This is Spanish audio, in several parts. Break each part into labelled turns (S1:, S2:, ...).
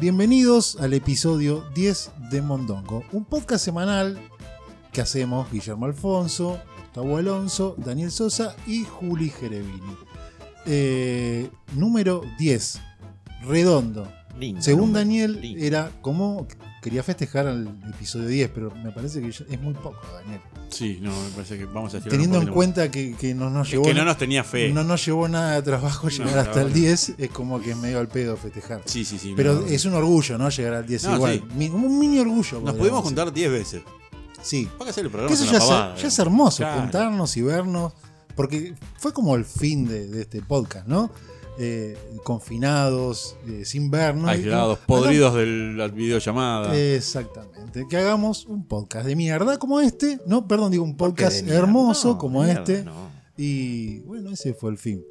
S1: Bienvenidos al episodio 10 de Mondongo, un podcast semanal que hacemos Guillermo Alfonso, Gustavo Alonso, Daniel Sosa y Juli Gerevini. Eh, número 10, redondo.
S2: Lindo,
S1: Según
S2: hombre,
S1: Daniel,
S2: lindo.
S1: era como quería festejar al episodio 10, pero me parece que ya- es muy poco, Daniel.
S3: Sí, no, me parece que vamos a estirar un
S1: Teniendo en
S3: poquito
S1: cuenta que, que no nos
S3: más.
S1: llevó
S3: Es que no nos tenía fe.
S1: no nos llevó nada de trabajo llegar
S3: la
S1: hasta el
S3: verdad.
S1: 10, es como que es medio al pedo festejar.
S3: Sí, sí, sí.
S1: Pero
S3: no.
S1: es un orgullo, ¿no? Llegar al 10
S3: No,
S1: igual.
S3: sí.
S1: Mi- como un mini orgullo.
S3: Nos
S1: podríamos
S3: pudimos
S1: decir.
S3: juntar 10 veces.
S1: Sí.
S3: Para hacer el
S1: Que
S3: programa
S1: eso
S3: es
S1: ya,
S3: una
S1: es-
S3: pavada.
S1: ya es hermoso,
S3: Claro.
S1: juntarnos y vernos. Porque fue como el fin de, de este podcast, ¿no? Eh, confinados, eh, sin vernos.
S3: Aislados,
S1: Y-
S3: podridos de la videollamada.
S1: Eh, Exactamente. Que hagamos un podcast de mierda como este. No, perdón, digo un
S2: Porque
S1: podcast
S2: de mierda,
S1: hermoso
S2: no,
S1: como
S2: mierda,
S1: este.
S2: no.
S1: Y bueno, ese fue el fin.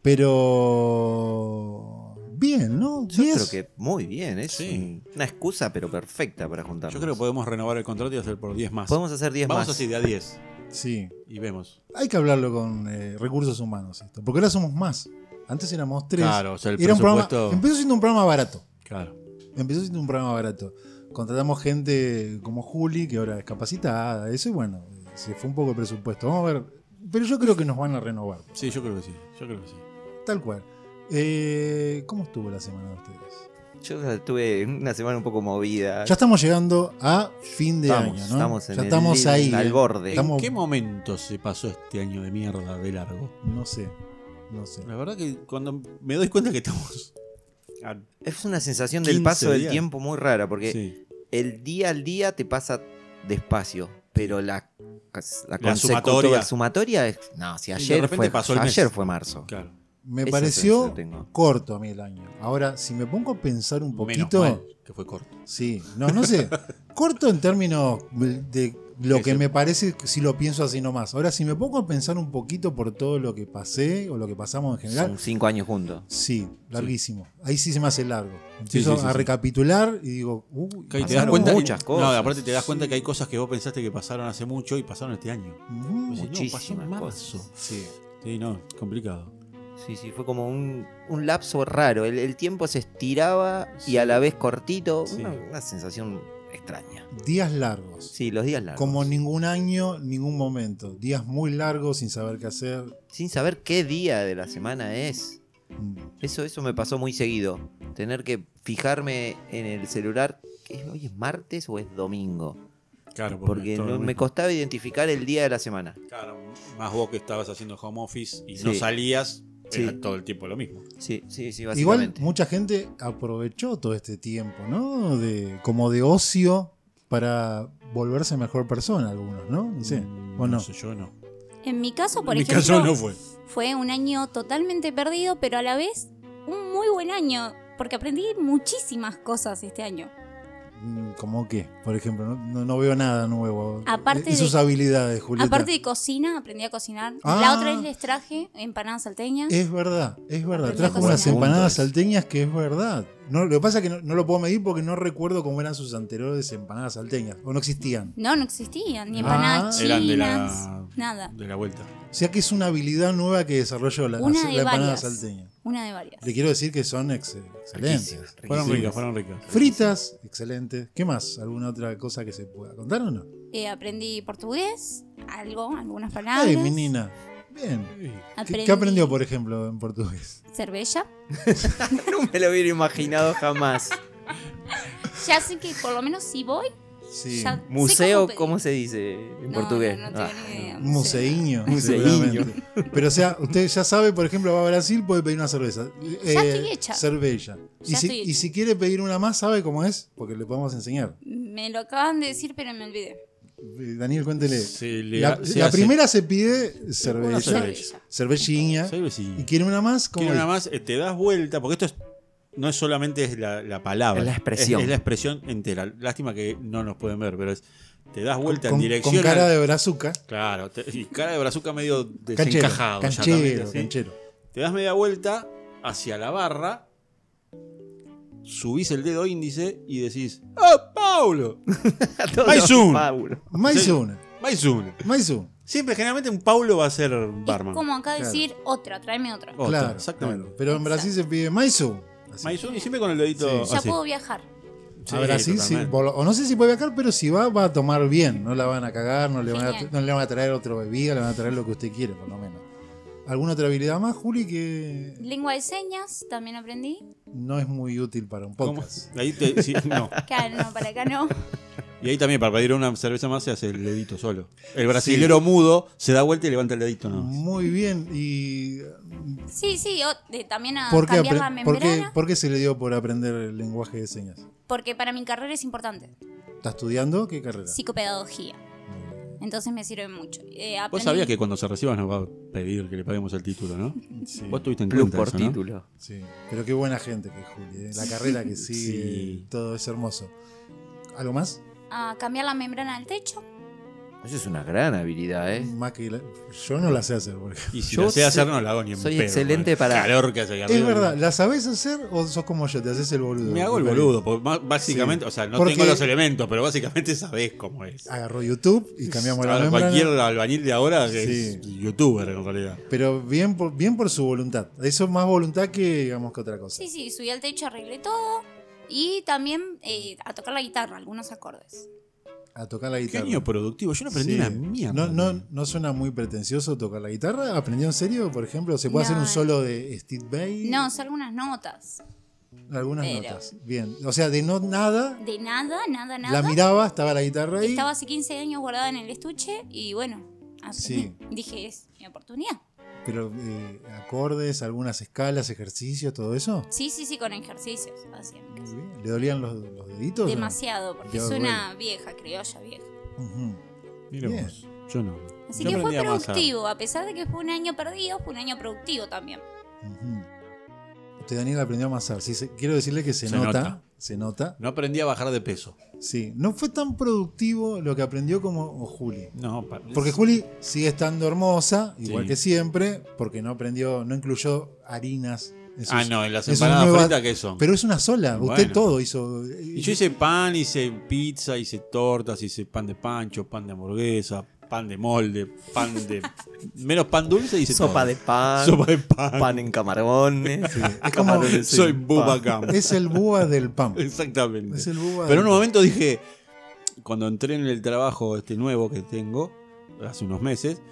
S1: Pero. Bien, ¿no?
S2: Yo
S1: 10.
S2: creo que muy bien, es
S3: Sí.
S2: un- una excusa pero perfecta para juntarnos.
S3: Yo creo que podemos renovar el contrato y hacer por 10 más.
S2: podemos hacer 10
S3: Vamos
S2: más.
S3: así de a 10
S1: Sí.
S3: y vemos.
S1: Hay que hablarlo con eh, recursos humanos esto. Porque ahora somos más. Antes éramos tres.
S3: Claro, o sea, el
S1: Era un programa-
S3: presupuesto.
S1: empezó siendo un programa barato.
S3: Claro.
S1: Empezó siendo un programa barato. Contratamos gente como Juli, que ahora es capacitada, eso, y bueno, se fue un poco el presupuesto. Vamos a ver. Pero yo creo que nos van a renovar.
S3: Sí, yo creo que sí. Yo creo que sí.
S1: Tal cual. Eh, ¿Cómo estuvo la semana de ustedes?
S2: Yo estuve una semana un poco movida.
S1: Ya estamos llegando a fin de
S2: Estamos,
S1: año, ¿no?
S2: estamos en
S1: ya
S2: el
S1: estamos
S2: límite,
S1: ahí.
S2: al
S1: eh.
S2: borde.
S1: Estamos-
S3: ¿En qué momento se pasó este año de mierda de largo?
S1: No sé, no sé.
S3: La verdad que cuando me doy cuenta que estamos.
S2: Ah,
S3: a-
S2: Es una sensación del
S3: 15
S2: paso del
S3: días.
S2: tiempo muy rara, porque
S3: sí.
S2: el día al día te pasa despacio, pero la, la,
S3: La
S2: consecutiva-
S3: sumatoria.
S2: la sumatoria es... No, si
S3: de
S2: ayer,
S3: repente
S2: fue,
S3: pasó el mes.
S2: ayer fue marzo.
S3: Claro.
S1: Me
S2: Esa
S1: pareció
S2: sensación tengo.
S1: corto a mí el año. Ahora, si me pongo a pensar un
S3: Menos
S1: poquito,
S3: mal que fue corto.
S1: sí, no, no sé. corto en términos de lo
S3: Sí,
S1: que
S3: sí.
S1: me parece si lo pienso así nomás. Ahora, si me pongo a pensar un poquito por todo lo que pasé o lo que pasamos en general,
S2: Son cinco años juntos.
S1: Sí, larguísimo. Ahí sí se me hace largo.
S3: Sí,
S1: Empiezo
S3: sí, sí,
S1: a
S3: sí.
S1: recapitular y digo, uy,
S3: Que ahí te das
S2: Pasaron
S3: cuenta
S2: muchas
S3: que-
S2: cosas.
S3: No, aparte te das cuenta que hay cosas que vos pensaste que pasaron hace mucho y pasaron este año.
S1: ujú,
S3: Pues, no, pasó en
S2: Muchísimas
S3: marzo.
S2: cosas.
S1: sí.
S3: Sí, no, complicado.
S2: Sí, sí, fue como un, un lapso raro. El, el tiempo se estiraba y a la vez cortito.
S3: Sí.
S2: Una, una sensación extraña.
S1: Días largos.
S2: Sí, los días largos.
S1: Como ningún año, ningún momento. Días muy largos sin saber qué hacer.
S2: Sin saber qué día de la semana es.
S1: Mm,
S2: Eso, eso me pasó muy seguido. Tener que fijarme en el celular. ¿qué es? ¿Hoy es martes o es domingo?
S3: Claro,
S2: Porque no- me
S3: costó.
S2: costaba identificar el día de la semana.
S3: Claro, más vos que estabas haciendo home office y
S2: Sí.
S3: no salías,
S2: Sí.
S3: era todo el tiempo lo mismo.
S2: Sí, sí, sí,
S1: Igual
S2: básicamente.
S1: mucha gente aprovechó todo este tiempo, ¿no? De, como de ocio para volverse mejor persona algunos, ¿no? No sé,
S3: Mm,
S1: ¿O no?
S3: sé, yo no.
S4: En mi caso, por
S3: en mi
S4: ejemplo,
S3: caso no fue.
S4: fue un año totalmente perdido, pero a la vez un muy buen año, porque aprendí muchísimas cosas este año.
S1: Mm, Como que, por ejemplo, no, no- no veo nada nuevo.
S4: Aparte
S1: Y
S4: de-
S1: sus habilidades, Julieta.
S4: Aparte de cocina, aprendí a cocinar.
S1: Ah. Eh.
S4: La otra vez les traje empanadas salteñas.
S1: Es verdad, es verdad.
S4: Aprendí
S1: Trajo
S4: a cocinar.
S1: unas empanadas
S2: Punto es.
S1: salteñas que es verdad. No, lo que pasa es que no, no lo puedo medir porque no recuerdo cómo eran sus anteriores empanadas salteñas. O no existían.
S4: No, no existían, ni
S1: Ah.
S4: empanadas
S3: Eran de
S4: chinas,
S3: la,
S4: nada.
S3: de la vuelta.
S1: O sea que es una habilidad nueva que desarrolló la,
S4: Una
S1: la
S4: de
S1: empanada
S4: varias.
S1: salteña.
S4: Una de varias.
S1: Le quiero decir que son ex-
S2: Riquísimas,
S1: excelentes.
S3: Fueron
S2: riquísimas.
S3: ricas, fueron ricas.
S1: Fritas, excelentes. ¿Qué más? ¿Alguna otra cosa que se pueda contar o no?
S4: Eh, aprendí portugués, algo, algunas palabras.
S1: Ay, menina. Bien.
S3: Sí.
S1: ¿Qué,
S4: Aprendí
S1: qué aprendió, por ejemplo, en portugués?
S4: Cerveza.
S2: No me lo hubiera imaginado jamás.
S4: Ya sé que por lo menos si voy,
S1: Sí.
S4: ya sé cómo
S2: Museo,
S4: pedir.
S2: ¿cómo se dice en
S4: No,
S2: portugués?
S4: no, no tengo
S2: Ah.
S4: ni idea.
S1: Museiño.
S2: Museiño.
S1: seguramente. Pero o sea, usted ya sabe, por ejemplo, va a Brasil, puede pedir una cerveza. Eh,
S4: Ya estoy hecha.
S1: Cerveza. Y
S4: Ya
S1: si,
S4: estoy hecha.
S1: y si quiere pedir una más, sabe cómo es, porque le podemos enseñar.
S4: Me lo acaban de decir, pero me olvidé.
S1: Eh, Daniel, cuéntele.
S3: Se le
S1: La,
S3: ha- se
S1: la
S3: hace-
S1: primera se pide cerveza,
S3: cerveza. ¿Eh?
S4: Cerveza.
S1: cervellinha.
S3: Sí, sí.
S1: ¿Y quiere una más? ¿Cómo
S3: Quiero
S1: es?
S3: nada más, eh, te das vuelta, porque esto es, no es solamente es la, la palabra.
S2: Es la expresión.
S3: Es, es la expresión entera. Lástima que no nos pueden ver, pero es, te das vuelta
S1: Con,
S3: en dirección.
S1: con cara
S3: al-
S1: de brazuca.
S3: Claro, te- y cara de brazuca medio
S1: Canchero.
S3: desencajado. ya también,
S1: Canchero,
S3: así.
S1: canchero.
S3: Te das media vuelta hacia la barra, subís el dedo índice y decís, ¡Oh, Paulo!
S2: Todo
S3: Maizun.
S2: Paulo.
S1: Más
S3: Sí.
S1: una.
S3: Mais uno.
S1: Más una.
S3: Siempre, generalmente un Paulo va a ser barman.
S4: Es como acá
S1: Claro. Ah,
S4: decir otra, tráeme otra.
S3: Otra,
S1: Claro.
S3: exactamente.
S1: claro. Pero en Brasil se pide más una. Así.
S3: Maizuni siempre con el dedito
S1: Sí.
S4: Ya
S3: así.
S4: puedo viajar.
S1: A ver, así, sí,
S3: totalmente.
S1: volo- o no sé si puede viajar, pero si va, va a tomar bien. No la van a cagar, no le van a,
S4: Genial.
S1: no le van a traer otra bebida, le van a traer lo que usted quiere, por lo menos. ¿Alguna otra habilidad más, Juli, que
S4: Lengua de señas también aprendí.
S1: no es muy útil para un
S3: ¿Cómo?
S1: podcast?
S3: Ahí te- sí, no.
S4: Claro, no, para acá no.
S3: Y ahí también, para pedir una cerveza más, se hace el dedito solo. El brasilero mudo se da vuelta y levanta el dedito. No.
S1: Muy bien. ¿Y
S4: Sí, sí, o- de- también a
S1: por qué,
S4: Ah, cambiar
S1: apre-
S4: la
S1: por qué-
S4: membrana.
S1: por qué se le dio por aprender el lenguaje de señas?
S4: Porque para mi carrera es importante.
S1: ¿Está estudiando? ¿Qué carrera?
S4: Psicopedagogía. Entonces me sirve mucho. Eh,
S3: Vos
S4: aprendí-
S3: sabías que cuando se recibas nos va a pedir que le paguemos el título, ¿no?
S1: Sí,
S3: Vos tuviste en
S2: Plus
S3: cuenta
S2: por
S3: eso, ¿no?
S2: título.
S1: sí. Pero qué buena gente que es Juli. ¿eh? La carrera que sigue,
S3: Sí.
S1: todo es hermoso. ¿Algo más?
S4: A cambiar la membrana del techo.
S2: Eso es una gran habilidad, ¿eh?
S1: Más que la- Yo no la sé hacer, por ejemplo.
S3: Y si
S2: Yo
S3: lo sé
S2: sé-
S3: hacer, no la hago ni en
S2: soy
S3: pedo,
S2: excelente
S3: el
S2: para-
S3: calor que hace acá
S1: Es
S3: arriba.
S1: verdad, ¿la sabés hacer o sos como yo? Te haces el boludo.
S3: Me hago el boludo, porque más- básicamente,
S1: Sí.
S3: o sea, no
S1: Porque-
S3: tengo los elementos, pero básicamente sabés cómo es.
S1: Agarró YouTube y cambiamos la
S3: Ahora,
S1: membrana.
S3: cualquier albañil de ahora es
S1: Sí.
S3: youtuber en realidad.
S1: Pero bien por, bien por su voluntad. Eso es más voluntad que, digamos, que otra cosa.
S4: Sí, sí, subí al techo, arreglé todo. Y también eh, a tocar la guitarra, algunos acordes.
S1: A tocar la
S3: Qué
S1: guitarra.
S3: año productivo, yo no aprendí
S1: Sí.
S3: una mierda.
S1: No, no, no suena muy pretencioso tocar la guitarra. ¿Aprendió en serio, por ejemplo? ¿Se puede
S4: No,
S1: hacer un
S4: eh.
S1: solo de Steve Bay?
S4: No, son algunas notas.
S1: Algunas
S4: pero-
S1: notas. Bien. O sea, de no nada,
S4: De nada, nada, nada.
S1: la miraba, estaba la guitarra ahí.
S4: Estaba hace 15 años guardada en el estuche y bueno,
S1: Sí.
S4: así dije, es mi oportunidad.
S1: Pero eh, acordes, algunas escalas, ejercicios, todo eso.
S4: Sí, sí, sí, con ejercicios. hacía en
S1: Muy
S4: casa.
S1: bien. ¿Le dolían los, los deditos? o no?
S4: Demasiado, porque
S1: Dios,
S4: es una vieja, criolla vieja.
S1: Ujú.
S3: Mira
S1: Bien.
S3: vos, yo no.
S4: Así
S3: Yo
S4: que fue
S3: aprendí a amasar.
S4: productivo, a pesar de que fue un año perdido, fue un año productivo también.
S1: Ujú. Usted, Daniel, aprendió a amasar. Sí, se- quiero decirle que se,
S3: Se
S1: nota,
S3: nota.
S1: Se nota.
S3: No aprendí a bajar de peso.
S1: Sí. No fue tan productivo lo que aprendió como o Juli.
S3: No, pa-
S2: Ah,
S1: Porque Juli sigue estando hermosa, igual
S3: Sí.
S1: que siempre, porque no aprendió, no incluyó harinas. en sus-
S3: Ah, no, en las
S1: en sus
S3: empanadas
S1: nuevas-
S3: fritas que son.
S1: Pero es una sola. Usted
S3: Bueno.
S1: todo hizo. eh,
S3: Y yo hice pan, hice pizza, hice tortas, hice pan de pancho, pan de hamburguesa, pan de molde, pan de. menos pan dulce, hice
S2: Sopa
S3: todo.
S2: de pan.
S3: Sopa de pan.
S2: Pan en
S1: Es
S2: camarones.
S3: Ah,
S1: como-
S2: Camarones en
S3: Soy
S2: pan.
S3: Bubacam.
S1: Es el búa del pan.
S3: Exactamente.
S1: Es el búho
S3: Pero en
S1: del-
S3: un momento dije, cuando entré en el trabajo este nuevo que tengo, hace unos meses,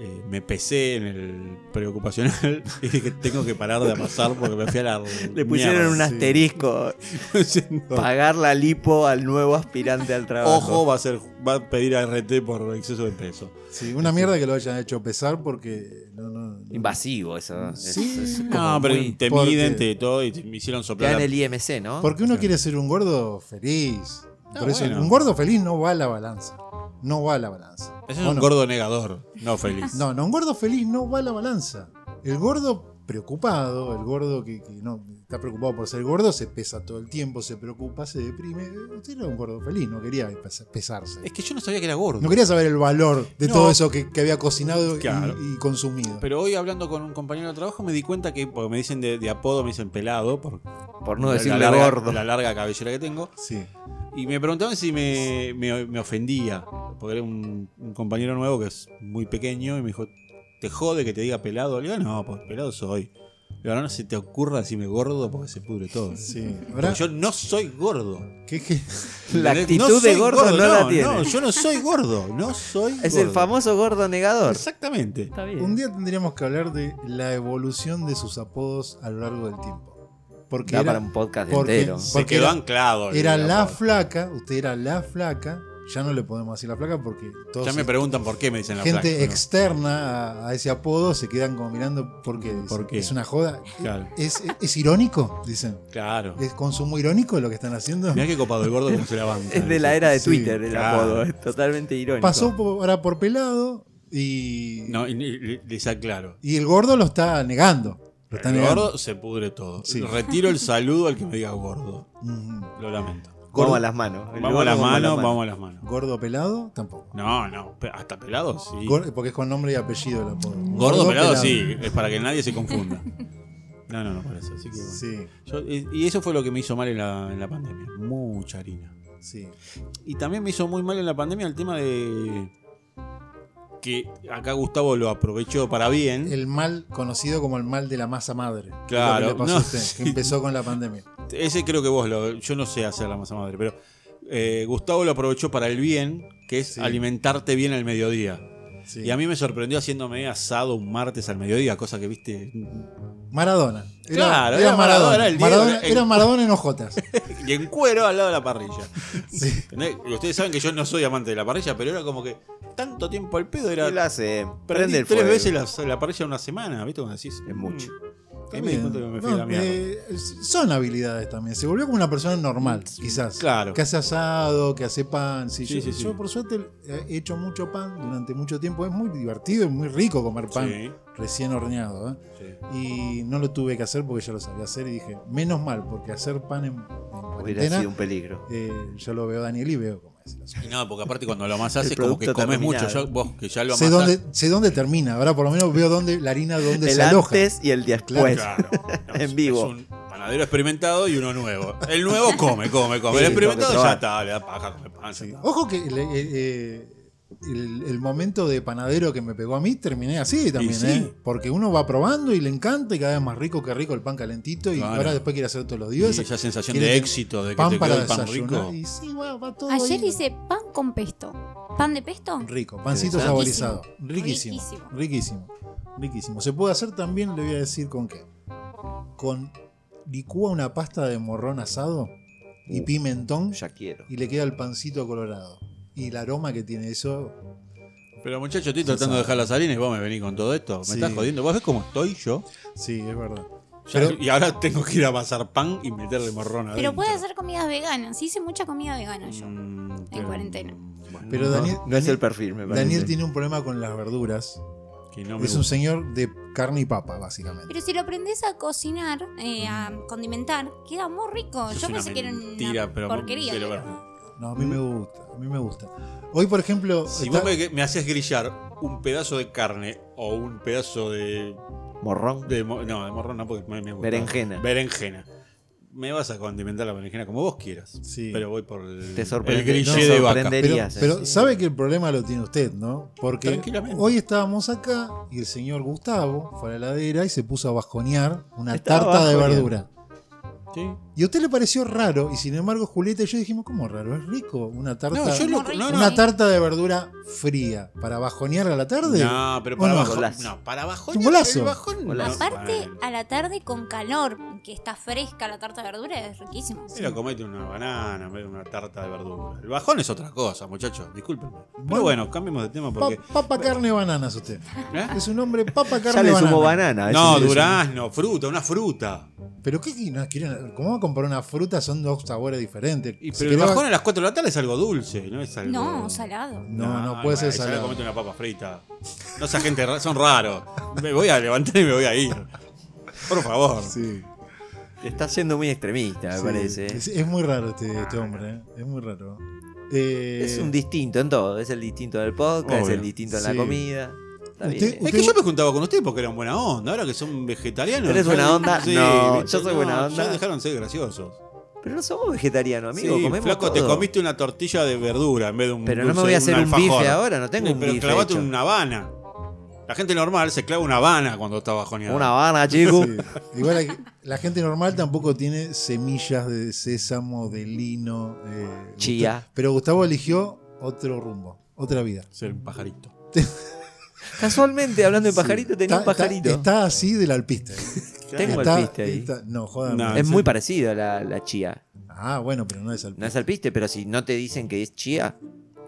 S3: eh, me pesé en el preocupacional y dije, tengo que parar de amasar porque me fui a la...
S2: Le pusieron un
S1: Mierda, sí.
S2: asterisco.
S3: una...
S2: Pagar la lipo al nuevo aspirante al trabajo.
S3: Ojo, va a, ser, va a pedir a RT por exceso de peso.
S1: Sí, una mierda que lo hayan hecho pesar porque. No, no, no.
S2: Invasivo eso. Es-
S1: Sí,
S2: es como
S3: No, pero
S2: muy-
S3: te
S1: Porque-
S3: miden, te todo y te- me hicieron
S2: Te
S3: soplar.
S2: dan
S3: la-
S2: el IMC, ¿no?
S1: Porque uno quiere ser un gordo feliz.
S3: Ah,
S1: Por eso,
S3: bueno.
S1: un gordo feliz no va a la balanza. No va a la balanza.
S3: Ese es
S1: ¿O
S3: un
S1: no?
S3: gordo negador, no feliz.
S1: No, no, un gordo feliz no va a la balanza. El gordo preocupado, el gordo que, que no está preocupado por ser gordo, se pesa todo el tiempo, se preocupa, se deprime. Usted era un gordo feliz, no quería pes- pesarse.
S3: Es que yo no sabía que era gordo.
S1: No quería saber el valor de
S3: No.
S1: todo eso que, que había cocinado y-
S3: Claro.
S1: y, consumido.
S3: Pero hoy hablando con un compañero de trabajo me di cuenta que, porque me dicen de, de apodo, me dicen pelado, por
S2: Por no
S3: la-
S2: decirle
S3: la larga,
S2: gordo.
S3: la larga cabellera que tengo.
S1: sí.
S3: Y me preguntaban si me, me- me ofendía, porque era un, un compañero nuevo que es muy pequeño y me dijo, ¿te jode que te diga pelado? Le digo, no, pues pelado soy. Le digo, no se te ocurra decirme gordo porque se pudre todo.
S1: Sí. Ahora,
S3: Porque yo no soy gordo.
S1: ¿qué- qué?
S2: La
S3: No
S2: actitud
S3: soy
S2: de gordo, no, la tiene.
S3: No, yo no soy gordo, no soy
S2: es
S3: gordo.
S2: el famoso gordo negador.
S3: Exactamente.
S2: Está
S1: Un día tendríamos que hablar de la evolución de sus apodos a lo largo del tiempo. Porque
S2: Da
S1: era-
S2: para un podcast
S1: porque-
S2: entero.
S1: sí.
S3: Se quedó
S1: era-
S3: anclado.
S1: Era
S3: el
S1: la
S3: apodo.
S1: flaca, usted era la flaca. Ya no le podemos decir la flaca porque todos
S3: Ya me preguntan por qué me dicen la
S1: gente
S3: flaca, ¿no?
S1: externa a, a ese apodo se quedan como mirando porque
S3: ¿Por qué?
S1: es una joda.
S3: Claro.
S1: ¿Es, es, es irónico? Dicen.
S3: Claro.
S1: ¿Es consumo irónico lo que están haciendo?
S3: Mirá qué copado el gordo que no se la banca.
S2: Es de la era de
S1: Sí,
S2: Twitter el
S3: claro.
S2: apodo. Es totalmente irónico.
S1: Pasó por, ahora por pelado y,
S3: No, y- y- les aclaro.
S1: y el gordo lo está negando. Lo está
S3: El
S1: negando.
S3: gordo se pudre todo.
S1: Sí.
S3: Retiro el saludo al que me diga gordo.
S1: Ujú.
S3: Lo lamento.
S2: Vamos a las manos. El
S3: Vamos
S2: gordo
S3: a las
S2: como
S3: manos, vamos a las manos.
S1: ¿Gordo pelado? Tampoco.
S3: No, no, pe- hasta pelado sí. Gordo,
S1: Gor- porque es con nombre y apellido el apodo.
S3: pelado, sí, es para que nadie se confunda. No, no, no parece. Así que bueno.
S1: Sí,
S3: Yo- y y eso fue lo que me hizo mal en la, en la pandemia. Mucha harina.
S1: sí.
S3: Y también me hizo muy mal en la pandemia el tema de que acá Gustavo lo aprovechó para bien.
S1: El mal conocido como el mal de la masa madre. que es
S3: Claro,
S1: Lo que le pasó a
S3: no,
S1: usted,
S3: sí.
S1: que empezó con la pandemia.
S3: Ese creo que vos lo. Yo no sé hacer la masa madre, pero eh, Gustavo lo aprovechó para el bien, que es
S1: Sí.
S3: alimentarte bien al mediodía.
S1: Sí.
S3: Y a mí me sorprendió haciéndome asado un martes al mediodía, cosa que viste.
S1: Maradona. Era,
S3: Claro,
S1: era
S3: era Maradona,
S1: Maradona.
S3: era el Diego,
S1: Maradona-
S3: era el-
S1: era Maradona en hojotas.
S3: Y en cuero al lado de la parrilla.
S1: Sí.
S3: ¿Entendés? Y Ustedes saben que yo no soy amante de la parrilla, pero era como que tanto tiempo al pedo era.
S2: ¿Qué lo hace?
S3: Prendí
S2: Prende el
S3: tres
S2: fuego.
S3: veces la, la parrilla en una semana, ¿viste? Cuando decís.
S2: Es mucho.
S3: mm, ahí me di cuenta que me fui a la
S1: No,
S3: mierda.
S1: eh, son habilidades también. Se volvió como una persona normal, quizás.
S3: Claro.
S1: Que hace asado, que hace pan. Sí,
S3: Sí,
S1: yo,
S3: sí, sí.
S1: yo, por suerte he hecho mucho pan durante mucho tiempo. Es muy divertido y muy rico comer pan
S3: Sí,
S1: recién horneado. ¿eh?
S3: sí.
S1: Y no lo tuve que hacer porque ya lo sabía hacer y dije, menos mal, porque hacer pan en, en
S2: Hubiera
S1: cuarentena,
S2: sido un peligro.
S1: eh, yo lo veo a Daniel y veo cómo es el asunto.
S3: Y No, porque aparte cuando lo amasás
S2: El
S3: es como que
S2: producto
S3: comes
S2: terminado.
S3: mucho. Yo- vos que ya lo
S1: Sé
S3: amasás.
S1: dónde, sé dónde termina, ahora por lo menos veo dónde la harina dónde
S2: El
S1: se aloja.
S2: antes y el después.
S1: Pues,
S3: Claro. No,
S2: En
S3: es-
S2: vivo.
S3: Es un panadero experimentado y uno nuevo. El nuevo come, come, come.
S2: Sí,
S3: el
S2: tengo que
S3: experimentado ya
S2: probar.
S3: está, le da paja, come pan. ya está.
S1: Ojo que le- eh, eh, el, el momento de panadero que me pegó a mí terminé así también,
S3: sí.
S1: ¿eh? Porque uno va probando y le encanta y cada vez más rico que rico el pan calentito y
S3: Claro.
S1: ahora después quiere hacer todos los
S3: Y
S1: días.
S3: esa sensación
S1: quiere
S3: de
S1: que-
S3: éxito, de que
S1: pan
S3: te
S1: para
S3: quedó el pan
S1: desayunar
S3: rico.
S1: y sí, va, va todo
S4: Ayer
S1: ahí.
S4: hice pan con pesto. ¿Pan de pesto?
S1: rico, pancito
S2: Riquísimo.
S1: saborizado, riquísimo, riquísimo,
S4: Riquísimo.
S1: riquísimo, Se puede hacer también, le voy a decir con qué. Con licúa una pasta de morrón asado y
S2: Uh.
S1: pimentón
S2: Ya quiero.
S1: y le queda el pancito colorado. Y el aroma que tiene eso
S3: Pero muchachos, estoy tratando de
S1: sabe.
S3: dejar las harinas y vos me venís con todo esto. Me
S1: Sí.
S3: estás jodiendo. ¿Vos ves cómo estoy yo?
S1: Sí, es verdad.
S3: Ya-
S1: Pero,
S3: y ahora tengo que ir a amasar pan y meterle morrón adentro.
S4: Pero puede hacer comidas veganas. Hice mucha comida vegana yo.
S3: Mm, pero-
S4: cuarentena.
S3: bueno,
S1: pero
S3: no,
S1: Daniel,
S2: No es el perfil, me parece.
S1: Daniel tiene un problema con las verduras.
S3: que no me
S1: Es un señor de carne y papa, básicamente.
S4: Pero si lo aprendes a cocinar, eh, a condimentar, queda muy rico.
S3: Mm. Eso
S4: Yo
S3: es
S4: pensé
S3: una
S4: que era
S3: mentira,
S4: una
S3: pero-
S4: porquería. ¿eh?
S3: pero
S4: pero-
S3: bueno.
S1: No, a mí me gusta, a mí me gusta. Hoy, por ejemplo,
S3: Si
S1: está-
S3: vos me, me haces grillar un pedazo de carne o un pedazo de.
S2: Morrón.
S3: de mo- no, de morrón no, porque me, me gusta.
S2: Berenjena.
S3: Berenjena. Me vas a condimentar la berenjena como vos quieras.
S1: Sí.
S3: Pero voy por el,
S2: Te
S3: el
S2: sorprende.
S3: grillé
S2: te
S3: de vaca.
S1: pero,
S2: sorprenderías. eh.
S1: pero sabe que el problema lo tiene usted, ¿no? Porque
S3: Tranquilamente.
S1: hoy estábamos acá y el señor Gustavo fue a la heladera y se puso a basconear una
S2: Estaba
S1: tarta de
S2: basconeando.
S1: verdura.
S3: Sí.
S1: Y a usted le pareció raro, y sin embargo, Julieta y yo dijimos, ¿cómo raro? Es rico una tarta.
S3: No, yo lo-
S4: Muy
S3: no,
S4: rico.
S3: no.
S1: Una tarta de verdura fría para bajonear a la tarde.
S3: No, pero
S1: ¿O
S3: para
S1: no?
S3: abajo.
S2: Golazo.
S3: No, para abajo.
S1: Es un golazo.
S3: el bajón no.
S2: Golazo.
S4: Aparte,
S3: Bueno.
S4: a la tarde con calor, que está fresca la tarta de verdura, es riquísimo.
S3: Era comete una banana en vez de una tarta de verdura. El bajón es otra cosa, muchachos, discúlpenme.
S1: Bueno.
S3: Pero bueno, cambiemos de tema
S1: Pa-
S3: porque.
S1: papa, carne, bananas usted.
S3: ¿Eh?
S1: Es un hombre papa, carne,
S2: ya le sumo
S1: banana.
S2: banana.
S3: No,
S2: ese-
S3: durazno, fruta, una fruta.
S1: Pero qué qué- no, quieren- ¿cómo va a comparar una fruta? Son dos sabores diferentes.
S3: Y,
S1: Si
S3: pero el
S1: querés-
S3: bajón a las 4 de la tarde es algo dulce, ¿no? Es algo...
S4: No, salado.
S1: No, no, puede ser
S3: ya
S1: salado.
S3: comete una papa frita. No seas gente rara, son raros. Me voy a levantar y me voy a ir. Por favor.
S1: Sí,
S2: Está siendo muy extremista, me
S1: sí.
S2: parece. eh.
S1: Es, es muy raro este,
S3: Ah.
S1: este hombre, ¿eh? es muy raro. Eh,
S2: Es un distinto en todo. Es el distinto del podcast, es
S3: Obvio.
S2: el distinto en la
S1: Sí.
S2: comida. Está
S1: Usted-
S2: bien.
S3: Es que yo me juntaba con ustedes porque eran buena onda. Ahora que son vegetarianos.
S2: ¿Eres
S3: ya-
S2: buena onda?
S3: Sí,
S2: No,
S3: viste,
S2: yo soy buena onda.
S3: Ya dejaron de ser graciosos.
S2: Pero no somos vegetarianos, amigo.
S3: Sí,
S2: comemos
S3: flaco, te
S2: todo.
S3: comiste una tortilla de verdura en vez de un
S2: Pero no me
S3: dulce-
S2: voy a hacer un bife
S3: alfajor.
S2: ahora, no tengo
S3: Sí,
S2: un
S3: Pero
S2: bife
S3: clavate
S2: hecho.
S3: una habana. La gente normal se clava una habana cuando está bajoneada.
S2: Una habana, chico.
S1: sí. Igual la, la gente normal tampoco tiene semillas de sésamo, de lino. eh,
S2: Chía.
S1: Gustavo- pero Gustavo eligió otro rumbo, otra vida.
S3: Ser un pajarito.
S2: Casualmente, hablando de pajarito, tenía
S1: Está-
S2: un pajarito.
S1: Está, está así del alpiste.
S2: Tengo
S1: Está-
S2: alpiste ahí.
S1: está- no, jodan.
S3: No,
S2: es muy parecido a la, la chía.
S1: Ah, bueno, pero no es
S2: No
S1: alpiste.
S2: es alpiste, pero si no te dicen que es chía,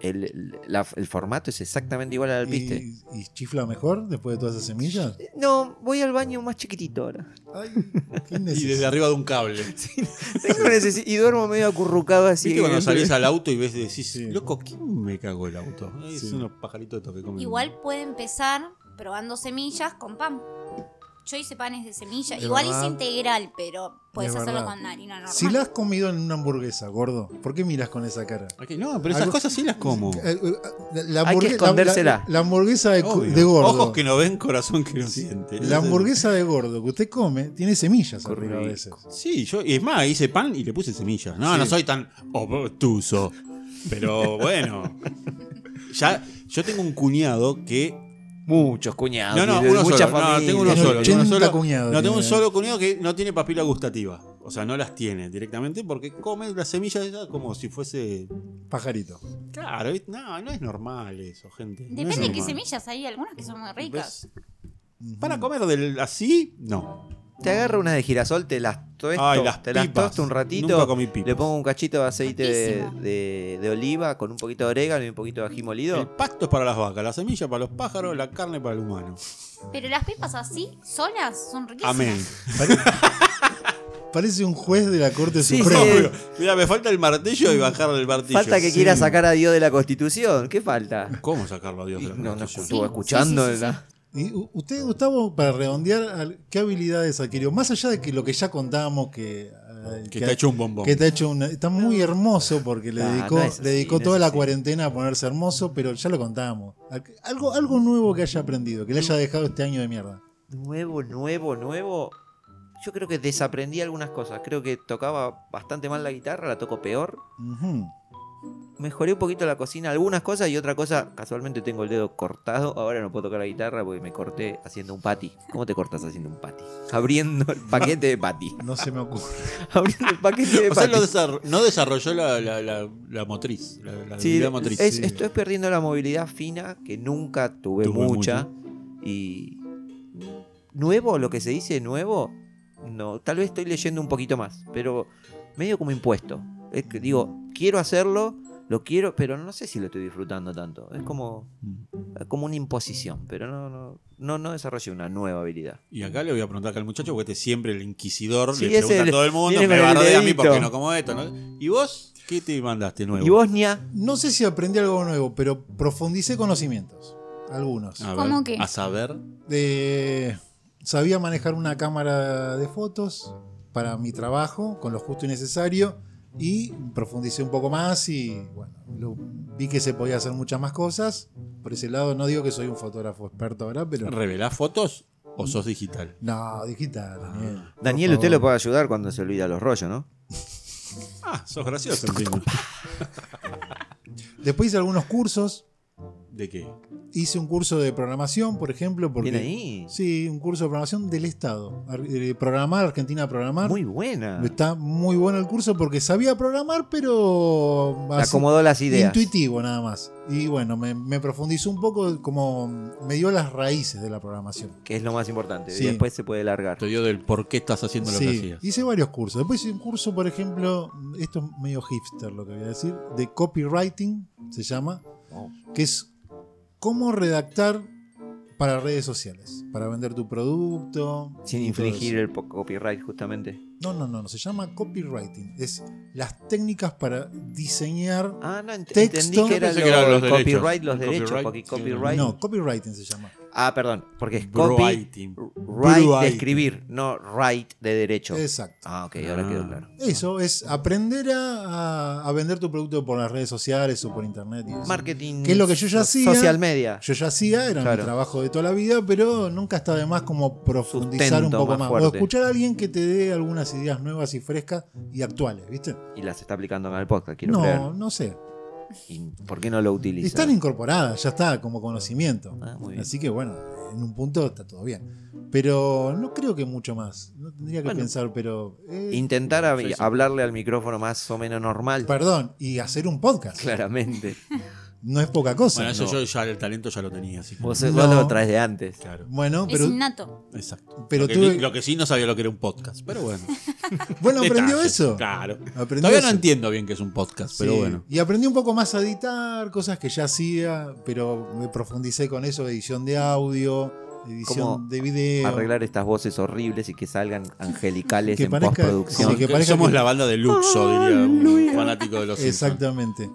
S2: el, el- la- el formato es exactamente igual al alpiste.
S1: ¿Y, y chifla mejor después de todas esas semillas?
S2: No, voy al baño más chiquitito ahora.
S1: Ay, qué
S3: Y
S1: necesidad.
S3: desde arriba de un cable.
S2: Tengo necesi- y duermo medio acurrucado así.
S3: ¿Viste cuando salís al auto y ves y decís,
S1: Sí.
S3: loco, ¿quién me cagó el auto? Ay,
S1: Sí.
S3: Son unos pajaritos estos que comen.
S4: Igual puede empezar probando semillas con pan. Yo hice panes de semilla.
S1: Es
S4: Igual
S1: verdad.
S4: hice integral, pero puedes
S1: Es
S4: hacerlo
S1: verdad.
S4: con harina normal.
S1: Si la has comido en una hamburguesa, gordo, ¿por qué miras con esa cara?
S3: Aquí- No, pero esas
S1: Algo-
S3: cosas sí las como.
S1: Eh, eh, La, la
S2: Hay que
S1: hamburgue-
S2: escondérsela.
S1: La, la- la hamburguesa de, cu-
S3: Obvio.
S1: de gordo.
S3: Ojos que no ven, corazón que no siente.
S1: La hamburguesa de gordo que usted come tiene semillas
S2: Qué
S1: arriba a
S2: rico.
S1: veces.
S3: Sí, yo, y es más, hice pan y le puse semillas. No,
S1: Sí.
S3: no soy tan obtuso. Pero bueno. ya, Yo tengo un cuñado que.
S2: Muchos cuñados.
S3: No, no,
S2: y de
S3: uno
S2: muchas
S3: solo. No,
S2: familias.
S3: tengo uno
S1: Tiene
S3: solo. tengo uno
S1: 80
S3: solo.
S1: cuñados
S3: no, tengo un
S1: tiene.
S3: solo cuñado que no tiene papila gustativa. O sea, no las tiene directamente porque come las semillas esas como si fuese.
S1: Pajarito.
S3: Claro, ¿viste? no, no es normal eso, gente. No es
S4: Depende de qué
S3: normal.
S4: semillas, hay algunas que son muy ricas.
S3: ¿Ves? Para comer del, así, no.
S2: Te agarro una de girasol, te las tosto,
S3: Ay, las
S2: te las
S3: pipas.
S2: tosto un ratito.
S3: Nunca comí pipas.
S2: Le pongo un cachito de aceite de,
S4: Riquísimo.
S2: de- de oliva con un poquito de orégano y un poquito de ají
S3: El
S2: molido.
S3: pasto es para las vacas, la semilla para los pájaros, la carne para el humano.
S4: Pero las pipas así, solas, son riquísimas.
S3: Amén.
S1: Pare- Parece un juez de la Corte
S2: Sí,
S1: Suprema.
S2: sí.
S3: Mira, me falta el martillo y bajar el martillo.
S2: Falta que
S3: Sí.
S2: quiera sacar a Dios de la Constitución. ¿Qué falta?
S3: ¿Cómo sacarlo a Dios de la
S2: No, no
S3: constitución?
S2: estuvo
S4: Sí,
S2: escuchando.
S4: sí, sí, sí,
S2: ¿verdad?
S1: Y u- usted, Gustavo, para redondear, al- ¿qué habilidades adquirió? Más allá de que lo que ya contábamos que... eh,
S3: Que está hecho un bombón.
S1: que está hecho una- está muy hermoso porque le
S2: Ah,
S1: dedicó,
S2: no es así,
S1: le dedicó
S2: no
S1: toda
S2: es
S1: la
S2: así.
S1: cuarentena a ponerse hermoso, pero ya lo contábamos. Al- Algo, algo nuevo que haya aprendido, que le haya dejado este año de mierda.
S2: Nuevo, nuevo, nuevo. Yo creo que desaprendí algunas cosas. Creo que tocaba bastante mal la guitarra, la toco peor.
S1: Ujú.
S2: Mejoré un poquito la cocina, algunas cosas y otra cosa. Casualmente tengo el dedo cortado. Ahora no puedo tocar la guitarra porque me corté haciendo un patty. ¿Cómo te cortas haciendo un patty? Abriendo el paquete de patty.
S1: No se me ocurre.
S2: Abriendo el paquete de
S3: O sea,
S2: patty.
S3: no, desar- no desarrolló la, la- la- la motriz. La, la
S2: Sí,
S3: habilidad motriz.
S2: es-
S3: Sí.
S2: estoy perdiendo la movilidad fina que nunca tuve,
S3: Tuve
S2: mucha. Y. Nuevo, lo que se dice nuevo, no. Tal vez estoy leyendo un poquito más, pero medio como impuesto. Es que digo, quiero hacerlo, lo quiero, pero no sé si lo estoy disfrutando tanto. Es como, como una imposición, pero no, no, no, no desarrollé una nueva habilidad.
S3: Y acá le voy a preguntar acá al muchacho, porque este siempre el inquisidor
S2: Sí,
S3: le
S2: es
S3: pregunta
S2: el-
S3: a todo el mundo,
S2: viene
S3: me
S2: con el
S3: bardea a mí
S2: dedito.
S3: porque no como esto. ¿no? ¿Y vos qué te mandaste nuevo?
S2: Y Bosnia,
S1: No sé si aprendí algo nuevo, pero profundicé conocimientos. Algunos.
S3: A ver,
S4: ¿Cómo qué?
S3: A saber.
S1: Eh, sabía manejar una cámara de fotos para mi trabajo, con lo justo y necesario. Y profundicé un poco más y bueno, lo- vi que se podía hacer muchas más cosas. Por ese lado, no digo que soy un fotógrafo experto ahora, pero.
S3: ¿Revelás fotos o sos digital?
S1: No, digital, Daniel. Por
S2: Ah. Daniel, usted lo
S1: favor.
S2: puede ayudar cuando se olvida los rollos, ¿no?
S3: Ah, sos gracioso, entiendo.
S1: Después hice algunos cursos.
S3: ¿De qué?
S1: Hice un curso de programación, por ejemplo. Porque,
S2: Viene ahí.
S1: Sí, un curso de programación del Estado. Ar- eh, Programar, Argentina Programar.
S2: Muy buena.
S1: Está muy bueno el curso porque sabía programar, pero.
S2: Te
S1: así-
S2: acomodó las ideas.
S1: Intuitivo nada más. Y bueno, me, me profundizó un poco, como me dio las raíces de la programación.
S2: que es lo más importante.
S1: Sí.
S2: Y después se puede largar.
S3: Te dio del por qué estás haciendo lo que
S1: Sí,
S3: hacías.
S1: hice varios cursos. Después hice un curso, por ejemplo, esto es medio hipster lo que voy a decir, de copywriting, se llama,
S2: Oh.
S1: que es cómo redactar para redes sociales, para vender tu producto.
S2: Sin
S1: y todo
S2: infringir
S1: eso.
S2: el po- copyright, justamente.
S1: No, no, no, no, se llama copywriting. Es las técnicas para diseñar...
S2: Ah, no, ent-
S1: Texto.
S2: entendí que
S1: Yo
S2: era
S3: pensé
S2: lo,
S3: que eran los derechos.
S2: copyright, los
S3: El
S2: derechos,
S3: copyright,
S2: porque
S3: sí,
S2: copyright.
S1: No, copywriting se llama.
S2: Ah, perdón, porque es copy,
S3: Copywriting.
S2: right de
S3: Copywriting.
S2: escribir, no right de derecho.
S1: Exacto.
S2: Ah, ok, ahora
S3: Ah.
S2: quedó claro.
S1: Eso es aprender a, a- a vender tu producto por las redes sociales o por internet. y eso.
S2: Marketing.
S1: Que es lo que yo ya
S2: so-
S1: hacía.
S2: Social media.
S1: Yo ya hacía, era
S2: Claro.
S1: mi trabajo de toda la vida, pero nunca está de más como profundizar un
S2: Sustento
S1: poco
S2: más
S1: más. O
S2: fuerte.
S1: escuchar a alguien que te dé algunas ideas nuevas y frescas y actuales, ¿viste?
S2: Y las está aplicando en el podcast, quiero
S1: no,
S2: creer.
S1: no sé.
S2: ¿Y ¿Por qué no lo utiliza?
S1: Están incorporadas, ya está, como conocimiento.
S2: Ah, muy bien.
S1: Así que bueno, en un punto está todo bien. Pero no creo que mucho más. No tendría que
S2: Bueno.
S1: pensar, pero. eh,
S2: Intentar hab-
S3: Sí, sí.
S2: hablarle al micrófono más o menos normal,
S1: perdón, y hacer un podcast.
S2: claramente.
S1: No es poca cosa.
S3: Bueno, eso
S2: No.
S3: yo ya el talento ya lo tenía, así que.
S2: Vos, vos
S1: No.
S2: lo traes de antes.
S3: Claro.
S1: Bueno,
S4: Es
S1: pero
S4: innato.
S3: Exacto.
S1: Pero
S3: lo, que,
S1: tuve-
S3: ni- lo que sí no sabía lo que era un podcast, pero bueno.
S1: Bueno, aprendió
S3: Detalles,
S1: eso.
S3: Claro.
S1: Aprendió
S3: Todavía
S1: eso.
S3: no entiendo bien qué es un podcast, pero
S1: Sí.
S3: bueno.
S1: Y aprendí un poco más a editar, cosas que ya hacía, pero me profundicé con eso, edición de audio, edición
S2: Como
S1: de video.
S2: arreglar estas voces horribles y que salgan angelicales
S1: Que
S2: en
S1: parezca-
S2: postproducción.
S1: sí, que
S3: Aunque
S1: parezca
S3: somos
S1: que-
S3: la banda de Luxo, diría un fanático de los Simpsons.
S1: Exactamente.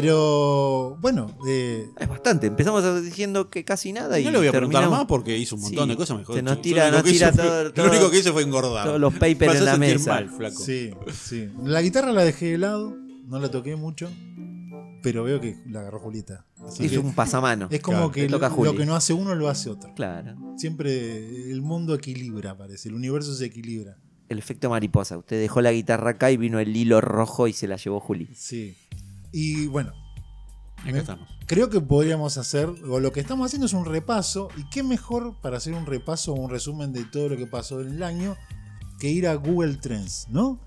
S1: Pero bueno, eh,
S2: Es bastante. Empezamos a- diciendo que casi nada y
S3: No le voy a preguntar
S2: terminamos
S3: más porque hizo un montón
S2: Sí.
S3: de cosas mejor.
S2: Se nos tira- nos tira todo- todo-
S3: Lo único que hizo fue engordar.
S2: todos los papers
S3: Pasó
S2: en
S3: a
S2: la
S3: sentir
S2: mesa.
S3: mal, flaco.
S1: sí, sí. La guitarra la dejé de lado, no la toqué mucho, pero veo que la agarró Julieta. Así
S2: Es
S1: que
S2: un pasamano.
S1: es como
S3: claro,
S1: que
S2: le toca a
S1: lo,
S2: Juli.
S1: lo que no hace uno lo hace otro.
S2: Claro.
S1: Siempre el mundo equilibra, parece, el universo se equilibra.
S2: El efecto mariposa. Usted dejó la guitarra acá y vino el hilo rojo y se la llevó Juli.
S1: Sí. Y bueno,
S3: Acá estamos.
S1: Creo que podríamos hacer, o lo que estamos haciendo es un repaso, y qué mejor para hacer un repaso o un resumen de todo lo que pasó en el año que ir a Google Trends, ¿no?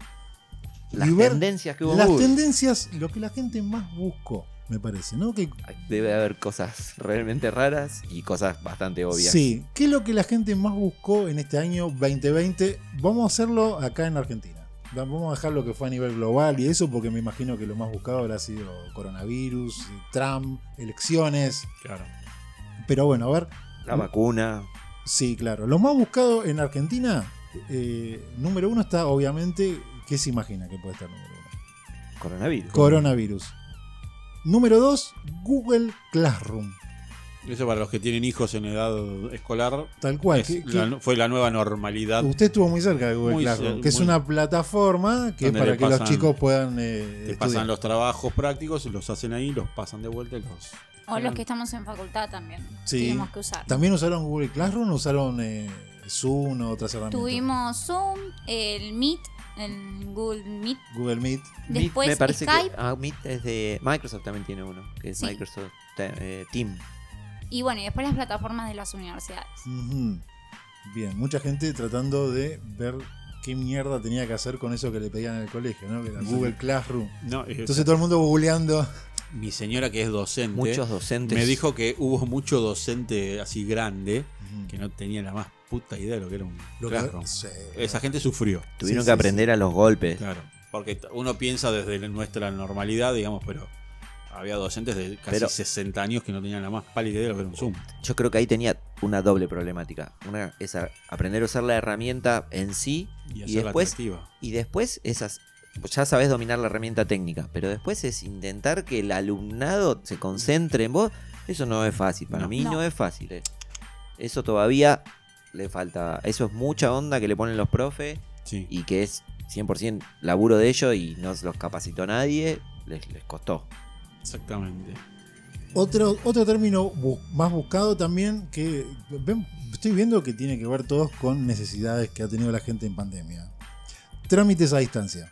S2: Las
S1: Y ver
S2: tendencias que hubo. en
S1: Las
S2: Google.
S1: tendencias, lo que la gente más buscó, me parece, ¿no? Que,
S2: Debe haber cosas realmente raras y cosas bastante obvias.
S1: sí, ¿qué es lo que la gente más buscó en este año 2020? Vamos a hacerlo acá en Argentina. Va- Vamos a dejar lo que fue a nivel global y eso, porque me imagino que lo más buscado habrá sido coronavirus, Trump, elecciones.
S3: Claro.
S1: Pero bueno, a ver,
S2: La vacuna.
S1: Sí, claro. Lo más buscado en Argentina, eh, número uno está obviamente, ¿qué se imagina que puede estar número uno?
S2: Coronavirus.
S1: Coronavirus. Número dos, Google Classroom.
S3: Eso para los que tienen hijos en edad escolar.
S1: Tal cual.
S3: es
S1: que-
S3: la- fue la nueva normalidad.
S1: que- usted estuvo muy cerca de Google
S3: Ah. Muy
S1: Classroom,
S3: cer-
S1: que es
S3: muy-
S1: una plataforma que es
S3: Donde
S1: para
S3: le
S1: que los
S3: pasan-
S1: chicos puedan eh,
S3: Te
S1: estudiar.
S3: pasan los trabajos prácticos, los hacen ahí, los pasan de vuelta y los.
S4: O los que estamos en facultad también.
S1: Sí.
S4: Tuvimos que usar.
S1: También usaron Google Classroom, usaron eh, Zoom o otras herramientas.
S4: Tuvimos Zoom, el Meet, el Google Meet.
S1: Google Meet.
S2: Meet,
S4: Después
S2: me parece
S4: Skype.
S2: que ah, Meet es de Microsoft también tiene uno, que es
S4: Sí.
S2: Microsoft te- eh, Team.
S4: Y bueno, y después las plataformas de las universidades.
S1: Ujú. Bien, mucha gente tratando de ver qué mierda tenía que hacer con eso que le pedían en el colegio, ¿no? Que era Google Classroom.
S3: No, eh,
S1: Entonces todo el mundo googleando.
S3: mi señora que es docente
S2: Muchos docentes.
S3: me dijo que hubo mucho docente así grande que no tenía la más puta idea de lo que era un
S1: Lo que-
S3: classroom.
S1: sí.
S3: Esa gente sufrió.
S2: Tuvieron
S1: Sí,
S2: que
S1: sí,
S2: aprender a los golpes.
S3: Claro, porque t- uno piensa desde la- nuestra normalidad, digamos, pero había docentes de casi
S2: Pero-
S3: 60 años que no tenían la más pálida idea de lo que era un Zoom.
S2: Yo creo que ahí tenía una doble problemática. Una es a- aprender a usar la herramienta en sí
S3: Y,
S2: y,
S3: hacerla
S2: después
S3: atractiva.
S2: y después esas ya sabes dominar la herramienta técnica, pero después es intentar que el alumnado se concentre en vos. Eso no es fácil, para
S3: No.
S2: mí no.
S4: No.
S2: es fácil. eh. Eso todavía le falta. Eso es mucha onda que le ponen los profes
S3: Sí.
S2: y que es 100% laburo de ellos y no los capacitó nadie, les, les costó.
S3: Exactamente.
S1: Otro, otro término bu- más buscado también que ven- estoy viendo que tiene que ver todos con necesidades que ha tenido la gente en pandemia. Trámites a distancia.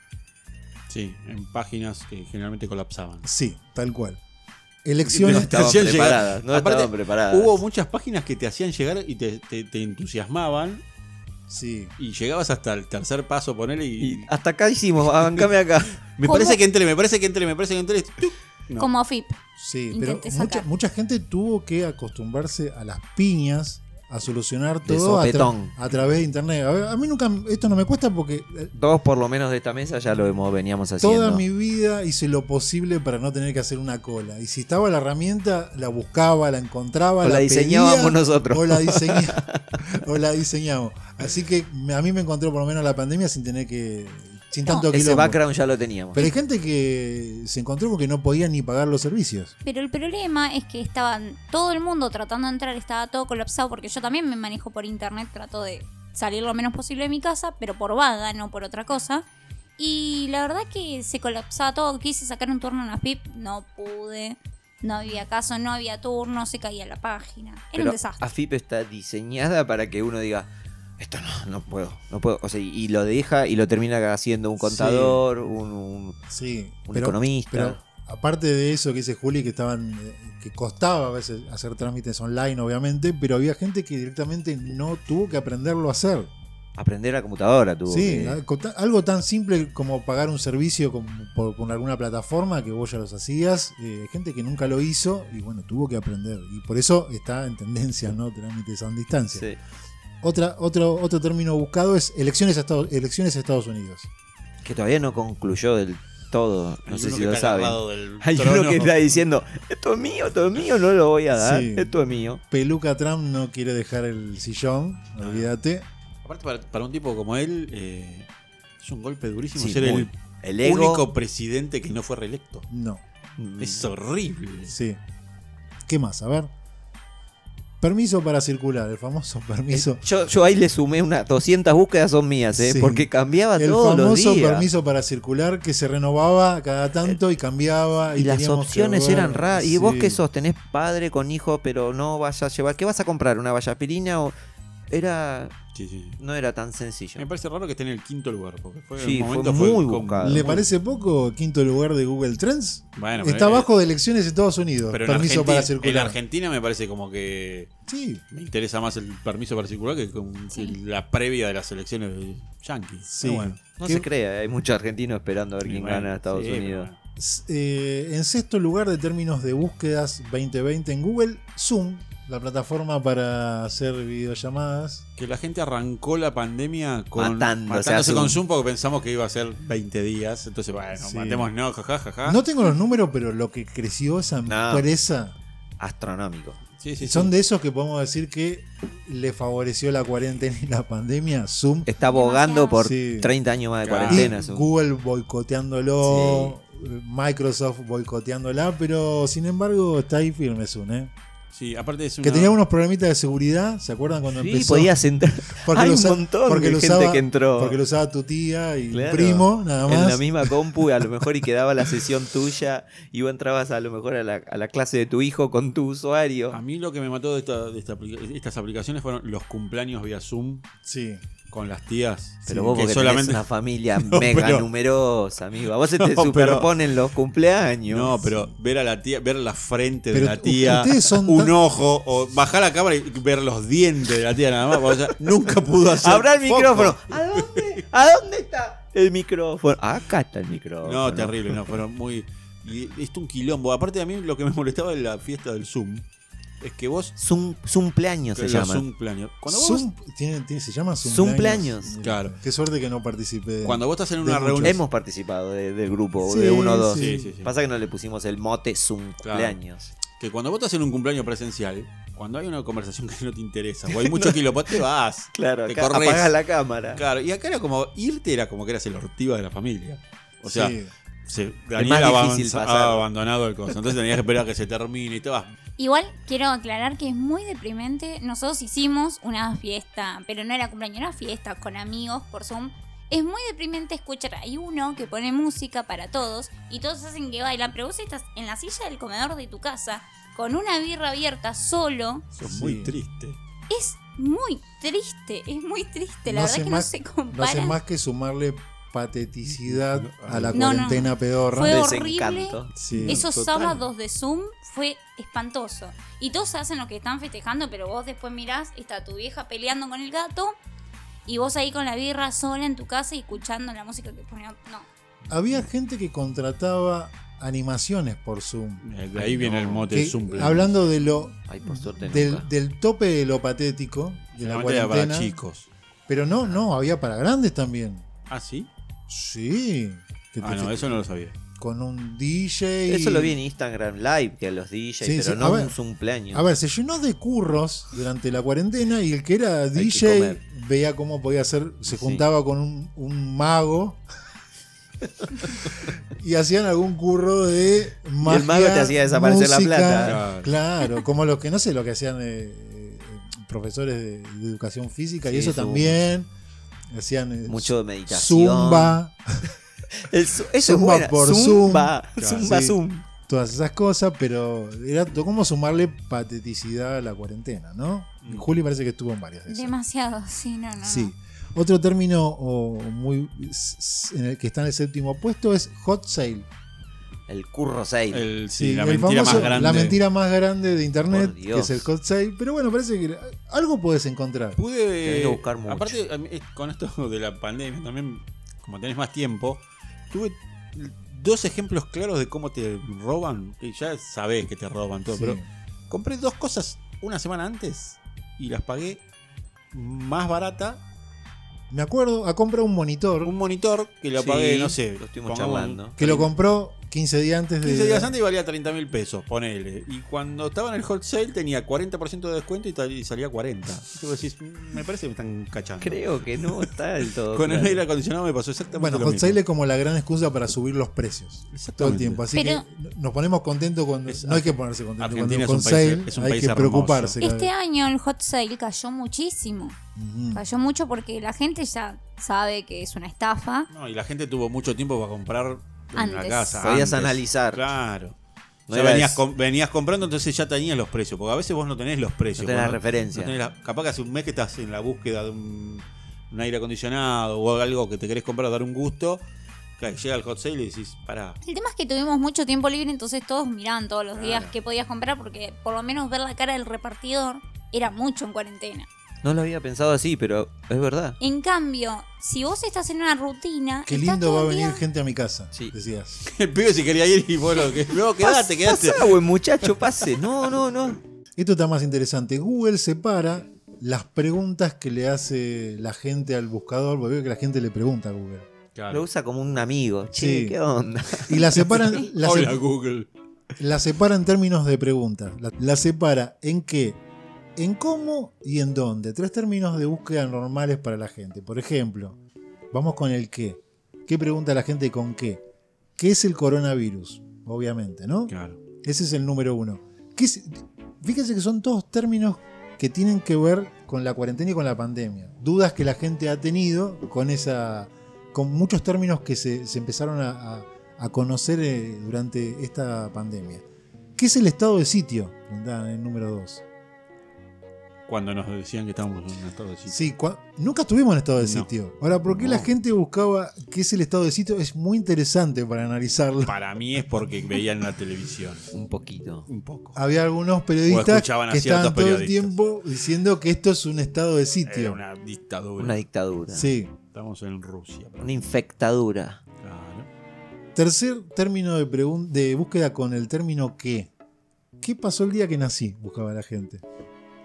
S3: Sí, en páginas que generalmente colapsaban.
S1: Sí, tal cual.
S2: No
S1: Elecciones.
S3: Pero-
S2: estaban
S3: Atención, llega-
S2: preparadas, no
S3: Aparte,
S2: estaban preparadas.
S3: Hubo muchas páginas que te hacían llegar y te, te- te entusiasmaban
S1: Sí.
S3: y llegabas hasta el tercer paso, ponele y...
S2: Y hasta acá hicimos, bancame acá.
S3: me
S4: ¿Cómo?
S3: parece que entre, me parece que entre, me parece que entre... ¡tuc! No.
S4: Como FIP.
S1: Sí, pero
S4: Intenté
S1: mucha,
S4: sacar.
S1: mucha gente tuvo que acostumbrarse a las piñas, a solucionar
S2: De
S1: todo a, tra-
S2: sopetón.
S1: a través de internet. A, ver, a mí nunca, esto no me cuesta porque eh,
S2: Dos por lo menos de esta mesa ya lo hemos, veníamos haciendo.
S1: toda mi vida hice lo posible para no tener que hacer una cola. Y si estaba la herramienta, la buscaba, la encontraba,
S2: O la
S1: pedía,
S2: diseñábamos nosotros.
S1: O la, diseña- o la diseñamos. Así que me- a mí me encontró por lo menos la pandemia sin tener que. sin
S4: No,
S1: tanto
S2: Ese
S1: quilombo.
S2: background ya lo teníamos.
S1: Pero hay gente que se encontró con que no podía ni pagar los servicios.
S4: Pero el problema es que estaban todo el mundo tratando de entrar, estaba todo colapsado, porque yo también me manejo por internet, trato de salir lo menos posible de mi casa, pero por vaga, no por otra cosa. Y la verdad que se colapsaba todo, quise sacar un turno en la FIP, no pude, no había caso, no había turno, se caía la página, era
S2: Pero
S4: un desastre.
S2: AFIP está diseñada para que uno diga, esto no, no puedo, no puedo. O sea, y- y lo deja y lo termina haciendo un contador, un, un-
S1: Sí.
S2: un
S1: pero-
S2: economista.
S1: Pero aparte de eso que dice Juli, que estaban eh, que costaba a veces hacer trámites online, obviamente, pero había gente que directamente no tuvo que aprenderlo a hacer.
S2: Aprender a computadora tuvo.
S1: Sí,
S2: que-
S1: algo ta- algo tan simple como pagar un servicio con, por, con alguna plataforma que vos ya los hacías, eh, gente que nunca lo hizo y bueno, tuvo que aprender. Y por eso está en tendencia, ¿no? Trámites a distancia.
S2: Sí.
S1: Otra, otro, otro término buscado es elecciones a Estados, elecciones a Estados Unidos.
S2: Que todavía no concluyó del todo. No
S3: Hay
S2: sé
S3: uno
S2: si
S3: que
S2: lo
S3: está
S2: saben.
S3: agarrado del
S2: Hay uno
S3: trono.
S2: que está diciendo, esto es mío, esto es mío, no lo voy a dar,
S1: Sí.
S2: esto es mío.
S1: Peluca Trump no quiere dejar el sillón,
S3: Ah.
S1: olvídate.
S3: Aparte, para, para un tipo como él, eh, es un golpe durísimo
S2: Sí,
S3: ser
S2: muy- El
S3: el
S2: ego.
S3: único presidente que no fue reelecto.
S1: No.
S2: Mm,
S3: Es horrible.
S1: Sí. ¿Qué más? A ver. Permiso para circular, el famoso permiso.
S2: Yo, yo ahí le sumé unas 200 búsquedas son mías, ¿eh?
S1: Sí.
S2: porque cambiaba
S1: El
S2: todos los
S1: famoso
S2: días.
S1: permiso para circular que se renovaba cada tanto y cambiaba. Y,
S2: Y las
S1: teníamos que
S2: opciones
S1: ver,
S2: eran raras. ¿Y vos
S1: sí.
S2: qué sos? Tenés padre con hijo, pero no vas a llevar. ¿Qué vas a comprar? ¿Una vallaspirina? O... era,
S3: Sí, sí, sí.
S2: no era tan sencillo.
S3: Me parece raro que esté en el quinto lugar, porque fue
S2: Sí,
S3: un
S2: fue
S3: momento
S2: muy
S3: con-
S2: buscado.
S1: ¿Le parece poco quinto lugar de Google Trends?
S3: Bueno, pero-
S1: Está abajo de elecciones de Estados Unidos.
S3: Pero en
S1: Permiso
S3: Argentina-
S1: para
S3: En
S1: circular.
S3: Argentina Ah, me parece como que
S1: Sí,
S3: me interesa más el permiso para circular que con
S4: Sí.
S3: la previa de las elecciones de Yankee.
S1: sí.
S3: Pero bueno.
S2: No
S1: ¿Qué-
S2: se crea, ¿eh? hay muchos argentinos esperando a ver
S3: Y
S2: quién
S3: bueno,
S2: gana a Estados
S3: sí,
S2: Unidos.
S3: pero bueno.
S1: S- eh, en sexto lugar de términos de búsquedas 2020 en Google, Zoom, la plataforma para hacer videollamadas.
S3: Que la gente arrancó la pandemia con,
S2: Matándose a
S3: matándose con
S2: Zoom.
S3: Zoom porque pensamos que iba a ser 20 días. Entonces, bueno,
S1: Sí.
S3: matemos no, jajaja.
S1: No tengo los números, pero lo que creció esa
S2: No.
S1: empresa
S2: Astronómico.
S3: Sí, sí,
S1: son
S3: sí.
S1: de esos que podemos decir que le favoreció la cuarentena y la pandemia. Zoom
S2: Está abogando por
S1: Sí.
S2: 30 años más de
S3: Claro.
S2: cuarentena.
S1: y
S2: su-
S1: Google boicoteándolo, eh, Microsoft boicoteándola, pero sin embargo está ahí firme Zoom, ¿eh?
S3: Sí, aparte es una...
S1: Que tenía unos problemitas de seguridad, ¿se acuerdan cuando
S2: Sí,
S1: empezó?
S2: podías entrar. Hay un montón de
S1: lo
S2: gente que entró.
S1: Porque lo usaba tu tía y un
S2: Claro.
S1: primo, nada
S2: En la
S1: más.
S2: misma compu, a lo mejor y quedaba la sesión tuya y vos entrabas a lo mejor a la, a la clase de tu hijo con tu usuario.
S3: A mí lo que me mató de, esta- de esta aplica- de estas aplicaciones fueron los cumpleaños vía Zoom
S1: Sí.
S3: con las tías.
S2: Pero
S3: Sí,
S2: vos
S3: que
S2: porque
S3: solamente-
S2: tenés una familia
S3: No,
S2: mega
S3: pero-
S2: numerosa, amigo. A vos se te
S3: No, pero-
S2: superponen los cumpleaños.
S3: No, pero ver a la tía, ver la frente
S1: Pero
S3: de la
S1: u-
S3: tía,
S1: ustedes son
S3: un
S1: tan-
S3: ojo, o bajar la cámara y ver los dientes de la tía nada más. porque, o sea, nunca pudo hacer.
S2: Habrá el
S3: foco.
S2: micrófono. ¿A dónde? ¿A dónde está el micrófono? Acá está el micrófono.
S3: No, terrible, no, fueron muy. y Esto un quilombo. Aparte, a mí lo que me molestaba de la fiesta del Zoom es que vos.
S2: Zum- Zumpleaños se
S3: los
S2: llama.
S3: Zoomplaños- Cuando vos,
S1: Zoom, tiene- tiene- se llama Zoom.
S2: Zumplaños.
S1: Plaños.
S3: Claro.
S1: Qué suerte que no participé. de-
S3: cuando vos estás en
S1: De
S3: una
S1: muchos.
S3: reunión.
S2: Hemos participado de- del grupo,
S1: Sí,
S2: de uno o dos.
S3: Sí, sí, sí.
S2: Pasa que no le pusimos el mote Zumpleaños.
S3: Que cuando vos estás en un cumpleaños presencial, cuando hay una conversación que no te interesa o hay mucho quilombo, te vas.
S2: Claro,
S3: te
S2: acá
S3: corres.
S2: apagás la cámara.
S3: Claro, y acá era como irte, era como que eras el ortiva de la familia. O sea,
S1: Sí.
S3: se,
S2: más
S3: Daniel
S2: difícil
S3: avanza-
S2: pasar.
S3: ha abandonado el coso. Entonces tenías que esperar a que se termine y te vas.
S4: Igual quiero aclarar que es muy deprimente. Nosotros hicimos una fiesta, pero no era cumpleaños, era fiesta con amigos por Zoom. Es muy deprimente escuchar. Hay uno que pone música para todos y todos hacen que bailan, pero vos estás en la silla del comedor de tu casa con una birra abierta solo.
S3: Eso es
S1: Sí.
S3: muy triste.
S4: Es muy triste, es muy triste. La
S1: No
S4: verdad
S1: hace
S4: que
S1: más-
S4: no se
S1: No hace
S4: compara.
S1: más que sumarle pateticidad a la
S4: No, no, no.
S1: cuarentena pedorra.
S4: Fue
S2: Desencanto.
S4: horrible.
S1: Sí.
S4: Esos
S3: total.
S4: sábados de Zoom fue espantoso. Y todos hacen lo que están festejando, pero vos después mirás, está tu vieja peleando con el gato y vos ahí con la birra sola en tu casa y escuchando la música que ponían. No.
S1: Había gente que contrataba animaciones por Zoom.
S3: Eh, De ahí viene el mote
S1: Que,
S3: Zoom.
S1: hablando de lo
S2: Ay, por suerte nunca.
S1: del, del tope de lo patético de la
S3: Normalmente era para
S1: cuarentena.
S3: chicos.
S1: Pero no, no, había para grandes también.
S3: Ah, sí.
S1: Sí. Que te
S3: Ah, no,
S1: fe-
S3: eso no lo sabía.
S1: Con un DJ.
S2: Eso lo vi en Instagram Live, que a los DJs,
S1: Sí,
S2: pero
S1: sí, a
S2: no
S1: ver.
S2: un cumpleaños.
S1: A ver, se llenó de curros durante la cuarentena y el que era
S2: que
S1: DJ
S2: comer.
S1: veía cómo podía hacer, se
S2: Sí.
S1: juntaba con un, un mago y hacían algún curro de magia,
S2: mago te hacía desaparecer la
S1: música.
S2: plata.
S1: Claro.
S3: Claro.
S1: como los que no sé lo que hacían eh, eh, profesores de, de educación física y
S2: Sí,
S1: eso
S2: su-
S1: también. Hacían eh,
S2: Mucho de meditación.
S1: zumba,
S2: El zu- eso
S1: Zumba
S2: es buena.
S1: por
S2: Zumba.
S3: Zoom.
S2: Zumba,
S1: Sí.
S2: Zoom.
S1: todas esas cosas, pero era como sumarle pateticidad a la cuarentena, ¿no?
S3: Mm.
S1: Juli parece que estuvo en varias de esas.
S4: Demasiado, sí, no, no, no.
S1: Sí. Ah. Otro término o, muy s- s- en el que está en el séptimo puesto es hot sale.
S2: El curro 6.
S3: El, sí, la
S1: el
S3: mentira
S1: famoso-
S3: más grande.
S1: la mentira más grande de internet,
S2: Por
S1: que
S2: Dios.
S1: es el hot sale. Pero bueno, parece que algo puedes encontrar.
S3: Pude. eh,
S2: Tenés que buscar mucho.
S3: Aparte, a mí, eh, con esto de la pandemia también, como tenés más tiempo, tuve dos ejemplos claros de cómo te roban. Que ya sabés que te roban todo,
S1: Sí.
S3: pero compré dos cosas una semana antes y las pagué más barata.
S1: Me acuerdo, a comprar un monitor
S3: Un monitor que lo
S2: Sí,
S3: pagué, no sé.
S2: lo estuvimos
S3: pongamos
S2: charlando. Eh.
S1: que lo compró 15 días antes de.
S3: 15 días antes y valía 30 mil pesos, ponele. Y cuando estaba en el hot sale tenía 40% de descuento y, tal- y salía 40. Y tú decís, "Mm, me parece que me están cachando.
S2: Creo que no está del todo.
S3: Con el
S2: claro.
S3: aire acondicionado me pasó exactamente
S1: Bueno,
S3: lo
S1: hot
S3: mismo.
S1: sale es como la gran excusa para subir los precios todo el
S3: Exactamente.
S1: tiempo. Así
S4: Pero-
S1: que nos ponemos contentos cuando.
S3: Es-
S1: no hay que ponerse contentos cuando
S3: Argentina
S1: hot
S3: es un país-
S1: sale.
S3: es un
S1: hay
S3: país
S1: que
S3: hermoso.
S1: preocuparse. cada
S4: Este
S1: vez.
S4: año el hot sale cayó muchísimo.
S1: Ujú.
S4: Cayó mucho porque la gente ya sabe que es una estafa.
S3: No, y la gente tuvo mucho tiempo para comprar en la
S4: Antes.
S3: casa.
S2: Podías
S3: antes.
S2: analizar.
S3: Claro.
S2: No
S3: ya
S2: era
S3: venías,
S2: des-
S3: com- venías comprando, entonces ya tenías los precios. Porque a veces vos no tenés los precios.
S2: No tenés
S3: vos
S2: la referencia.
S3: no tenés la- capaz que hace un mes que estás en la búsqueda de un, un aire acondicionado o algo que te querés comprar, dar un gusto. Claro, llega el hot sale y decís, pará.
S4: El tema es que tuvimos mucho tiempo libre, entonces todos miraban todos los días
S3: Claro.
S4: qué podías comprar, porque por lo menos ver la cara del repartidor era mucho en cuarentena.
S2: No lo había pensado así, pero es verdad.
S4: En cambio, si vos estás en una rutina,
S1: Qué
S4: estás
S1: lindo
S4: todo
S1: va a
S4: el día-
S1: venir gente a mi casa,
S2: Sí.
S1: decías.
S3: El pibe si quería ir y vos lo que. No, quedate, quedate.
S2: Pasá, buen muchacho, pase. No, no, no.
S1: Esto está más interesante. Google separa las preguntas que le hace la gente al buscador, porque veo que la gente le pregunta a Google.
S2: Lo usa como un amigo. Che,
S1: Sí.
S2: ¿qué onda?
S1: Y la separan, la,
S3: Hola,
S1: se-
S3: Google.
S1: la separa en términos de preguntas. La, la separa en qué, en cómo y en dónde. Tres términos de búsqueda normales para la gente. Por ejemplo, vamos con el qué. ¿Qué pregunta la gente con qué? ¿Qué es el coronavirus? Obviamente, ¿no?
S3: Claro.
S1: Ese es el número uno. ¿Qué es- Fíjense que son todos términos que tienen que ver con la cuarentena y con la pandemia. Dudas que la gente ha tenido con esa. con muchos términos que se, se empezaron a, a- a conocer eh, durante esta pandemia. ¿Qué es el estado de sitio? Preguntaban en el número dos.
S3: Cuando nos decían que estábamos en un estado de sitio.
S1: Sí, cua- nunca estuvimos en estado de
S3: No.
S1: sitio. Ahora, ¿por qué
S3: No.
S1: la gente buscaba qué es el estado de sitio? Es muy interesante para analizarlo.
S3: Para mí es porque veían la televisión.
S2: Un poquito.
S3: Un poco.
S1: Había algunos periodistas que
S3: escuchaban a
S1: estaban
S3: ciertos
S1: todo el
S3: periodistas.
S1: tiempo diciendo que esto es un estado de
S3: Era
S1: sitio.
S3: una dictadura.
S2: Una dictadura.
S1: Sí.
S3: Estamos en Rusia.
S2: Una infectadura.
S3: Claro.
S1: Tercer término de, pregun- de búsqueda con el término qué. ¿Qué pasó el día que nací? Buscaba la gente.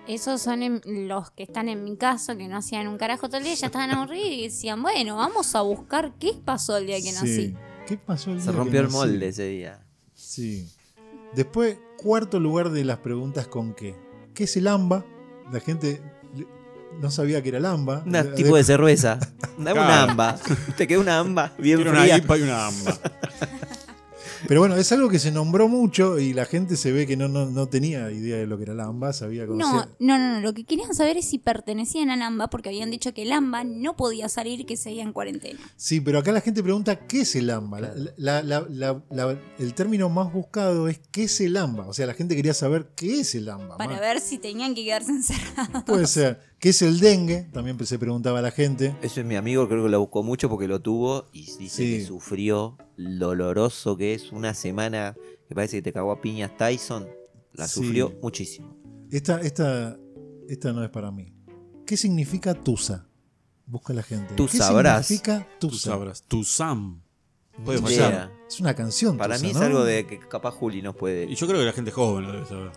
S4: Esos son en- los que están en mi caso, que no hacían un carajo todo el día, ya estaban aburridos y decían, bueno, vamos a buscar qué pasó el día
S1: Sí.
S4: que nací.
S1: ¿Qué pasó el día
S2: Se
S1: que
S2: rompió el
S1: nací?
S2: molde ese día.
S1: Sí. Después, cuarto lugar de las preguntas con qué. ¿Qué es el AMBA? La gente le- no sabía que era el AMBA.
S2: Un
S1: De-
S2: tipo de cerveza. Dame una
S3: Claro.
S2: amba. Te quedó una amba bien
S3: Quiero una
S2: fría.
S3: IPA y una AMBA.
S1: Pero bueno, es algo que se nombró mucho y la gente se ve que no, no, no tenía idea de lo que era el AMBA, sabía
S4: No,
S1: conocía-
S4: no, no, no, lo que querían saber es si pertenecían al AMBA, porque habían dicho que el AMBA no podía salir, que seguía en cuarentena.
S1: Sí, pero acá la gente pregunta qué es el AMBA. La- la- la- la- la- el término más buscado es qué es el AMBA. O sea, la gente quería saber qué es el AMBA.
S4: Para
S1: Ma-
S4: ver si tenían que quedarse encerrados.
S1: Puede ser. ¿Qué es el dengue? También se preguntaba la gente.
S2: Eso es mi amigo, creo que lo buscó mucho porque lo tuvo y dice
S1: Sí.
S2: que sufrió doloroso que es una semana que parece que te cagó a piñas Tyson. La
S1: Sí.
S2: sufrió muchísimo.
S1: Esta, esta, esta no es para mí. ¿Qué significa tusa? Busca la gente.
S2: Tú
S1: ¿Qué
S2: sabrás.
S1: significa
S3: Tú
S1: tusa?
S3: sabrás. Tu Sam. Puede
S2: Ni
S3: fallar.
S2: idea.
S1: Es una canción.
S2: Para
S1: Tusa,
S2: mí es
S1: ¿no?
S2: algo de que capaz Juli nos
S3: Y
S2: puede.
S3: yo creo que la gente joven lo debe saber.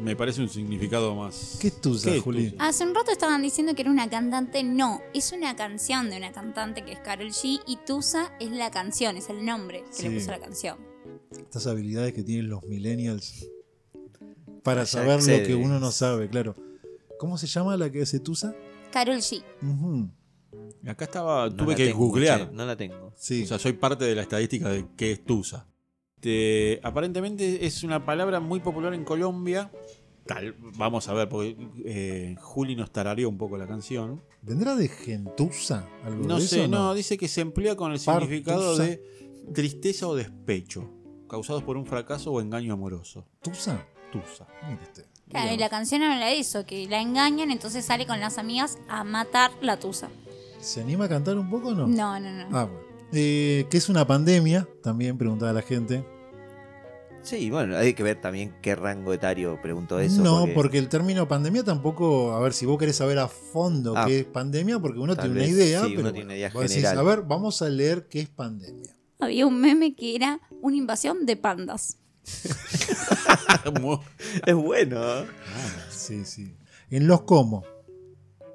S3: Me parece un significado más.
S1: ¿Qué es tusa, Juli?
S4: Hace un rato estaban diciendo que era una cantante, no, es una canción de una cantante que es Carol G y Tusa es la canción, es el nombre que
S1: Sí.
S4: le puso la canción.
S1: Estas habilidades que tienen los millennials para
S2: Ya
S1: saber lo
S2: excede.
S1: que uno no sabe, claro. ¿Cómo se llama la que hace tusa?
S4: Carol G.
S1: Ujú.
S3: Acá estaba.
S2: No
S3: tuve
S2: la
S3: que
S2: tengo,
S3: googlear.
S2: che, no la tengo.
S1: Sí.
S3: O sea, soy parte de la estadística de qué es Tusa. Este, aparentemente es una palabra muy popular en Colombia. Tal, vamos a ver, porque eh, Juli nos tarareó un poco la canción.
S1: ¿Vendrá de gentuza? ¿Algo
S3: No
S1: de eso,
S3: sé, no, dice que se emplea con el
S1: Partusa.
S3: significado de tristeza o despecho, causados por un fracaso o engaño amoroso.
S1: ¿Tusa?
S3: Tusa.
S1: Mire usted.
S4: Claro, y
S3: Digamos.
S4: la canción habla de eso, que la engañan, entonces sale con las amigas a matar la Tusa.
S1: ¿Se anima a cantar un poco o no?
S4: No, no, no.
S1: Ah, bueno. Eh, ¿Qué es una pandemia? También preguntaba la gente.
S2: Sí, bueno, hay que ver también qué rango etario preguntó eso.
S1: no, porque... el término pandemia tampoco. A ver, si vos querés saber a fondo
S2: Ah.
S1: qué es pandemia, porque uno
S2: Tal
S1: tiene una
S2: vez,
S1: idea,
S2: sí,
S1: pero.
S2: uno tiene una idea
S1: vos decís,
S2: general.
S1: a ver, vamos a leer qué es pandemia.
S4: Había un meme que era una invasión de pandas.
S3: Mu-
S2: es bueno. ¿eh?
S1: Sí, sí. En los cómo.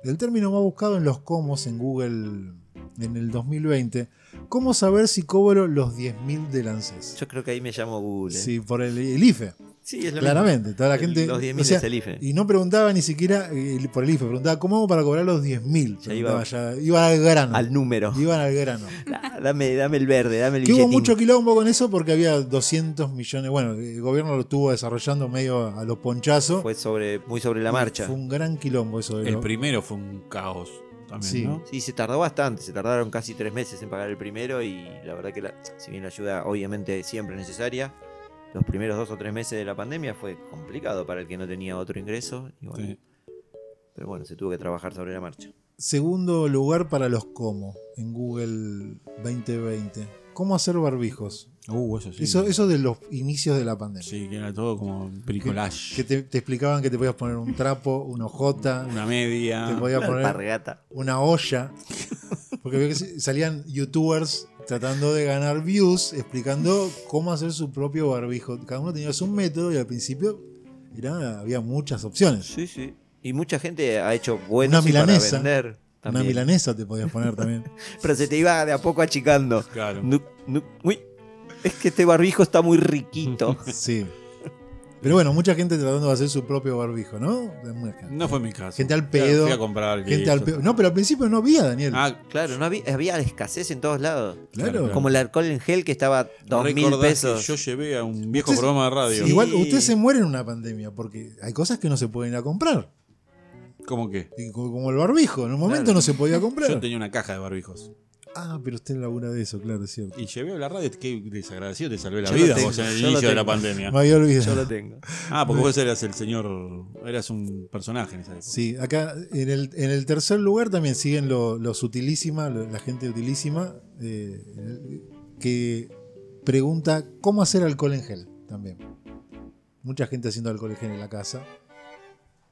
S1: El término más buscado en los cómo en Google en el 2020. ¿Cómo saber si cobro los 10.000 de lancés?
S2: Yo creo que ahí me llamo Google. ¿eh?
S1: Sí, por el, el IFE.
S2: Sí, es lo
S1: Claramente, toda la
S2: El-
S1: gente.
S2: los 10.000
S1: o sea,
S2: es el E. IFE.
S1: Y no preguntaba ni siquiera eh, el- por el IFE, preguntaba cómo hago para cobrar los 10.000.
S2: Ya iba-
S1: Preguntaba ya, iba al grano.
S2: mismo. Al número.
S1: Iban al grano.
S2: Ah, Dame, dame el verde, dame el
S1: Que hubo
S2: billetín.
S1: mucho quilombo con eso porque había 200 millones. Bueno, el gobierno lo estuvo desarrollando medio a los ponchazos.
S2: Fue sobre, muy sobre la marcha.
S1: Fue un gran quilombo eso de
S3: El
S1: lo-
S3: primero fue un caos también,
S1: Sí.
S3: ¿no?
S2: Sí, se tardó bastante, se tardaron casi tres meses en pagar el primero y la verdad que la- si bien la ayuda obviamente siempre es necesaria, los primeros dos o tres meses de la pandemia fue complicado para el que no tenía otro ingreso. y bueno,
S3: Sí.
S2: Pero bueno, se tuvo que trabajar sobre la marcha.
S1: Segundo lugar para los cómo en Google 2020. ¿Cómo hacer barbijos?
S3: Uh, eso sí.
S1: Eso, eso de los inicios de la pandemia.
S3: Sí, que era todo como bricolage.
S1: Que te, te explicaban que te podías poner un trapo, una hojota,
S3: Una media.
S1: te podías
S2: La
S1: poner
S2: alpargata.
S1: una olla. Porque veo que se- salían youtubers tratando de ganar views, explicando cómo hacer su propio barbijo. Cada uno tenía su método y al principio era, había muchas opciones.
S2: Sí, sí. Y mucha gente ha hecho buenos
S1: Una
S2: y para
S1: milanesa.
S2: vender.
S1: Una
S2: también.
S1: milanesa te podías poner también.
S2: Pero se te iba de a poco achicando.
S3: Claro.
S2: Nu- nu- uy, es que este barbijo está muy riquito.
S1: Sí. Pero bueno, mucha gente tratando de hacer su propio barbijo, ¿no? Es muy acá.
S3: No fue mi caso.
S1: Gente al
S3: Claro,
S1: pedo,
S3: Fui a comprar.
S1: Gente
S3: listo.
S1: al pe- No, pero al principio no había, Daniel.
S3: Ah,
S2: Claro, no había, había escasez en todos lados.
S1: claro.
S2: Como el alcohol en gel que estaba dos mil
S3: recordás
S2: pesos.
S3: que yo llevé a un viejo
S1: Ustedes-
S3: programa de radio.
S2: Sí.
S1: Igual usted se muere en una pandemia porque hay cosas que no se pueden ir a comprar.
S3: ¿Cómo que?
S1: Y co- Como el barbijo, en un momento
S2: Claro.
S1: no se podía
S3: Yo
S1: comprar.
S3: tenía una caja de barbijos.
S1: Ah, pero usted labura de eso, claro, es cierto.
S3: Y llevé a la radio. Qué desagradecido, te salvé la
S2: Yo lo
S3: vida
S2: tengo,
S3: vos en el
S2: yo lo
S3: inicio de la
S2: tengo.
S3: pandemia.
S1: Me había
S2: Yo
S1: olvidado.
S2: lo tengo.
S3: Ah, porque vos eras el señor. Eras un personaje en esa época.
S1: Sí, acá en el, en el tercer lugar también siguen lo- los utilísima, lo- la gente utilísima, eh, que pregunta cómo hacer alcohol en gel también. Mucha gente haciendo alcohol en gel en la casa.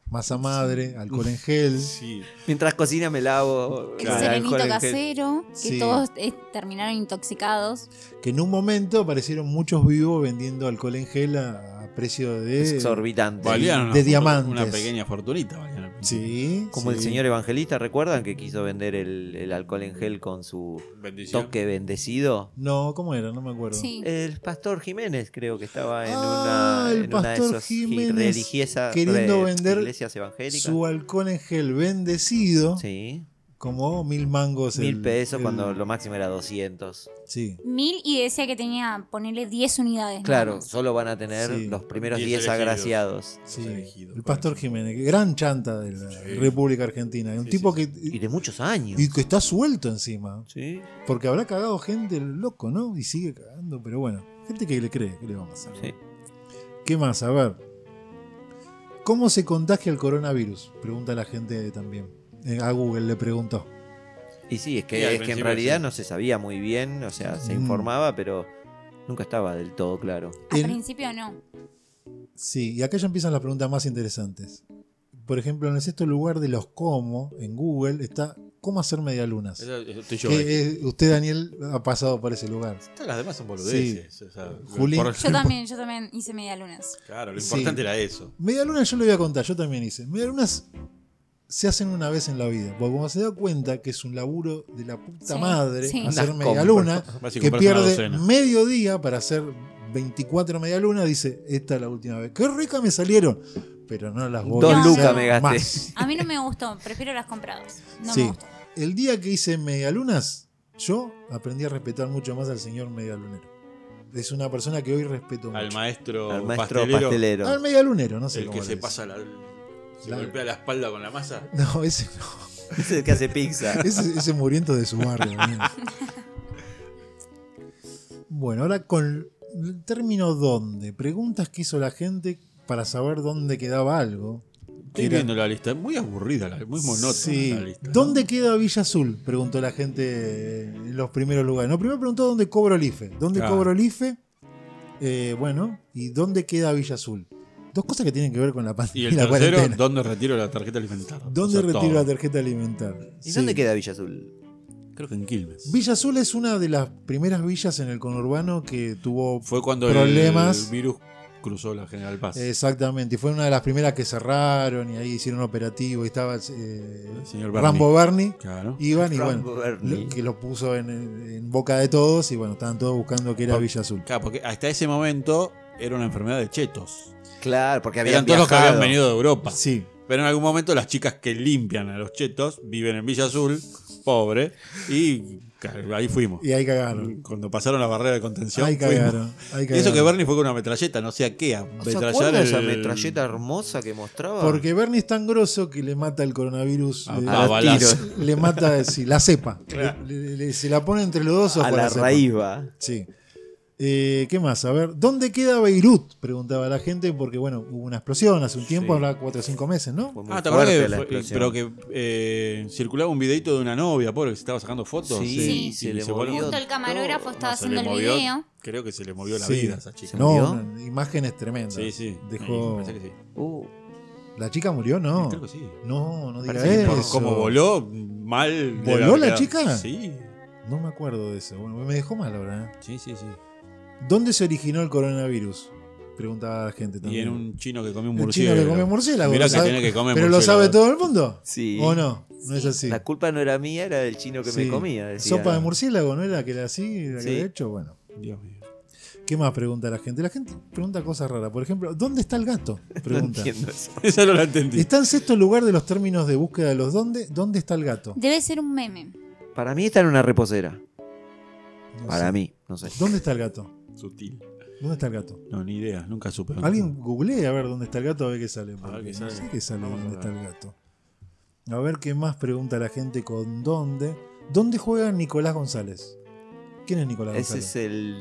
S1: Masa madre, alcohol en gel.
S3: Sí.
S2: Mientras cocina me lavo. eh,
S4: El
S3: Claro.
S4: serenito
S2: alcohol en gel.
S4: casero, que
S1: Sí.
S4: todos eh, terminaron intoxicados.
S1: Que en un momento aparecieron muchos vivos vendiendo alcohol en gel a, a precio de.
S2: Exorbitante.
S3: Valían una
S1: de
S3: fortu-
S1: diamantes.
S3: Una pequeña fortunita. valían al principio.
S1: Sí.
S2: Como
S1: sí.
S2: el señor evangelista, ¿recuerdan que quiso vender el, el alcohol en gel con su
S3: Bendición.
S2: toque bendecido?
S1: No, ¿cómo era? No me acuerdo.
S4: Sí.
S2: El pastor Jiménez creo que estaba en
S1: Ah,
S2: una,
S1: el
S2: en una de
S1: pastor
S2: esas gi-
S1: Jiménez
S2: religiosas-
S1: queriendo
S2: re-
S1: vender
S2: iglesias evangélicas.
S1: Su alcohol en gel bendecido,
S2: Sí,
S1: como mil mangos. el-
S2: mil pesos
S1: el-
S2: cuando lo máximo era 200.
S1: Sí.
S4: Mil y decía que tenía, ponerle 10 unidades. nada
S2: Claro,
S4: más.
S2: solo van a tener
S1: Sí.
S2: los primeros
S3: Diez
S2: 10
S3: elegidos.
S2: agraciados.
S1: sí.
S3: elegido,
S1: el pastor
S3: parece.
S1: Jiménez, que gran chanta de la
S3: Sí.
S1: República Argentina. Un
S3: Sí,
S1: tipo
S3: sí,
S2: Y
S1: que.
S2: de muchos años.
S1: Y que está suelto encima.
S2: Sí,
S1: Porque habrá cagado gente loco, ¿no? Y sigue cagando, pero bueno. Gente que le cree, que le vamos a hacer?
S2: sí.
S1: ¿Qué más? A ver. ¿Cómo se contagia el coronavirus? Pregunta la gente también. Eh, A Google le preguntó.
S2: Y sí, es
S3: Y
S2: que,
S3: al
S2: es que en
S3: principio
S2: realidad
S3: sí.
S2: no se sabía muy bien, o sea, se
S1: Mm.
S2: informaba, pero nunca estaba del todo claro.
S4: Al
S1: En-
S4: principio no.
S1: Sí, y acá ya empiezan las preguntas más interesantes. Por ejemplo, en el sexto lugar de los cómo en Google está cómo hacer medialunas.
S3: Eso- eso estoy yo. eh.
S1: Que, eh, usted, Daniel, ha pasado por ese lugar.
S3: Todas las demás son boludeces. o sea, lo
S1: Juli-
S3: impor-
S4: Yo también, yo también hice media lunas.
S3: Claro, lo
S1: Sí.
S3: importante era eso.
S1: Medialunas yo le voy a contar, yo también hice. Medialunas se hacen una vez en la vida. Porque cuando se da cuenta que es un laburo de la puta
S4: Sí,
S1: madre
S4: sí.
S1: hacer
S2: Las
S1: medialuna,
S3: Vas y
S1: que
S3: compras una
S1: pierde
S3: docena.
S1: medio día para hacer 24 medialunas, dice, esta es la última vez. Qué rica me salieron, pero no las voy
S2: Dos
S1: a
S4: lucas
S1: hacer
S2: me gasté.
S1: más.
S4: A mí no me gustó, prefiero las compradas. No
S1: Sí.
S4: me gustó.
S1: El día que hice medialunas, yo aprendí a respetar mucho más al señor medialunero. Es una persona que hoy respeto mucho.
S3: Al maestro,
S2: Al maestro
S3: pastelero,
S2: pastelero,
S1: Al medialunero, no sé
S3: el
S1: cómo
S3: que
S1: le
S3: se
S1: dice.
S3: pasa la, se
S1: Claro.
S3: golpea la espalda con la masa.
S1: No, ese no.
S2: es el que hace pizza.
S1: Ese, ese muriendo de su barrio. mira. bueno, ahora con el término dónde. Preguntas que hizo la gente para saber dónde quedaba algo.
S3: Estoy
S1: Era-
S3: viendo la lista, es muy aburrida, la- muy monótona
S1: Sí.
S3: la lista. ¿no?
S1: ¿Dónde queda Villa Azul? Preguntó la gente eh, en los primeros lugares. No, primero preguntó dónde cobro el IFE. ¿Dónde
S3: Claro.
S1: cobro el IFE? Eh, bueno, ¿y dónde queda Villa Azul? Dos cosas que tienen que ver con la
S3: Y
S1: pandemia y
S3: el
S1: la
S3: tercero,
S1: cuarentena.
S3: ¿dónde retiro la tarjeta alimentaria?
S1: ¿Dónde
S3: O sea,
S1: retiro
S3: todo.
S1: la tarjeta alimentar?
S2: ¿Y
S1: Sí.
S2: dónde queda Villa Azul?
S3: Creo que en Quilmes.
S1: Villa Azul es una de las primeras villas en el conurbano que tuvo
S3: Fue cuando el-
S1: Problemas.
S3: el virus cruzó la General Paz.
S1: Exactamente, y fue una de las primeras que cerraron y ahí hicieron operativo y estaba eh,
S3: El señor Bernie.
S1: Rambo Bernie.
S3: Claro.
S1: Iban y
S2: Rambo
S1: bueno,
S2: Bernie.
S1: lo- que lo puso en, en boca de todos y bueno, estaban todos buscando que era
S3: Por-
S1: Villa Azul.
S3: Claro, porque hasta ese momento era una enfermedad de chetos.
S2: Claro, porque habían
S3: Eran todos los que
S2: viajado.
S3: habían venido de Europa.
S1: Sí,
S3: Pero en algún momento las chicas que limpian a los chetos viven en Villa Azul, pobre, y claro, ahí fuimos.
S1: y ahí cagaron.
S3: Cuando pasaron la barrera de contención.
S1: Ahí
S3: fuimos.
S1: cagaron. ahí
S3: Y eso
S1: cagaron.
S3: que Bernie fue con una metralleta, no sé a qué, a
S2: ¿Se
S3: metrallar
S2: acuerdan de esa
S3: el-
S2: metralleta hermosa que mostraba?
S1: Porque Bernie es tan grosso que le mata el coronavirus.
S3: A-
S1: eh,
S3: a
S2: los
S3: balazo.
S2: tiros.
S1: le mata sí, la cepa. Le- le- le- se la pone entre los dos ojos
S2: a
S1: con
S2: la
S1: cepa.
S2: raíz va.
S1: Sí. Eh, ¿Qué más? A ver, ¿dónde queda Beirut? Preguntaba la gente, porque bueno, hubo una explosión hace un tiempo,
S2: Sí.
S1: habrá 4 o 5 meses, ¿no?
S2: Fue muy
S3: Ah, ¿te acordás
S2: fuerte
S3: que
S2: la
S3: fue-
S2: explosión.
S3: pero que eh, circulaba un videito de una novia, pobre, que se estaba sacando fotos?
S2: Sí,
S4: Sí.
S2: se le
S3: volvió-
S2: movió
S4: Justo el camarógrafo
S3: No,
S4: estaba
S3: se le
S4: haciendo el
S3: movió-
S4: video.
S3: Creo que se le movió la
S1: Sí.
S3: vida a esa chica.
S2: ¿Se
S1: No,
S2: murió?
S1: no, imágenes tremendas.
S3: Sí, sí.
S1: Dejó-
S3: Me parece que sí.
S2: Uh,
S1: ¿La chica murió? No.
S3: Creo que sí.
S1: No, no digas
S2: Parece que
S1: eso.
S2: por
S3: Por cómo voló, mal. de
S1: ¿Voló la
S3: verdad.
S1: chica?
S3: Sí.
S1: No me acuerdo de eso. Bueno, me dejó mal ahora. ¿eh?
S3: Sí, sí, sí.
S1: ¿Dónde se originó el coronavirus? Preguntaba la gente
S3: Y
S1: también.
S3: era un chino que comió un
S1: El
S3: murciélago.
S1: chino que come murciélago.
S3: Mirá
S1: lo
S3: que
S1: sabe-
S3: tiene que comer
S1: ¿Pero lo
S3: murciélago.
S1: sabe todo el mundo?
S2: sí.
S1: ¿O no? No es así.
S2: La culpa no era mía, era del chino que
S1: Sí.
S2: me comía. decía.
S1: Sopa de murciélago, ¿no era que era así? Era que
S2: Sí.
S1: había hecho? Bueno.
S3: Dios mío.
S1: ¿Qué más pregunta la gente? La gente pregunta cosas raras. Por ejemplo, ¿dónde está el gato?
S2: No
S1: Pregunta.
S2: entiendo eso.
S3: Esa no la entendí.
S1: está en sexto lugar de los términos de búsqueda de los dónde. ¿Dónde está el gato?
S4: Debe ser un meme.
S2: Para mí está en una reposera.
S1: No
S2: Para
S1: sé.
S2: mí, no sé.
S1: ¿Dónde está el gato?
S3: Sutil.
S1: ¿Dónde está el gato?
S3: No, ni idea. Nunca supe.
S1: Alguien googlee a ver dónde está el gato, a ver qué sale.
S3: A ver qué
S1: porque
S3: sale.
S1: No sé qué sale,
S3: Vamos a
S1: dónde está
S3: ver.
S1: el gato. A ver qué más pregunta la gente con dónde. ¿Dónde juega Nicolás González? ¿Quién es Nicolás
S2: Ese
S1: González?
S2: es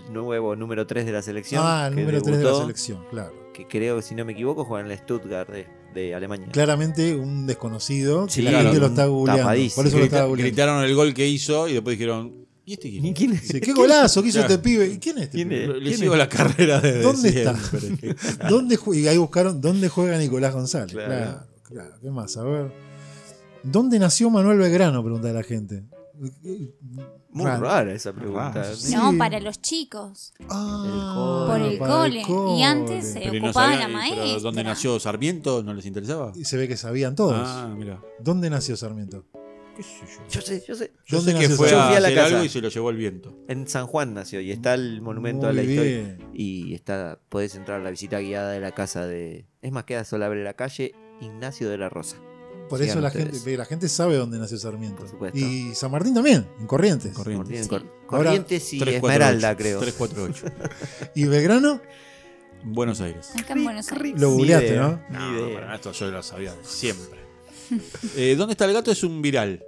S2: el nuevo número 3 de la selección.
S1: ah, el
S2: que
S1: número 3 de la
S2: debutó,
S1: selección, claro.
S2: Que creo, que si no me equivoco, juega en el Stuttgart de, de Alemania.
S1: Claramente un desconocido que
S2: Sí,
S1: la
S3: claro,
S1: gente lo
S2: un
S1: está googleando.
S2: tapadísimo.
S1: Por eso lo
S3: Grita-
S1: estaba googleando.
S3: gritaron el gol que hizo y después dijeron, ¿y este quién?
S2: Ni quién es.
S1: Sí, qué golazo que hizo
S3: Claro.
S1: este pibe. ¿Y quién es este
S2: ¿Quién
S1: pibe?
S2: es?
S3: Le
S2: ¿Quién
S3: sigo
S2: es?
S3: la carrera desde
S1: ¿Dónde
S3: siempre.
S1: ¿Dónde ju- y ahí buscaron dónde juega Nicolás González. Claro.
S2: Claro.
S1: claro, ¿Qué más? A ver. ¿Dónde nació Manuel Belgrano? Pregunta la gente.
S2: Muy
S1: Raro.
S2: rara esa pregunta.
S3: Raro.
S1: Sí.
S4: No, para los chicos.
S1: Ah,
S4: Por el
S1: para
S4: cole. Y antes se
S3: Pero no
S4: ocupaba
S3: sabía-
S4: la
S3: eh, pero
S4: maestra.
S3: ¿Dónde nació Sarmiento? ¿No les interesaba?
S1: Y se ve que sabían todos.
S3: Ah, mira.
S1: ¿Dónde nació Sarmiento?
S3: ¿Qué sé yo?
S2: Yo sé, yo sé.
S3: Yo
S1: ¿Dónde
S3: sé que
S1: nació
S3: fue
S2: Yo
S3: a
S2: fui a la
S3: hacer
S2: casa.
S3: algo y se lo llevó el viento.
S2: En San Juan nació y está el monumento a
S1: Muy
S2: la historia.
S1: bien.
S2: Y está, puedes entrar a la visita guiada de la casa de. Es más, queda sobre la calle Ignacio de la Rosa.
S1: Por
S2: Sigan
S1: eso la
S2: ustedes.
S1: gente, ve, la gente sabe dónde nació Sarmiento.
S2: Por supuesto.
S1: Y San Martín también, en Corrientes.
S2: Corrientes,
S3: Corrientes.
S4: Sí.
S2: Cor-
S1: Ahora,
S2: Corrientes y
S3: 348.
S2: Esmeralda, creo.
S3: 348.
S1: Y Belgrano
S3: Buenos Aires.
S4: Acá en Buenos Aires.
S1: lo
S2: Ni
S1: googleaste,
S2: idea.
S1: ¿no?
S2: Ni
S3: No,
S2: idea.
S3: para nada, esto yo lo sabía de siempre. Eh, ¿Dónde está el gato? Es un viral.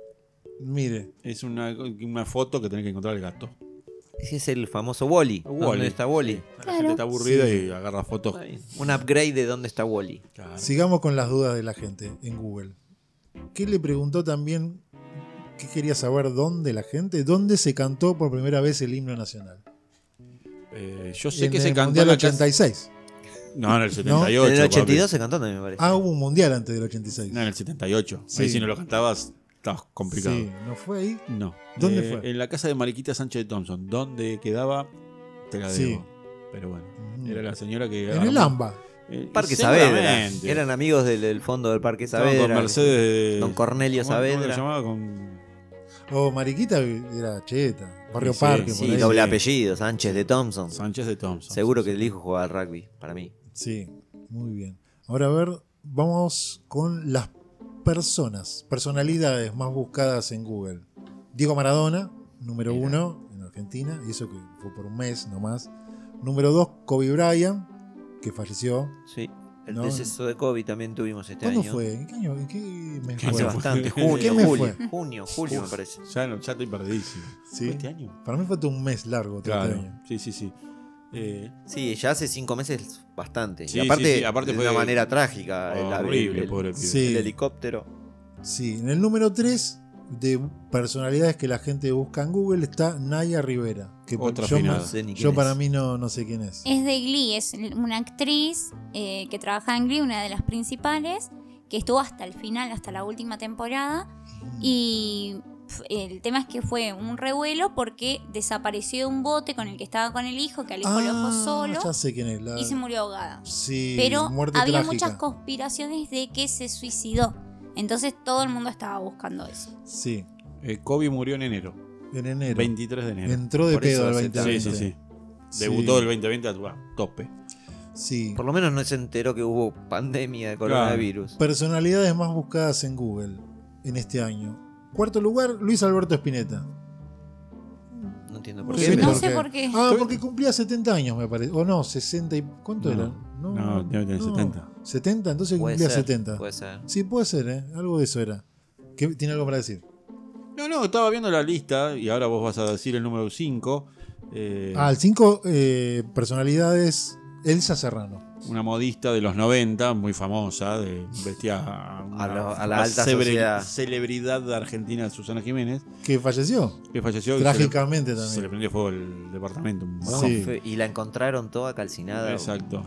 S1: Mire.
S3: Es una, una foto que tenés que encontrar el gato.
S2: Ese es el famoso Wally.
S3: Wall-E.
S2: ¿Dónde está Wally?
S3: La
S4: Claro.
S3: gente está aburrida
S1: Sí.
S3: y agarra fotos.
S2: Un upgrade de dónde está Wally.
S3: Claro.
S1: Sigamos con las dudas de la gente en Google. ¿Qué le preguntó también? ¿Qué quería saber dónde la gente? ¿Dónde se cantó por primera vez el himno nacional?
S3: Eh, yo sé
S1: en
S3: que se
S1: el
S3: cantó
S1: Mundial
S3: en la casa-
S1: 86.
S3: No, en el
S2: En
S3: 78.
S2: el
S3: papi.
S2: 82 se cantó también, me parece.
S1: Ah, hubo un mundial antes del 86.
S3: No, en el 78.
S1: Sí.
S3: Ahí si no lo cantabas, estabas complicado.
S1: Sí, no fue ahí.
S3: No.
S1: ¿Dónde
S3: Eh,
S1: fue?
S3: En la casa de Mariquita Sánchez de Thompson. ¿Dónde quedaba? Te la debo.
S1: Sí.
S3: Pero bueno.
S1: Ujú.
S3: Era la señora que.
S1: En el AMBA.
S3: Eh,
S2: Parque Saavedra.
S3: seguramente.
S2: Eran amigos del, del fondo del Parque
S3: Estaban
S2: Saavedra.
S3: Con Mercedes.
S2: Don Cornelio
S3: ¿Cómo- cómo
S2: Saavedra.
S3: lo llamaba? Con-
S1: O Mariquita era cheta. Barrio
S3: Sí,
S1: Parque, por
S2: sí,
S1: ahí.
S2: doble
S3: Sí.
S2: apellido, Sánchez de Thompson.
S3: Sánchez de Thompson.
S2: Seguro que el hijo jugaba al rugby, para mí.
S1: Sí, muy bien. Ahora a ver, vamos con las personas, personalidades más buscadas en Google. Diego Maradona, número
S2: Mira.
S1: uno en Argentina, y eso que fue por un mes nomás. Número dos, Kobe Bryant, que falleció.
S2: Sí. El
S1: No.
S2: deceso de Kobe también tuvimos este
S1: ¿Cuándo
S2: año.
S1: fue? ¿En qué año? ¿En qué mes fue?
S3: ¿Qué
S2: Hace
S3: Bueno.
S2: bastante,
S3: ¿Qué
S2: junio,
S1: mes
S2: julio,
S1: fue?
S2: junio, julio me parece.
S3: Ya, no, ya estoy perdidísimo.
S1: Sí.
S3: ¿Fue este año?
S1: Para mí fue todo un mes largo. todo este
S3: Claro.
S1: año.
S3: Sí, sí, sí. Eh,
S2: Sí, ya hace cinco meses bastante.
S3: Sí,
S2: y aparte,
S3: sí, sí, aparte
S2: de
S3: fue
S2: una manera trágica. Ah, el- el-
S3: horrible,
S2: el-
S3: pobre pibe.
S1: Sí.
S2: el helicóptero.
S1: Sí, en el número tres de personalidades que la gente busca en Google está Naya Rivera. Que
S3: Otra
S1: yo,
S3: afinada.
S2: No sé ni quién
S1: yo
S2: es.
S1: para mí no, no sé quién es.
S4: Es de Glee, es una actriz eh, que trabaja en Glee, una de las principales, que estuvo hasta el final, hasta la última temporada. Y pf, el tema es que fue un revuelo porque desapareció de un bote con el que estaba con el hijo, que al hijo lo dejó
S1: Ah, Ya
S4: solo
S1: sé quién es. La...
S4: y se murió ahogada.
S1: Sí,
S4: Pero
S1: muerte
S4: había
S1: trágica.
S4: muchas conspiraciones de que se suicidó. Entonces todo el mundo estaba buscando eso.
S1: Sí,
S3: eh, Kobe murió en enero.
S1: en enero.
S3: 23 de enero.
S1: Entró de
S2: Por eso
S1: pedo al
S2: hace tanto.
S1: 2020.
S3: Sí, sí, sí.
S1: Sí,
S3: Debutó el 2020 a tu- a tope.
S1: Sí.
S2: Por lo menos no se enteró que hubo pandemia de
S3: Claro.
S2: coronavirus.
S1: Personalidades más buscadas en Google en este año. Cuarto lugar, Luis Alberto Spinetta.
S2: No entiendo por
S1: No
S2: qué.
S1: sé
S2: pero-
S4: por- sé qué.
S1: Ah, porque cumplía 70 años, me parece. O no, 60 y... ¿Cuánto
S3: No.
S1: era?
S3: No, debe tener 70.
S1: 70, entonces
S2: puede
S1: cumplía
S2: ser,
S1: 70.
S2: Puede ser.
S1: Sí, puede ser, ¿eh? Algo de eso era. ¿Qué- ¿Tiene algo para decir?
S3: No, no, estaba viendo la lista y ahora vos vas a decir el número 5. eh,
S1: Ah, el 5, personalidades, Elsa Serrano.
S3: una modista de los 90, muy famosa, de, vestía a, una-
S2: A lo- a la
S3: una
S2: alta sociedad.
S3: celebridad de Argentina, Susana Jiménez,
S1: Que falleció.
S3: que falleció. y se le-
S1: Trágicamente
S3: Se le
S1: también.
S3: prendió fuego el departamento. un
S1: Sí.
S2: Con
S3: bajón.
S2: fe- Y la encontraron toda calcinada.
S3: Exacto.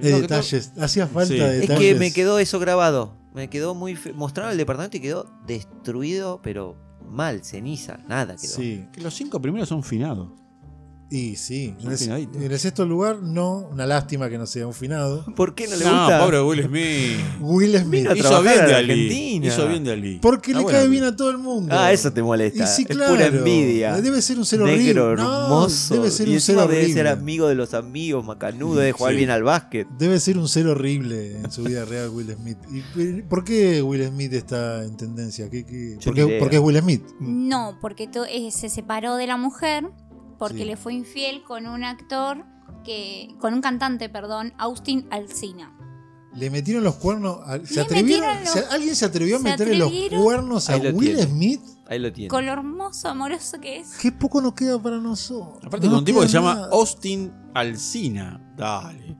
S1: Eh,
S3: Lo que
S1: detalles. Hacía falta
S3: Sí.
S1: de
S2: Es
S1: detalles.
S2: que me quedó eso grabado. Me quedó muy. fe- Mostraron el departamento y quedó destruido, pero mal, ceniza, nada quedó.
S1: Sí.
S3: to- que los cinco primeros son finados.
S1: Y sí. En
S3: Un
S1: el,
S3: finadito.
S1: en el sexto lugar, no. Una lástima que no sea un finado.
S2: ¿Por qué no le
S3: No,
S2: gusta?
S3: pobre Will Smith.
S1: Will Smith.
S2: Mira, A
S3: Hizo
S2: trabajar
S3: bien
S2: a
S3: de
S2: la
S3: Ali.
S2: Argentina.
S3: Hizo bien de Ali.
S1: Porque
S3: Está
S1: le
S3: bueno,
S1: cae
S3: Ali.
S1: bien a todo el mundo.
S2: Ah, eso te molesta.
S1: Y sí,
S2: Es
S1: claro.
S2: pura envidia.
S1: Debe ser un ser horrible.
S2: Negro
S1: No,
S2: hermoso.
S1: debe ser
S2: y
S1: un ser
S2: encima debe
S1: horrible.
S2: ser amigo de los amigos, macanudo, de jugar
S3: Sí.
S2: bien al básquet.
S1: Debe ser un ser horrible en su vida real Will Smith. ¿Y por qué Will Smith está en tendencia? ¿Qué, qué?
S2: Yo
S1: por
S2: ni
S1: qué-
S2: idea. Mm.
S1: por qué es Will Smith?
S4: No, porque to- eh, se separó de la mujer porque
S1: Sí.
S4: le fue infiel con un actor que con un cantante, perdón, Austin Alsina.
S1: Le metieron los cuernos. a- ¿se
S4: Le
S1: atrevieron,
S4: metieron los-
S1: se- ¿Alguien se atrevió a
S4: se
S1: meterle los
S4: atrevieron.
S1: cuernos a
S2: Ahí lo
S1: Will
S2: tiene.
S1: Smith?
S2: Ahí lo tiene.
S4: Con lo hermoso, amoroso que es.
S1: Qué poco nos queda para nosotros.
S3: Aparte
S1: No
S3: con
S1: nos
S3: un tipo
S1: queda
S3: que se llama
S1: nada.
S3: Austin Alsina. Dale.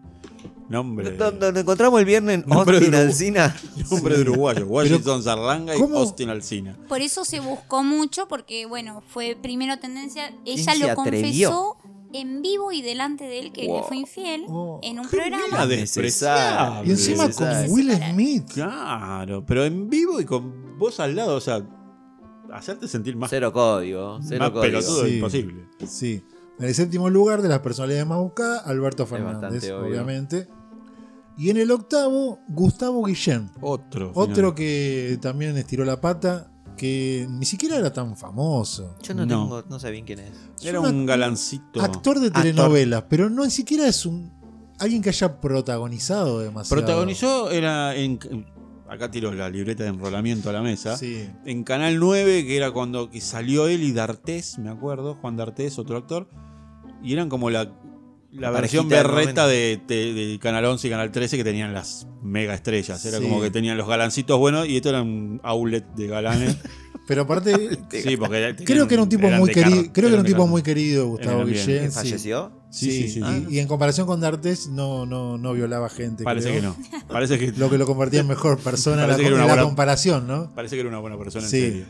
S3: Nombre.
S2: No- no- Nos encontramos el viernes en
S3: Nombre
S2: Austin,
S3: de Urugu-
S2: Alsina.
S3: Nombre de uruguayo. Washington Zarlanga y
S1: ¿cómo?
S3: Austin Alsina.
S4: Por eso se buscó mucho, porque bueno, fue primero tendencia. Ella
S2: se
S4: lo
S2: atrevió?
S4: confesó en vivo y delante de él que
S2: Wow.
S4: le fue infiel
S1: Oh.
S4: en un
S3: Qué
S4: programa.
S3: mina despreciable.
S1: Y encima
S2: Sí,
S1: con
S2: sí, sí.
S1: Will Smith.
S3: Claro, pero en vivo y con vos al lado, o sea, hacerte sentir más,
S2: Cero código. Cero
S3: más
S2: código.
S3: pelotudo
S1: Sí.
S3: imposible.
S1: Sí. En el séptimo lugar de las personalidades más buscadas, Alberto Fernández,
S2: bastante obvio.
S1: obviamente. Y en el octavo, Gustavo Guillén.
S3: Otro.
S1: Otro
S3: final.
S1: que también estiró la pata, que ni siquiera era tan famoso.
S2: Yo no,
S3: No.
S2: tengo, no sé bien quién es.
S3: Era
S1: Es una-
S3: un galancito.
S1: Actor de
S2: Actor.
S1: telenovelas, pero no ni siquiera es un alguien que haya protagonizado demasiado.
S3: Protagonizó, era en. Acá tiró la libreta de enrolamiento a la mesa.
S1: Sí.
S3: En Canal 9, que era cuando que salió él y D'Artés, me acuerdo, Juan D'Artés, otro actor. Y eran como la, la
S2: Parejita
S3: versión
S2: del
S3: berreta de, de- de Canal 11 y Canal 13 que tenían las mega estrellas. Era
S1: Sí.
S3: como que tenían los galancitos buenos y esto era un outlet de galanes.
S1: Pero aparte, eh,
S3: sí, porque tenían-
S1: creo que era un tipo
S3: eran
S1: muy
S3: de car-
S1: querido. Creo que era
S3: eran
S1: un
S3: de
S1: tipo
S3: car-
S1: muy querido, Gustavo
S3: Eran bien.
S1: Guillén. sí.
S2: ¿Falleció?
S3: Sí, sí, sí.
S1: Y,
S3: Ah.
S1: y en comparación con D'Artes, no, no, no violaba gente.
S3: Parece
S1: creo.
S3: que no. Parece que,
S1: Lo que lo convertía en mejor persona en la,
S3: Parece que era una
S1: en la
S3: buena-
S1: comparación, ¿no?
S3: parece que era una buena persona
S1: Sí.
S3: en serio.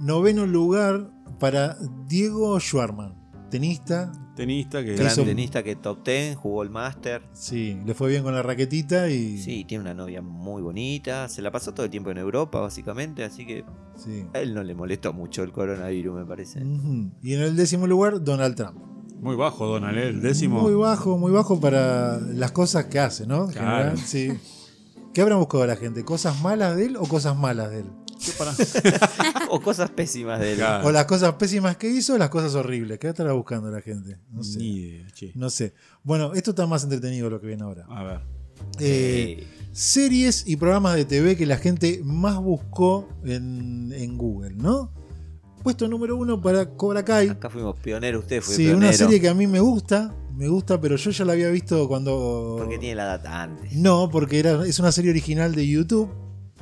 S1: Noveno lugar para Diego Schwarman, tenista.
S3: Tenista que.
S1: Sí,
S2: Gran
S1: hizo-
S2: tenista que top 10, jugó el Master.
S1: Sí, le fue bien con la raquetita y.
S2: Sí, tiene una novia muy bonita. Se la pasó todo el tiempo en Europa, básicamente. Así que
S1: sí.
S2: a él no le molestó mucho el coronavirus, me parece.
S1: Ujú. Y en el décimo lugar, Donald Trump.
S3: Muy bajo, Donald, ¿eh? el décimo.
S1: Muy bajo, muy bajo para las cosas que hace, ¿no? En
S3: Claro.
S1: general, sí. ¿Qué habrán buscado la gente? ¿Cosas malas de él o cosas malas de él?
S3: Yo pará.
S2: O cosas pésimas de él.
S3: Claro.
S1: ¿O las cosas pésimas que hizo o las cosas horribles? ¿Qué estará buscando la gente? No sé.
S3: Ni idea, che.
S1: No sé. Bueno, esto está más entretenido lo que viene ahora.
S3: A ver.
S1: Eh,
S2: Eh,
S1: series y programas de TV que la gente más buscó en, en Google, ¿no? Puesto número uno para Cobra Kai.
S2: acá fuimos pioneros, usted fue
S1: Eh, Sí,
S2: pionero.
S1: una serie que a mí me gusta, me gusta, pero yo ya la había visto cuando...
S2: Porque tiene la data antes.
S1: No, porque era, es una serie original de YouTube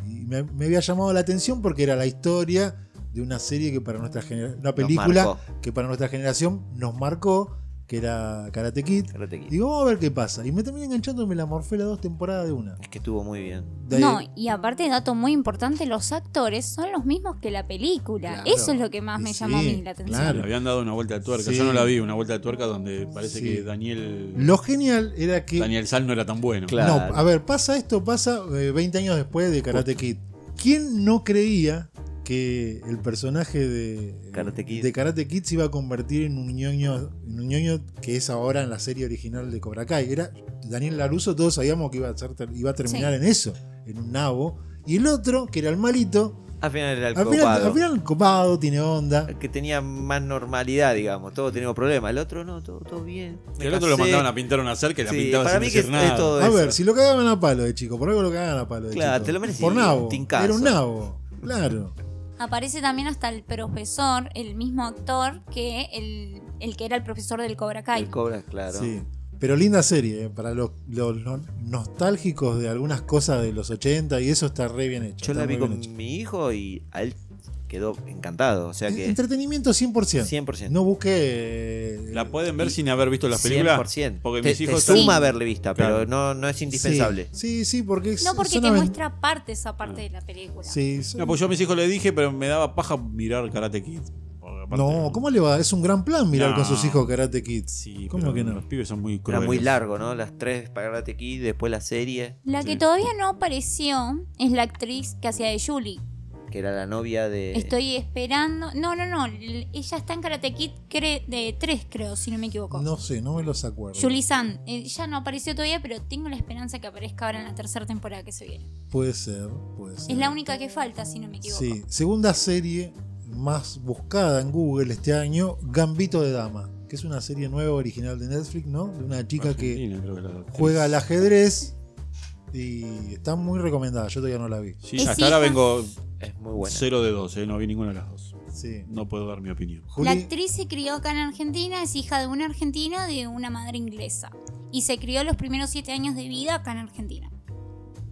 S1: y me, me había llamado la atención porque era la historia de una serie que para nuestra generación, una película
S2: marcó.
S1: que para nuestra generación nos marcó, que era Karate Kid.
S2: Karate Kid.
S1: Digo, vamos a ver qué pasa. Y me terminé enganchando y me la morfé las dos temporadas de una.
S2: Es que estuvo muy bien.
S1: De ahí-
S4: No, y aparte, dato muy importante, los actores son los mismos que la película.
S1: Claro.
S4: Eso es lo que más
S1: Y
S4: me
S1: sí,
S4: llamó a mí la atención.
S1: claro.
S3: Le habían dado una vuelta de tuerca.
S1: Sí.
S3: Yo no la vi, una vuelta de tuerca donde parece
S1: Sí.
S3: que Daniel.
S1: Lo genial era que.
S3: Daniel Sal no era tan bueno.
S2: Claro.
S1: No, a ver, pasa esto, pasa eh, 20 años después de Karate Kid. ¿Quién no creía que el personaje de
S2: Karate Kid.
S1: de Karate Kid se iba a convertir en un ñoño, en un ñoño que es ahora en la serie original de Cobra Kai? Era Daniel Laruso, todos sabíamos que iba a, ser- iba a terminar en eso, en un nabo. Y el otro, que era el malito,
S2: Al final era el
S1: al final,
S2: copado.
S1: al final copado, tiene onda.
S2: El que tenía más normalidad, digamos. Todos teníamos problemas. El otro no, todo, todo bien. Me
S3: Que el otro lo
S2: casé.
S3: mandaban a pintar una cerca y la
S2: Sí,
S3: pintaba
S2: para
S3: sin
S2: mí
S3: decir
S2: que es-
S3: nada.
S2: es todo-
S1: A
S2: eso.
S1: ver, si lo cagaban a palo de chico, por algo lo cagaban a palo de
S2: Claro,
S1: chico.
S2: te lo merecí,
S1: Por nabo.
S2: tincazo.
S1: Era un nabo. Claro.
S4: Aparece también hasta el profesor, el mismo actor que el, el que era el profesor del Cobra Kai.
S2: El cobra, claro.
S1: Sí. Pero linda serie, ¿eh? para los, los- los nostálgicos de algunas cosas de los 80 y eso está re bien hecho.
S2: Yo la
S1: está
S2: vi
S1: muy
S2: con
S1: bien hecho.
S2: mi hijo y a él quedó encantado. O sea que
S1: Entretenimiento 100%.
S2: 100%.
S1: No busque. eh,
S3: ¿La pueden ver sin haber visto las películas?
S2: 100%.
S3: Porque
S2: Te-
S3: mis hijos
S2: te
S3: están-
S2: suma haberle vista, pero
S3: Claro.
S2: no, no es
S1: sí.
S2: indispensable.
S1: Sí, sí, porque es-
S4: No porque
S1: son
S4: te
S1: aven-
S4: muestra parte esa parte de la película.
S1: Sí, son-
S3: No, pues yo a mis hijos les dije, pero me daba paja mirar Karate Kid. Porque aparte-
S1: No, ¿cómo le va? Es un gran plan mirar
S3: No.
S1: con sus hijos Karate Kids.
S3: Sí,
S1: ¿Cómo
S3: pero
S1: que no?
S3: Los pibes son muy
S2: Era
S3: crueles.
S2: muy largo, ¿no? Las tres para Karate Kid, después la serie,
S4: La que
S3: Sí.
S4: todavía no apareció es la actriz que hacía de Julie.
S2: que era la novia de.
S4: Estoy esperando. No, no, no. l- Ella está en Karate Kid cre- de 3, creo, si no me equivoco.
S1: No sé, no me los acuerdo.
S4: Julie Sand. Ella no apareció todavía, pero tengo la esperanza que aparezca ahora en la tercera temporada que se viene.
S1: Puede ser, puede ser.
S4: Es la única que falta, si no me equivoco.
S1: Sí, segunda serie más buscada en Google este año, Gambito de Dama, que es una serie nueva original de Netflix, ¿no? De una chica que
S3: Argentina, creo que la-
S1: juega al ajedrez y está muy recomendada, yo todavía no la vi.
S3: Sí,
S4: Es
S3: hasta ahora
S4: hija-
S3: vengo
S2: Es muy buena.
S3: cero de dos, eh, no vi ninguna de las dos.
S1: Sí.
S3: No puedo dar mi opinión.
S4: La
S1: Juli,
S4: actriz se crió acá en Argentina, es hija de una argentina de una madre inglesa. Y se crió los primeros siete años de vida acá en Argentina.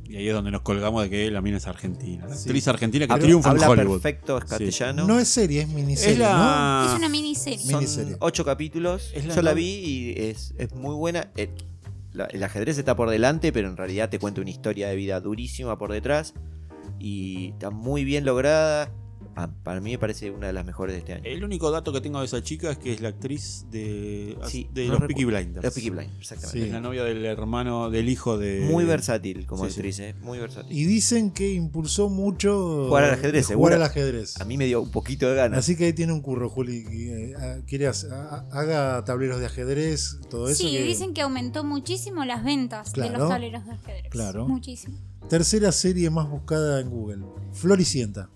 S3: Y ahí es donde nos colgamos de que la mina es argentina. La
S1: Sí.
S3: actriz argentina que
S2: Habla-
S3: triunfa en
S2: habla
S3: Hollywood.
S2: perfecto, es
S3: Sí.
S2: castellano.
S1: no es serie, es miniserie,
S3: Es la- Ah.
S4: Es una miniserie.
S2: Son
S1: miniserie.
S2: ocho capítulos.
S3: Es la
S2: Yo la
S3: no-
S2: vi y es, es muy buena. El, la- el ajedrez está por delante, pero en realidad te cuenta una historia de vida durísima por detrás. Y está muy bien lograda. Pa- para mí me parece una de las mejores de este año.
S3: El único dato que tengo de esa chica es que es la actriz de,
S2: Sí,
S3: de
S2: no
S3: los
S2: recu-
S3: Peaky Blinders.
S2: Los Peaky Blinders, exactamente.
S1: Sí.
S3: Es la novia del hermano, del hijo de.
S2: Muy versátil como
S3: eh, sí, sí.
S2: actriz, ¿eh? muy versátil.
S1: Y dicen que impulsó mucho
S2: Jugar al ajedrez,
S1: jugar
S2: seguro.
S1: al ajedrez.
S2: A mí me dio un poquito de ganas.
S1: Así que ahí tiene un curro, Juli. que, eh, ah, quiere hacer- ah, haga tableros de ajedrez, todo eso.
S4: Sí,
S1: que-
S4: dicen que aumentó muchísimo las ventas de
S1: Claro.
S4: los tableros de ajedrez.
S1: Claro.
S4: Muchísimo.
S1: Tercera serie más buscada en Google. Floricienta.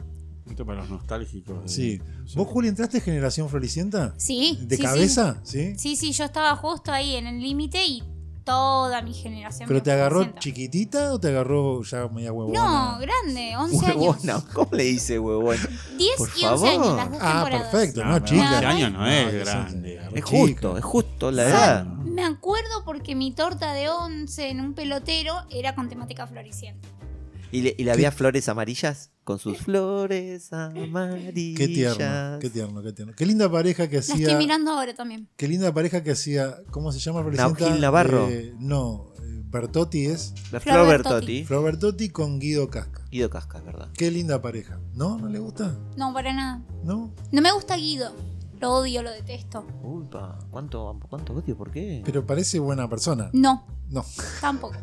S3: Esto para los nostálgicos. eh.
S1: Sí. ¿Vos, Juli, entraste en Generación Floricienta?
S4: Sí.
S1: ¿De
S4: sí,
S1: cabeza? ¿Sí?
S4: Sí. sí, sí, yo estaba justo ahí en el límite y toda mi generación.
S1: ¿Pero
S4: me
S1: te agarró
S4: representa.
S1: chiquitita o te agarró ya media
S4: No,
S1: huevona?
S4: grande, 11 años.
S2: Huevona, ¿cómo le dice huevón? por
S4: 10 y 11
S2: favor.
S4: años, las dos
S1: Ah,
S4: temporadas.
S1: perfecto,
S3: Ah,
S1: no,
S3: pero
S1: chica.
S3: 11 años no es
S1: No, yo sé,
S3: grande.
S1: te agarró
S2: Es
S1: chica.
S2: justo, es justo la
S4: Sí.
S2: edad.
S4: Me acuerdo porque mi torta de 11 en un pelotero era con temática floreciente.
S2: ¿Y le, y le había flores amarillas? Con sus flores amarillas.
S1: Qué tierno, qué tierno, qué tierno. Qué linda pareja que
S4: La estoy
S1: hacía.
S4: mirando ahora también.
S1: Qué linda pareja que hacía. ¿Cómo se llama Floricienta?
S2: Naujil Navarro.
S1: Eh, no, eh, Bertotti es.
S2: La
S4: Flor
S2: Flor
S4: Bertotti.
S2: Bertotti.
S1: Flor Bertotti con Guido Casca.
S2: Guido Casca, es ¿verdad?
S1: Qué linda pareja. ¿No? ¿No le gusta?
S4: No, para nada.
S1: ¿No?
S4: No me gusta Guido. Lo odio, lo detesto.
S2: Uy, pa, ¿cuánto, cuánto odio? ¿Por qué?
S1: Pero parece buena persona.
S4: No,
S1: No.
S4: tampoco.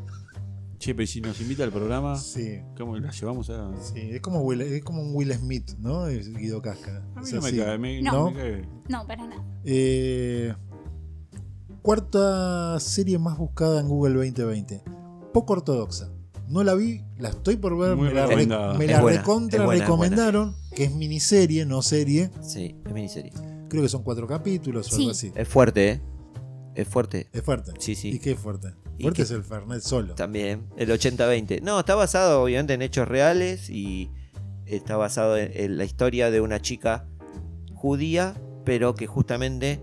S3: Che, pero si nos invita al programa,
S1: Sí.
S3: ¿cómo la llevamos a.?
S1: Sí, es como, Will- es como un Will Smith, ¿no? Es Guido Casca.
S3: A mí
S1: Es
S3: no me
S1: así.
S3: cae, me-
S4: No.
S3: no me cae.
S4: No, para nada.
S1: Eh, cuarta serie más buscada en Google 2020. Poco ortodoxa. No la vi, la estoy por ver,
S3: Muy
S1: me la, re-
S3: recomendada.
S1: me
S2: Es
S1: la
S2: buena,
S1: recontra
S2: es buena, es buena.
S1: recomendaron, que es miniserie, no serie.
S2: Sí, es miniserie.
S1: Creo que son cuatro capítulos o
S4: Sí.
S1: algo así.
S2: Es fuerte, ¿eh? Es fuerte.
S1: Es fuerte.
S2: Sí, sí.
S1: ¿Y qué es fuerte?
S2: ¿Y
S1: Fuerte
S2: qué?
S1: es el Fernet solo.
S2: También, el 80-20. No, está basado obviamente en hechos reales y está basado en, en la historia de una chica judía, pero que justamente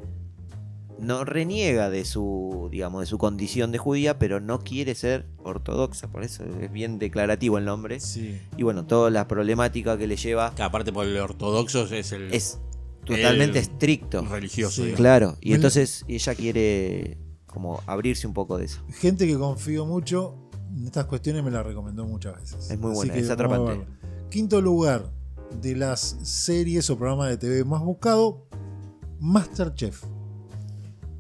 S2: no reniega de su, digamos, de su condición de judía, pero no quiere ser ortodoxa, por eso es bien declarativo el nombre.
S1: Sí.
S2: Y bueno, toda la problemática que le lleva
S3: Que aparte por el ortodoxo es el
S2: es totalmente estricto.
S3: religioso.
S1: Sí.
S3: digamos.
S2: Claro, y
S1: Me-
S2: entonces ella quiere como abrirse un poco de eso.
S1: Gente que confío mucho en estas cuestiones me la recomendó muchas veces.
S2: Es muy
S1: Así
S2: buena,
S1: que
S2: es
S1: vamos a
S2: atrapante.
S1: verla. Quinto lugar de las series o programas de TV más buscado, Masterchef.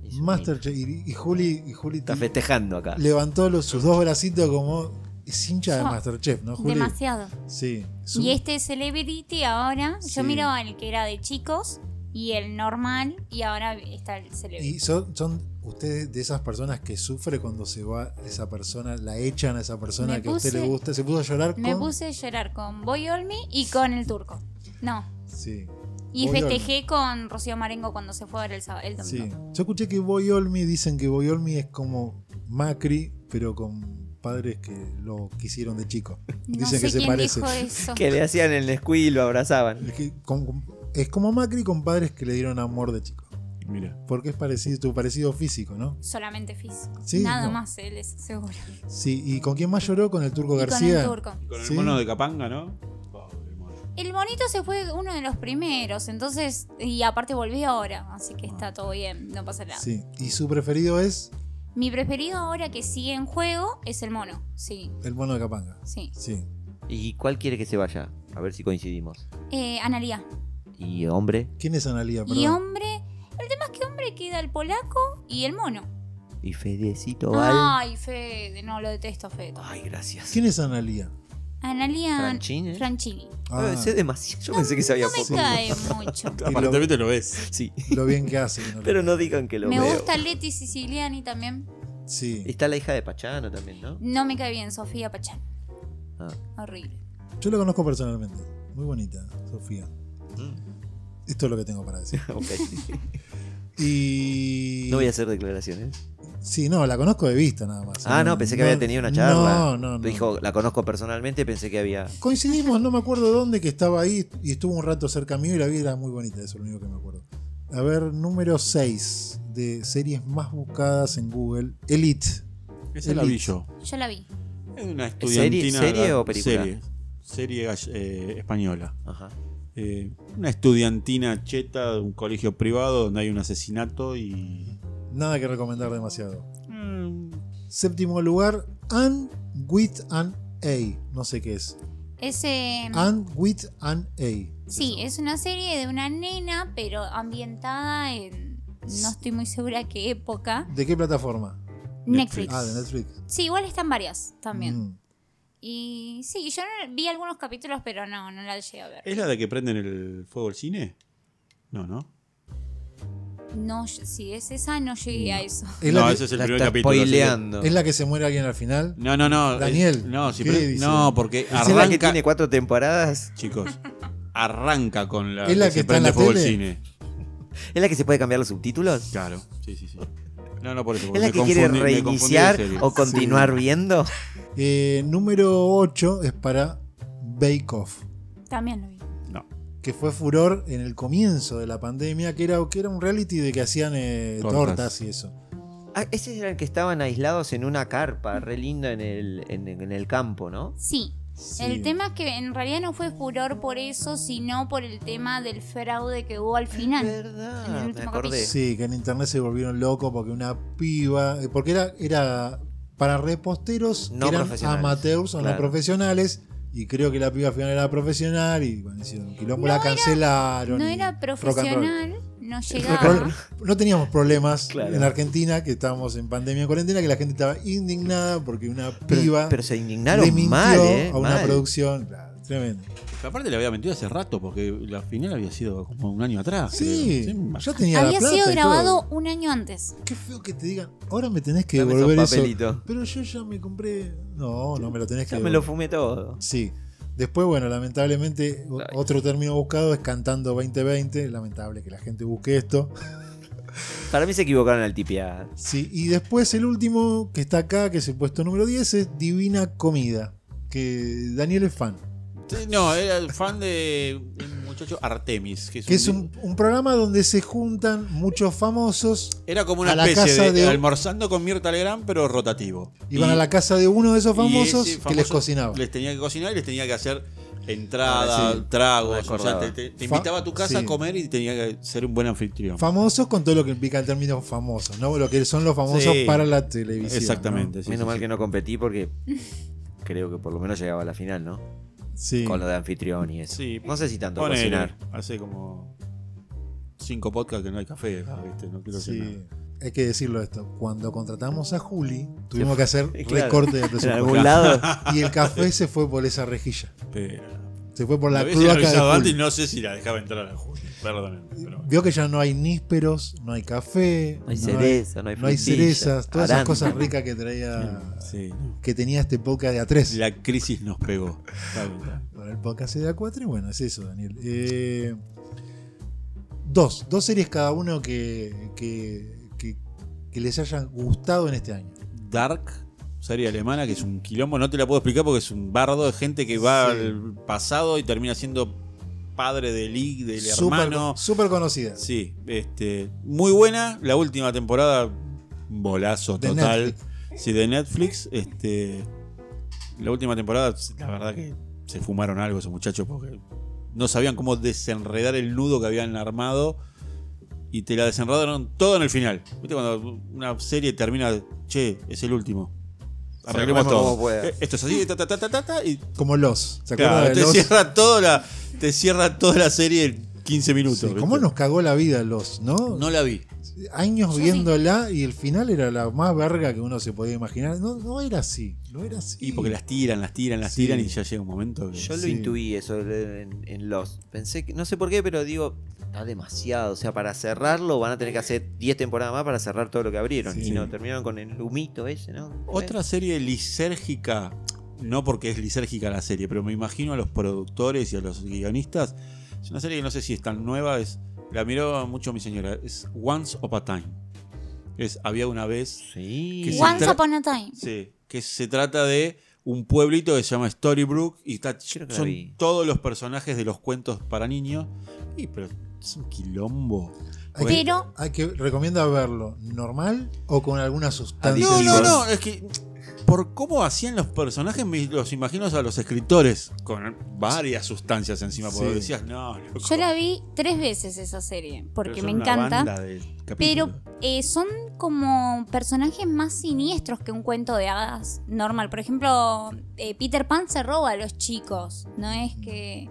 S2: Y-
S1: Masterchef. Y, y Juli, y Juli
S2: Está
S1: ti-
S2: festejando acá.
S1: levantó los- sus dos bracitos como es hincha de
S4: Yo-
S1: Masterchef, ¿no, Juli?
S4: Demasiado.
S1: Sí. Es un-
S4: Y este Celebrity ahora,
S1: Sí.
S4: yo miraba el que era de chicos y el normal y ahora está el Celebrity.
S1: y son, son ustedes de esas personas que sufre cuando se va esa persona, la echan a esa persona
S4: Me
S1: que a usted le
S4: puse-
S1: gusta, se puso a llorar
S4: Me
S1: con-
S4: puse a llorar con Boy Olmi y con el turco. No.
S1: Sí.
S4: Y
S1: Boy
S4: festejé con Rocío Marengo cuando se fue a ver el, sábado- el
S1: Sí.
S4: domingo.
S1: Yo escuché que Boy Olmi, dicen que Boy Olmi es como Macri, pero con padres que lo quisieron de chico.
S4: No
S1: Dicen
S4: sé
S1: que se
S4: quién
S1: parece.
S4: dijo eso.
S2: Que le hacían el Nesquí y lo abrazaban.
S1: Es, que con- es como Macri con padres que le dieron amor de chico.
S3: Mira.
S1: Porque es parecido, tu parecido físico, ¿no?
S4: Solamente físico.
S1: Sí,
S4: Nada
S1: no.
S4: más, él es seguro.
S1: Sí, ¿y con quién más lloró? Con el Turco
S4: Y con
S1: García.
S4: el turco.
S3: Y Con el
S1: Sí.
S3: mono de Capanga, ¿no? Pobre mono.
S4: El bonito se fue uno de los primeros, entonces, y aparte volvió ahora, así que está todo bien, no pasa nada.
S1: Sí. Y su preferido es
S4: Mi preferido ahora que sigue en juego es el mono, sí,
S1: el mono de Capanga.
S4: sí.
S1: Sí.
S2: ¿Y cuál quiere que se vaya? A ver si coincidimos.
S4: Eh, Analia.
S2: ¿Y hombre?
S1: ¿Quién es Analia?
S4: Y
S1: Perdón.
S4: hombre, el tema es que hombre queda el polaco y el mono.
S2: ¿Y Fedecito Val?
S4: Ay, Fede, no, lo detesto, Fede.
S2: Ay, gracias.
S1: ¿Quién es Analia?
S4: Analia
S2: ¿Franchín? eh?
S4: Franchini.
S1: Ah,
S2: Eh, sé demasiado. Yo pensé que sabía
S4: No me
S2: poco.
S4: cae mucho.
S3: Aparentemente lo ves.
S2: Sí.
S1: lo bien que hace. que lo-
S2: Pero no digan que lo
S4: Me
S2: veo.
S4: gusta Leti Siciliani también.
S1: Sí.
S2: Está la hija de Pachano también, ¿no?
S4: No me cae bien, Sofía Pachán.
S2: Ah.
S4: Horrible.
S1: Yo la conozco personalmente. Muy bonita, Sofía.
S2: Mm,
S1: Esto es lo que tengo para decir.
S2: ok.
S1: Y.
S2: No voy a hacer declaraciones.
S1: Sí, no, la conozco de vista nada más.
S2: Ah, no, pensé que había tenido una charla.
S1: No, no, no.
S2: Dijo, la conozco personalmente, pensé que había.
S1: Coincidimos, no me acuerdo dónde, que estaba ahí y estuvo un rato cerca mío y la vida era muy bonita, eso es lo único que me acuerdo. A ver, número 6 de series más buscadas en Google, Elite.
S3: Es el
S1: Elite.
S3: avillo.
S4: Yo la vi.
S3: Es una
S2: ¿Serie-
S3: estudiantina.
S2: serie o película?
S3: Serie. Serie gall- eh, española.
S2: Ajá.
S3: Eh, una estudiantina cheta de un colegio privado donde hay un asesinato y.
S1: Nada que recomendar demasiado.
S3: Mm,
S1: Séptimo lugar, Anne with an A. No sé qué es.
S4: Ese.
S1: Anne with an A.
S4: Sí, es una serie de una nena, pero ambientada en. No estoy muy segura qué época.
S1: ¿De qué plataforma?
S4: Netflix.
S1: Ah, de Netflix.
S4: Sí, igual están varias también.
S1: Mm.
S4: Y sí, yo no- vi algunos capítulos, pero no, no la llegué a ver.
S3: ¿Es la de que prenden el fuego el cine? No, no.
S4: No, si es esa, no llegué
S1: Mm.
S4: a eso.
S1: Es,
S3: no,
S1: la que,
S3: ese es el
S2: La
S3: primer
S2: está
S3: capítulo. así que-
S2: spoileando.
S1: es la que se muere alguien al final.
S3: No, no, no. es-
S1: Daniel,
S3: no, si
S1: ¿qué
S3: pre-
S1: dice?
S3: no, porque
S2: ¿Es la que
S3: arranca.
S2: tiene cuatro temporadas?
S3: Chicos, arranca con la.
S1: ¿Es la que
S3: se
S1: está en
S3: prende
S1: la
S3: fuego el
S1: tele?
S3: cine.
S2: ¿Es la que se puede cambiar los subtítulos?
S3: Claro, sí, sí, sí. No, no, por eso.
S2: ¿Es la que quiere reiniciar o continuar viendo?
S1: Eh, número 8 es para Bake Off.
S4: También lo vi.
S3: No,
S1: que fue furor en el comienzo de la pandemia, que era, que era un reality de que hacían eh, tortas.
S3: Tortas.
S1: y eso.
S2: Ah, ese era el que estaban aislados en una carpa, re linda en el, en, en el campo, ¿no?
S4: Sí.
S1: Sí.
S4: El tema es que en realidad no fue furor por eso, sino por el tema del fraude que hubo al final. En el
S2: verdad, me
S4: último
S2: acordé.
S1: Sí, que en internet se volvieron locos porque una piba. eh, Porque era, era para reposteros
S2: No
S1: que eran
S2: profesionales.
S1: amateurs o no
S2: Claro.
S1: profesionales. Y creo que la piba al final era profesional y bueno, hicieron un quilombo,
S4: No
S1: la
S4: era-
S1: cancelaron.
S4: No
S1: y
S4: era
S1: rock and roll.
S4: profesional, no
S1: Pro-
S4: llegaba.
S1: No teníamos problemas
S2: Claro.
S1: en Argentina, que estábamos en pandemia en cuarentena, que la gente estaba indignada porque una piba
S2: Pero, pero se indignaron
S1: le mintió
S2: mal, ¿eh?
S1: a una
S2: mal.
S1: producción. Claro, Tremendo.
S3: Pero aparte le había mentido hace rato, porque la final había sido como un año atrás.
S1: Sí,
S3: creo.
S1: ya tenía la
S4: Había
S1: plata
S4: sido
S1: y
S4: grabado
S1: todo.
S4: un año antes.
S1: Qué feo que te digan, ahora me tenés que
S2: Dame esos
S1: devolver eso.
S2: papelitos.
S1: Pero yo ya me compré. No, no me lo tenés que
S2: Ya me lo
S1: devolver.
S2: fumé todo.
S1: Sí. Después, bueno, lamentablemente, o-
S2: Ay.
S1: otro término buscado es cantando 2020. Lamentable que la gente busque esto.
S2: Para mí se equivocaron al tipear.
S1: Sí, y después el último que está acá, que es el puesto número 10, es Divina Comida. Que Daniel es fan.
S3: Sí, No, era fan de un muchacho Artemis, que es,
S1: Que es un, un programa donde se juntan muchos famosos
S3: era como
S1: a
S3: una
S1: la
S3: especie
S1: casa
S3: de,
S1: de-
S3: almorzando con Mirta Legrand, pero rotativo.
S1: Iban a la casa de uno de esos
S3: y ese
S1: famosos que les
S3: famoso
S1: cocinaba.
S3: Les tenía que cocinar y les tenía que hacer entrada,
S2: Ahora sí, me
S3: tragos, o
S2: acordaba.
S3: sea, te, te- te
S1: Fa-
S3: invitaba a tu casa
S1: sí.
S3: a comer y tenía que ser un buen anfitrión.
S1: Famosos con todo lo que implica el término famoso, ¿no? Lo que son los famosos
S3: Sí.
S1: para la televisión.
S3: Exactamente. sí,
S2: Menos
S3: sí,
S2: mal
S3: sí.
S2: que no competí porque creo que por lo menos llegaba a la final, ¿no?
S1: ¿no? Sí.
S2: Con lo de anfitrión y eso.
S3: Sí.
S2: No sé si tanto
S3: Ponele,
S2: cocinar.
S3: Hace como cinco podcasts que no hay café, ¿viste? No quiero decir
S1: Sí.
S3: nada.
S1: Hay que decirlo esto. Cuando contratamos a Juli, tuvimos que hacer
S2: Claro.
S1: recorte de
S2: En
S1: presupuesto.
S2: algún lado.
S1: Y el café se fue por esa rejilla.
S3: Pero-
S1: Se fue por la
S3: Me hubiesen
S1: cloaca de
S3: avisado antes y
S1: Juli.
S3: no sé si la dejaba entrar a Juli. Perdónenme. pero bueno.
S1: Vio que ya no hay nísperos, no hay café,
S2: No hay cereza, no hay
S1: no hay
S2: frutilla,
S1: cerezas, todas esas
S2: arándano.
S1: cosas ricas que traía,
S3: Sí, no.
S1: que tenía este podcast de A3.
S3: La crisis nos pegó. Está bien, está bien.
S1: Para el podcast de A4 y bueno, es eso, Daniel. Eh, dos, dos series cada uno que, que, que- que les hayan gustado en este año.
S3: Dark, serie alemana, que es un quilombo. No te la puedo explicar porque es un bardo de gente que va
S1: Sí.
S3: al pasado y termina siendo padre del, hi- del
S1: Súper
S3: hermano.
S1: súper conocidas.
S3: Sí, este, muy buena. La última temporada, un bolazo
S1: De
S3: total.
S1: Netflix.
S3: Sí, de Netflix. Este, la última temporada, la verdad que se fumaron algo esos muchachos porque no sabían cómo desenredar el nudo que habían armado y te la desenredaron todo en el final. ¿Viste cuando una serie termina, che, es el último? Arreglemos
S2: Cerremos
S3: todo.
S2: como pueda.
S3: Eh, Esto es así, ta, ta, ta, ta, ta, ta, y
S1: Como los. ¿Se
S3: claro,
S1: acuerdan
S3: te,
S1: de los?
S3: cierra toda la, te cierra toda la serie en 15 minutos.
S1: Sí,
S3: ¿viste?
S1: ¿Cómo nos cagó la vida los, no?
S3: No la vi.
S1: Años
S4: Yo
S1: viéndola y el final era la más verga que uno se podía imaginar. No, no era así, no era así.
S3: Y porque las tiran, las tiran, las
S1: Sí.
S3: tiran y ya llega un momento que...
S2: Yo lo
S1: Sí.
S2: intuí eso en, en Lost. Pensé que, no sé por qué, pero digo, está demasiado. O sea, para cerrarlo van a tener que hacer 10 temporadas más para cerrar todo lo que abrieron.
S1: Sí.
S2: Y no, terminaron con el humito ese, ¿no?
S3: Otra serie lisérgica, no porque es lisérgica la serie, pero me imagino a los productores y a los guionistas. Es una serie que no sé si es tan nueva, es la miró mucho mi señora. Es Once Upon a Time. Es Había una vez.
S2: Sí.
S3: Que se
S4: Once
S3: tra-
S4: Upon a Time.
S3: Sí, que se trata de un pueblito que se llama Storybrooke y está,
S2: Creo que la vi.
S3: son todos los personajes de los cuentos para niños. Y pero es un quilombo.
S1: Hay que-
S4: Pero
S1: hay que recomienda verlo normal o con alguna sustancia.
S3: No, no,
S1: aditiva.
S3: no, es que por cómo hacían los personajes me los imagino a los escritores con varias sustancias encima, porque
S1: Sí.
S3: decías, no, loco,
S4: yo la vi tres veces esa serie, porque
S3: pero
S4: me
S3: son una
S4: encanta.
S3: banda de
S4: Pero
S3: capítulos.
S4: eh, son como personajes más siniestros que un cuento de hadas normal. Por ejemplo, eh, Peter Pan se roba a los chicos. No es que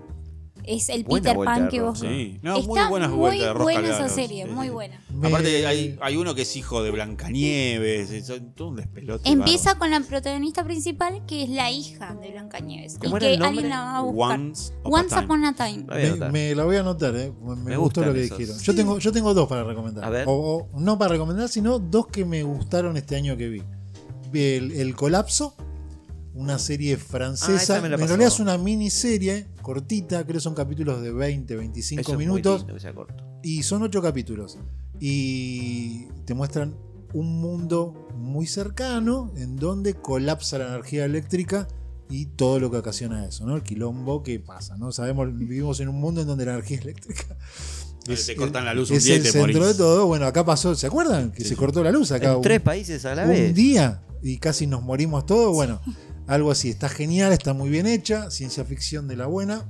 S4: es el
S2: Buena
S4: Peter
S2: vuelta
S4: Pan
S2: de
S4: que vos...
S2: rosca.
S3: Sí, no,
S4: Está
S3: muy buenas
S4: muy
S3: vueltas de rosca
S4: buena esa
S3: largas,
S4: serie,
S3: sí,
S4: muy
S3: sí. Eh,
S4: buena.
S1: Me-
S3: Aparte hay, hay uno que es hijo de Blancanieves, es todo un despelote.
S4: Empieza con la protagonista principal, que es la hija de Blancanieves. Y
S2: ¿Cómo era
S4: que
S2: el nombre?
S4: alguien la va a
S3: bárbaro.
S4: buscar.
S3: Once,
S4: Once
S3: upon
S4: Upon a Time.
S2: La voy a
S1: Me,
S2: anotar.
S1: me la voy a anotar, eh. me, me
S2: Me
S1: gustó
S2: gustan
S1: lo que
S2: esos.
S1: dijeron. Yo, tengo, yo tengo dos para recomendar.
S2: A ver.
S1: O, o- no para recomendar, sino dos que me gustaron este año que vi. El, El Colapso, una serie francesa.
S2: Ah, esa me la
S1: en
S2: pasó.
S1: realidad es una miniserie cortita, creo son capítulos de 20, 25
S2: Eso es muy
S1: minutos.
S2: lindo que sea corto.
S1: Y son ocho capítulos. Y te muestran un mundo muy cercano en donde colapsa la energía eléctrica y todo lo que ocasiona eso, ¿no? El quilombo que pasa, ¿no? Sabemos, vivimos en un mundo en donde la energía eléctrica
S3: Te cortan la luz un
S1: es
S3: día y
S1: el
S3: te
S1: centro
S3: morís.
S1: de todo. Bueno, acá pasó, ¿se acuerdan? Que se
S3: Sí, sí.
S1: cortó la luz acá
S2: En
S1: un,
S2: tres países a la
S1: un
S2: vez.
S1: día y casi nos morimos todos. Bueno, algo así. Está genial, está muy bien hecha, ciencia ficción de la buena.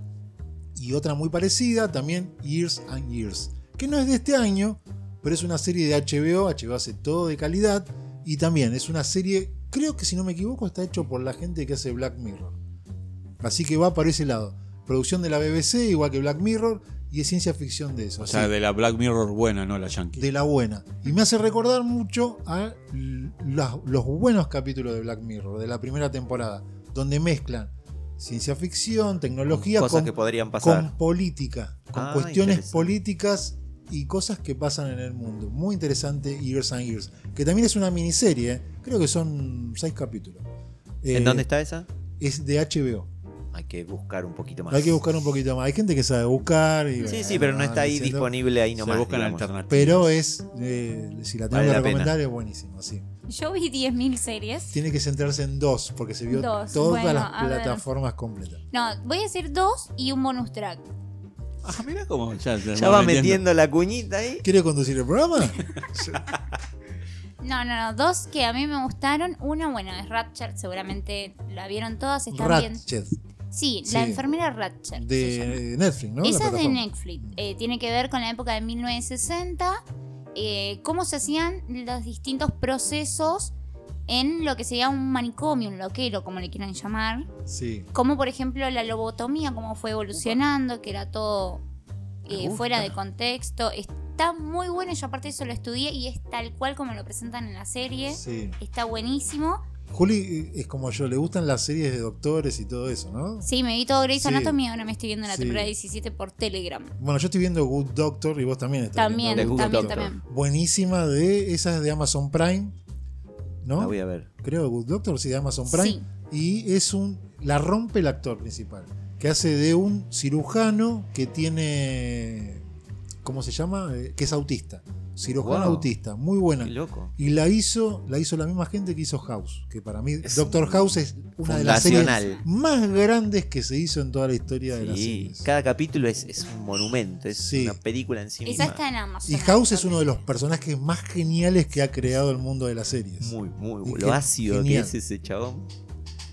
S1: Y otra muy parecida también, Years and Years, que no es de este año, pero es una serie de HBO. HBO hace todo de calidad y también es una serie, creo que si no me equivoco, está hecho por la gente que hace Black Mirror. Así que va para ese lado. Producción de la BBC, igual que Black Mirror, y es ciencia ficción de eso.
S3: O sea,
S1: Sí
S3: de la Black Mirror buena, no la Yankee.
S1: de la buena. Y me hace recordar mucho a l- las- los buenos capítulos de Black Mirror, de la primera temporada, donde mezclan ciencia ficción, tecnología
S2: Cosas
S1: con,
S2: que podrían pasar.
S1: con política, con
S2: Ah,
S1: cuestiones
S2: interesante.
S1: políticas y cosas que pasan en el mundo. Muy interesante Years and Years, que también es una miniserie, ¿eh? creo que son seis capítulos.
S2: ¿En
S1: Eh,
S2: dónde está esa?
S1: Es de HBO.
S2: Hay que buscar un poquito más.
S1: Hay que buscar un poquito más. Hay gente que sabe buscar. y,
S2: Sí, sí,
S1: bueno,
S2: pero no está ahí
S1: diciendo-
S2: disponible ahí
S3: Se
S2: nomás.
S3: buscan
S2: digamos.
S3: alternativas.
S1: Pero es, eh, si la tengo
S2: Vale
S1: que
S2: la pena.
S1: recomendar, es buenísimo, sí.
S4: Yo vi 10.000 series.
S1: Tiene que centrarse en dos, porque se vio
S4: Dos,
S1: todas
S4: bueno,
S1: las
S4: a ver.
S1: plataformas completas.
S4: No, voy a decir dos y un bonus track.
S3: Ah, mirá cómo ya, se
S2: Ya va metiendo la cuñita ahí.
S1: ¿Quiere conducir el programa?
S4: No, no, no. Dos que a mí me gustaron. Una, bueno, es Ratchet. Seguramente la vieron todas. Están bien.
S1: Ratchet,
S4: Sí,
S1: Sí.
S4: la enfermera Ratchet. se llama.
S1: de Netflix, ¿no? La
S4: Esa es de
S1: plataforma.
S4: Netflix. Eh, tiene que ver con la época de 1960. eh, cómo se hacían los distintos procesos en lo que sería un manicomio, un loquero, como le quieran llamar.
S1: Sí.
S4: Como por ejemplo la lobotomía, cómo fue evolucionando, que era todo eh,
S2: Me gusta.
S4: fuera de contexto. Está muy bueno, yo aparte eso lo estudié y es tal cual como lo presentan en la serie.
S1: sí.
S4: Está buenísimo.
S1: Juli eh, es como yo, le gustan las series de doctores y todo eso, ¿no?
S4: Sí, me vi todo Grey's
S1: Sí.
S4: Anatomy y ahora me estoy viendo la
S1: Sí.
S4: temporada 17 por Telegram.
S1: Bueno, yo estoy viendo Good Doctor y vos también estás
S4: También,
S1: viendo
S2: Google
S1: Good
S4: también,
S2: Doctor.
S4: también.
S1: Buenísima de esas de Amazon Prime,
S2: La
S1: ¿no?
S2: voy a ver.
S1: Creo Good Doctor, sí, de Amazon Prime.
S4: Sí.
S1: y es un la rompe el actor principal que hace de un cirujano que tiene cómo se llama Eh, que es autista cirujano
S2: Wow.
S1: autista muy buena
S2: Qué loco.
S1: y la hizo la hizo la misma gente que hizo House que para mí Doctor House es una de las series
S2: fundacional.
S1: más grandes que se hizo en toda la historia de las
S2: Sí,
S1: series
S2: cada capítulo es, es un monumento, es
S1: Sí.
S2: una película en sí
S4: Esa
S2: misma.
S4: está en Amazon.
S1: y House es uno de los personajes más geniales que ha creado el mundo de las series
S2: Muy, muy
S1: Y
S2: Lo
S1: gen-
S2: ácido
S1: genial.
S2: que es ese chabón.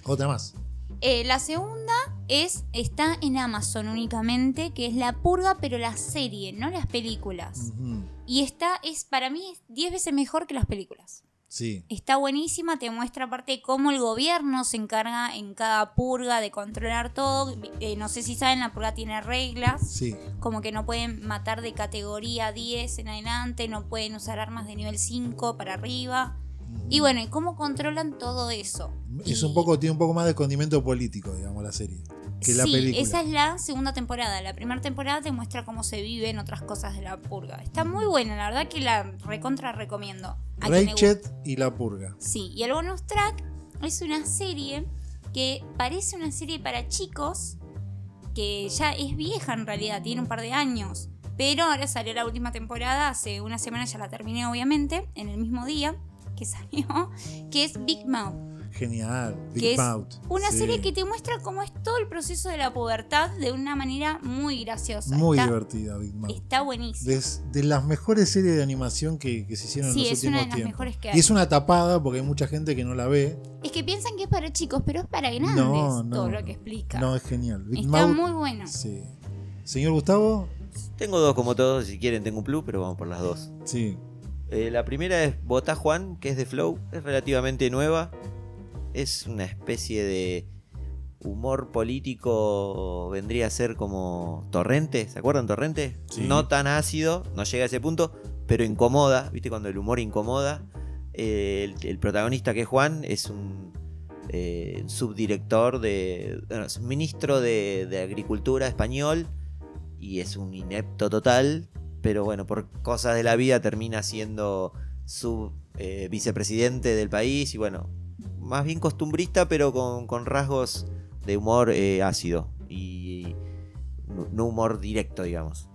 S1: otra más
S4: Eh, la segunda es está en Amazon únicamente, que es La Purga, pero la serie, no las películas.
S1: Ujú.
S4: Y esta es para mí es 10 veces mejor que las películas.
S1: Sí.
S4: Está buenísima, te muestra aparte cómo el gobierno se encarga en cada purga de controlar todo. Eh, no sé si saben, la purga tiene reglas,
S1: Sí.
S4: como que no pueden matar de categoría 10 en adelante, no pueden usar armas de nivel 5 para arriba. Y bueno, ¿y cómo controlan todo eso?
S1: Es
S4: Y-
S1: un poco, tiene un poco más de condimento político, digamos, la serie. Que la
S4: sí,
S1: película.
S4: esa es la segunda temporada. La primera temporada te muestra cómo se viven otras cosas de la purga. Está muy buena, la verdad que la recontra recomiendo. A quien le
S1: Ratchet y La Purga.
S4: Sí, y el bonus track es una serie que parece una serie para chicos, que ya es vieja en realidad, tiene un par de años. Pero ahora salió la última temporada, hace una semana ya la terminé obviamente, en el mismo día que salió, que es Big Mouth.
S1: Genial.
S4: Que
S1: Big
S4: es
S1: Mouth.
S4: Una
S1: Sí.
S4: serie que te muestra cómo es todo el proceso de la pubertad de una manera muy graciosa.
S1: Muy
S4: está,
S1: divertida, Big Mouth.
S4: Está buenísimo.
S1: Des- de las mejores series de animación que, que se hicieron
S4: Sí,
S1: en los
S4: es
S1: últimos
S4: una de las
S1: tiempos.
S4: mejores que
S1: Y
S4: hay.
S1: es una tapada porque hay mucha gente que no la ve.
S4: Es que piensan que es para chicos, pero es para grandes
S1: No, no,
S4: todo
S1: no.
S4: lo que explica.
S1: No, es genial. Big
S4: está
S1: Mouth,
S4: muy bueno.
S1: Sí. Señor Gustavo,
S2: Tengo dos como todos, si quieren tengo un plus, pero vamos por las dos.
S1: sí.
S2: Eh, la primera es Botá Juan, que es de Flow, es relativamente nueva. Es una especie de humor político, vendría a ser como Torrente, ¿se acuerdan Torrente?
S3: Sí.
S2: No tan ácido, no llega a ese punto, pero incomoda, ¿viste? Cuando el humor incomoda. Eh, el, el protagonista que es Juan es un eh, subdirector de... bueno, es un ministro de, de Agricultura español y es un inepto total, pero bueno, por cosas de la vida termina siendo su eh, vicepresidente del país y bueno, más bien costumbrista, pero con, con rasgos de humor eh, ácido y no- no humor directo, digamos.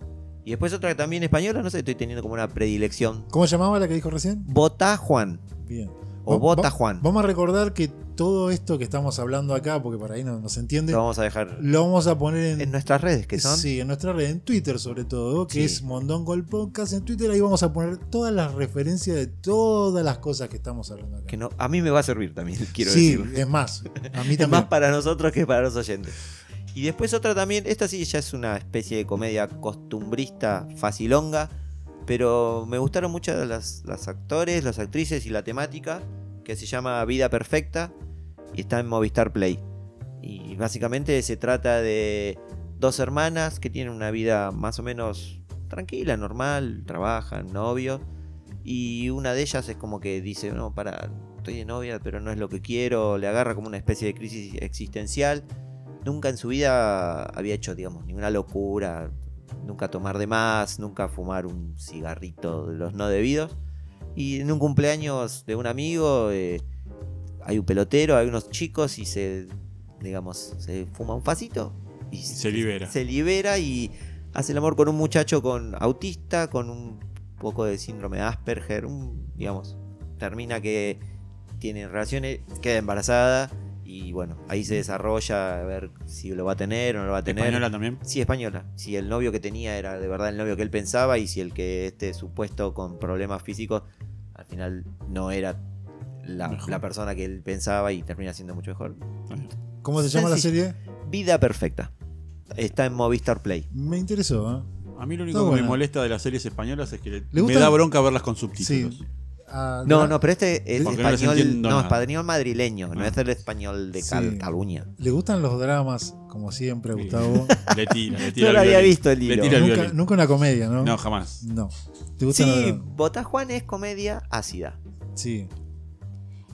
S2: Y después otra también española, no sé, estoy teniendo como una predilección.
S1: ¿Cómo se llamaba la que dijo recién?
S2: Bota Juan
S1: Bien.
S2: o
S1: Va- va-
S2: Bota Juan.
S1: Vamos a recordar que todo esto que estamos hablando acá, porque para ahí no, no se entiende,
S2: Lo vamos a dejar
S1: lo vamos a poner en,
S2: en nuestras redes, que son
S1: Sí, en nuestra red, en Twitter sobre todo, que
S2: Sí.
S1: es Mondongo el Podcast. En Twitter ahí vamos a poner todas las referencias de todas las cosas que estamos hablando acá.
S2: que no, a mí me va a servir también, quiero
S1: sí,
S2: decirlo.
S1: es más, a mí
S2: Es más
S1: también.
S2: para nosotros que para los oyentes. Y después otra también, esta sí ya es una especie de comedia costumbrista, facilonga, pero me gustaron mucho las, las actores, las actrices y la temática, que se llama Vida Perfecta y está en Movistar Play. Y básicamente se trata de dos hermanas que tienen una vida más o menos tranquila, normal, trabajan, novio. Y una de ellas es como que dice, no, para, estoy de novia, pero no es lo que quiero. Le agarra como una especie de crisis existencial. Nunca en su vida había hecho, digamos, ninguna locura. Nunca tomar de más, nunca fumar un cigarrito de los no debidos. Y en un cumpleaños de un amigo eh, hay un pelotero, hay unos chicos y se, digamos, se fuma un pasito. Y
S3: se libera.
S2: Se libera y hace el amor con un muchacho con autista, con un poco de síndrome de Asperger, un- digamos, termina que tiene relaciones, queda embarazada y bueno, ahí se desarrolla a ver si lo va a tener o no lo va a tener.
S3: Española también.
S2: Sí, española. Si el novio que tenía era de verdad el novio que él pensaba y si el que este supuesto con problemas físicos al final no era la,
S3: Mejor.
S2: la persona que él pensaba y termina siendo mucho mejor.
S1: ¿Cómo se llama la
S2: Sencillo.
S1: serie?
S2: Vida perfecta. Está en Movistar Play.
S1: Me interesó, ¿eh?
S3: A mí lo único
S1: Está
S3: que
S1: buena.
S3: me molesta de las series españolas es que le- me
S1: gustan?
S3: da bronca verlas con subtítulos.
S1: Sí. Ah,
S2: No,
S1: la-
S2: no, pero este es
S3: Porque no les
S2: español,
S3: entiendo
S2: no,
S3: nada.
S2: español madrileño, no
S3: Ah.
S2: es el español de Cal-
S1: Sí.
S2: Cataluña.
S1: Le gustan los dramas, como siempre,
S3: Sí.
S1: Gustavo.
S3: Le tira, le tira.
S2: No
S3: el
S2: lo había
S3: violín.
S2: visto el
S3: Le
S2: hilo.
S3: tira el
S1: nunca,
S3: violín.
S1: nunca una comedia, ¿no?
S3: No, jamás.
S1: No. ¿Te gustan los
S2: Sí,
S1: dramas?
S2: Bota Juan es comedia ácida.
S1: Sí.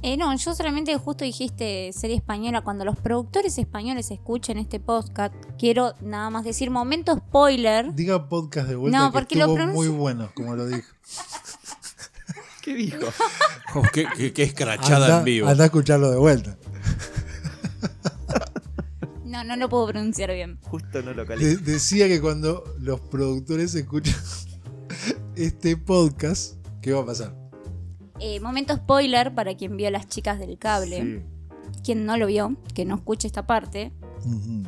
S4: Eh, no, yo solamente justo dijiste serie española. Cuando los productores españoles escuchen este podcast, quiero nada más decir momento spoiler.
S1: Diga podcast de vuelta
S4: ¿Eh?
S1: que
S4: No, porque lo
S1: estuvo
S4: pronuncio-
S1: muy bueno, como lo dijo.
S2: ¿Qué dijo?
S3: Oh, qué, qué- qué escrachada
S1: Andá-
S3: en vivo.
S1: andá a escucharlo de vuelta.
S4: No, no lo puedo pronunciar bien.
S2: Justo no lo
S1: De-
S2: califico.
S1: decía que cuando los productores escuchan este podcast, ¿qué va a pasar?
S4: Eh, momento spoiler para quien vio a las chicas del cable. Quien no lo vio, que no escuche esta parte.
S1: Ujú.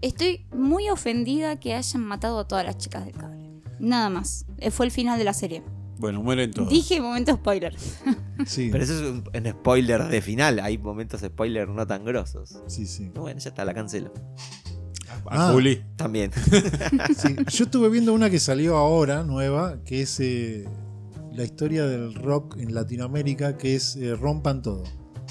S4: Estoy muy ofendida que hayan matado a todas las chicas del cable. Nada más. Eh, Fue el final de la serie.
S3: Bueno, mueren todos.
S4: Dije momento spoiler.
S1: Sí,
S2: Pero eso es un, un spoiler de final. Hay momentos spoiler no tan grosos.
S1: sí, sí.
S2: Bueno, ya está, la cancelo.
S3: A
S1: Ah.
S3: Juli.
S2: También.
S1: Sí, Yo estuve viendo una que salió ahora, nueva, que es eh, la historia del rock en Latinoamérica, que es eh, Rompan Todo.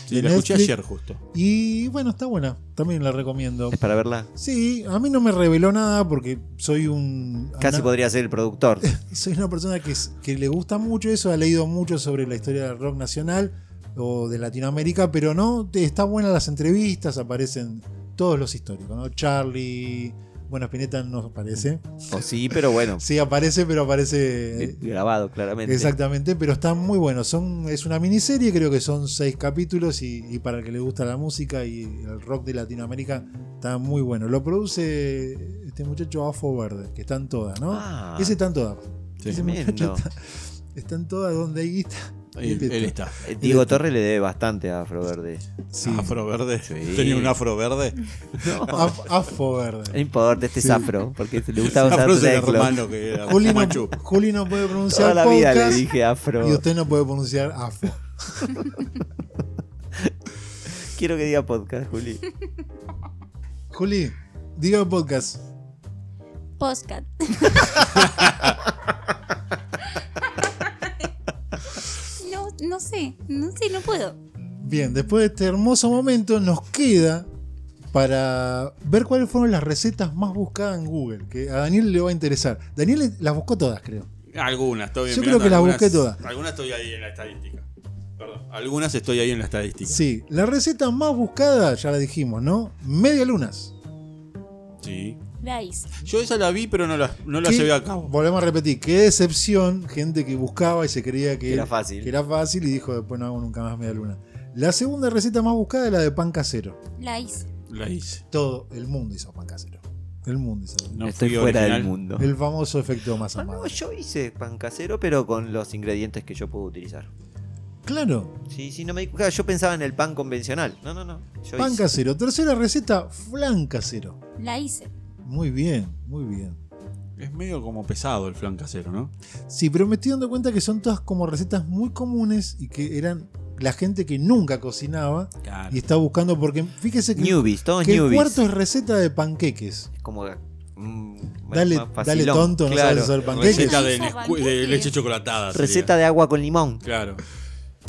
S3: Sí,
S1: De
S3: la escuché
S1: Netflix.
S3: ayer justo.
S1: Y bueno, está buena, también la recomiendo.
S2: Es para verla.
S1: Sí, a mí no me reveló nada porque soy un...
S2: Casi
S1: una-
S2: podría ser el productor.
S1: soy una persona que, es- que le gusta mucho eso, ha leído mucho sobre la historia del rock nacional o de Latinoamérica, pero no, te- está buena las entrevistas, aparecen todos los históricos, ¿no? Charlie, bueno, Spinetta no aparece.
S2: O sí, pero bueno.
S1: Sí, aparece, pero aparece...
S2: eh, Grabado, claramente.
S1: Exactamente, pero está muy bueno. Son, es una miniserie, creo que son seis capítulos y, y para el que le gusta la música y el rock de Latinoamérica, está muy bueno. Lo produce este muchacho Afo Verde, que están todas, ¿no?
S2: Ah.
S1: Ese están todas. Ese muchacho
S2: Tremendo.
S1: está- están todas donde hay guita.
S3: Él, él está.
S2: Eh, Diego Torres le debe bastante a Afroverde.
S1: Sí.
S3: Afro verde.
S2: Sí.
S3: Tenía un afro verde.
S1: Af- Afo Verde.
S2: No importa, este es afro, porque le gustaba usar
S3: Afro es el
S2: teclo.
S3: hermano que era
S1: Juli no,
S3: Machu.
S1: Juli no puede
S2: Toda
S1: pronunciar
S2: la vida le
S1: podcast
S2: dije afro.
S1: y usted no puede pronunciar Afo.
S2: Quiero que diga podcast, Juli.
S1: Juli, diga el podcast.
S4: Postcat. no, no sé, no sé, no puedo.
S1: Bien, después de este hermoso momento nos queda para ver cuáles fueron las recetas más buscadas en Google, que a Daniel le va a interesar. Daniel las buscó todas, creo.
S3: Algunas, estoy
S1: Yo
S3: mirando
S1: creo que las
S3: algunas-
S1: busqué todas.
S3: Algunas estoy ahí en la estadística. Perdón. Algunas estoy ahí en la estadística. Sí.
S1: Sí, la receta más buscada, ya la dijimos, ¿no? Media lunas.
S4: Nice.
S3: Yo esa la vi, pero no la, no la
S1: Qué-
S3: llevé a cabo.
S1: Volvemos a repetir, qué decepción, gente que buscaba y se creía que
S2: Era fácil.
S1: que era fácil y dijo después no hago nunca más media luna. La segunda receta más buscada es la de pan casero.
S4: Nice.
S3: La hice.
S1: Todo el mundo hizo pan casero. El mundo hizo.
S3: No
S2: Estoy
S3: fui
S2: fuera
S3: original.
S2: del mundo.
S1: El famoso efecto más
S2: Ah, no,
S1: amado.
S2: yo hice pan casero, pero con los ingredientes que yo puedo utilizar.
S1: Claro,
S2: Sí, sí, no me di cuenta. Yo pensaba en el pan convencional. No, no, no. Yo
S1: Pan
S2: hice-
S1: casero. Tercera receta, flan casero.
S4: La hice.
S1: Muy bien, muy bien.
S3: Es medio como pesado el flan casero, ¿no?
S1: Sí, pero me estoy dando cuenta que son todas como recetas muy comunes y que eran la gente que nunca cocinaba
S3: Claro.
S1: y está buscando porque fíjese que,
S2: Newbies, todos
S1: que el
S2: newbies.
S1: cuarto es receta de panqueques.
S2: Es como. mm, más-
S1: Dale,
S2: más
S1: dale
S2: facilón.
S1: tonto, no
S2: Claro.
S1: sabes hacer panqueques.
S3: Receta
S4: ¿Qué
S3: de,
S4: hizo
S3: Nescu-
S4: panqueques?
S3: de leche chocolatada. sería.
S2: Receta de agua con limón
S3: Claro.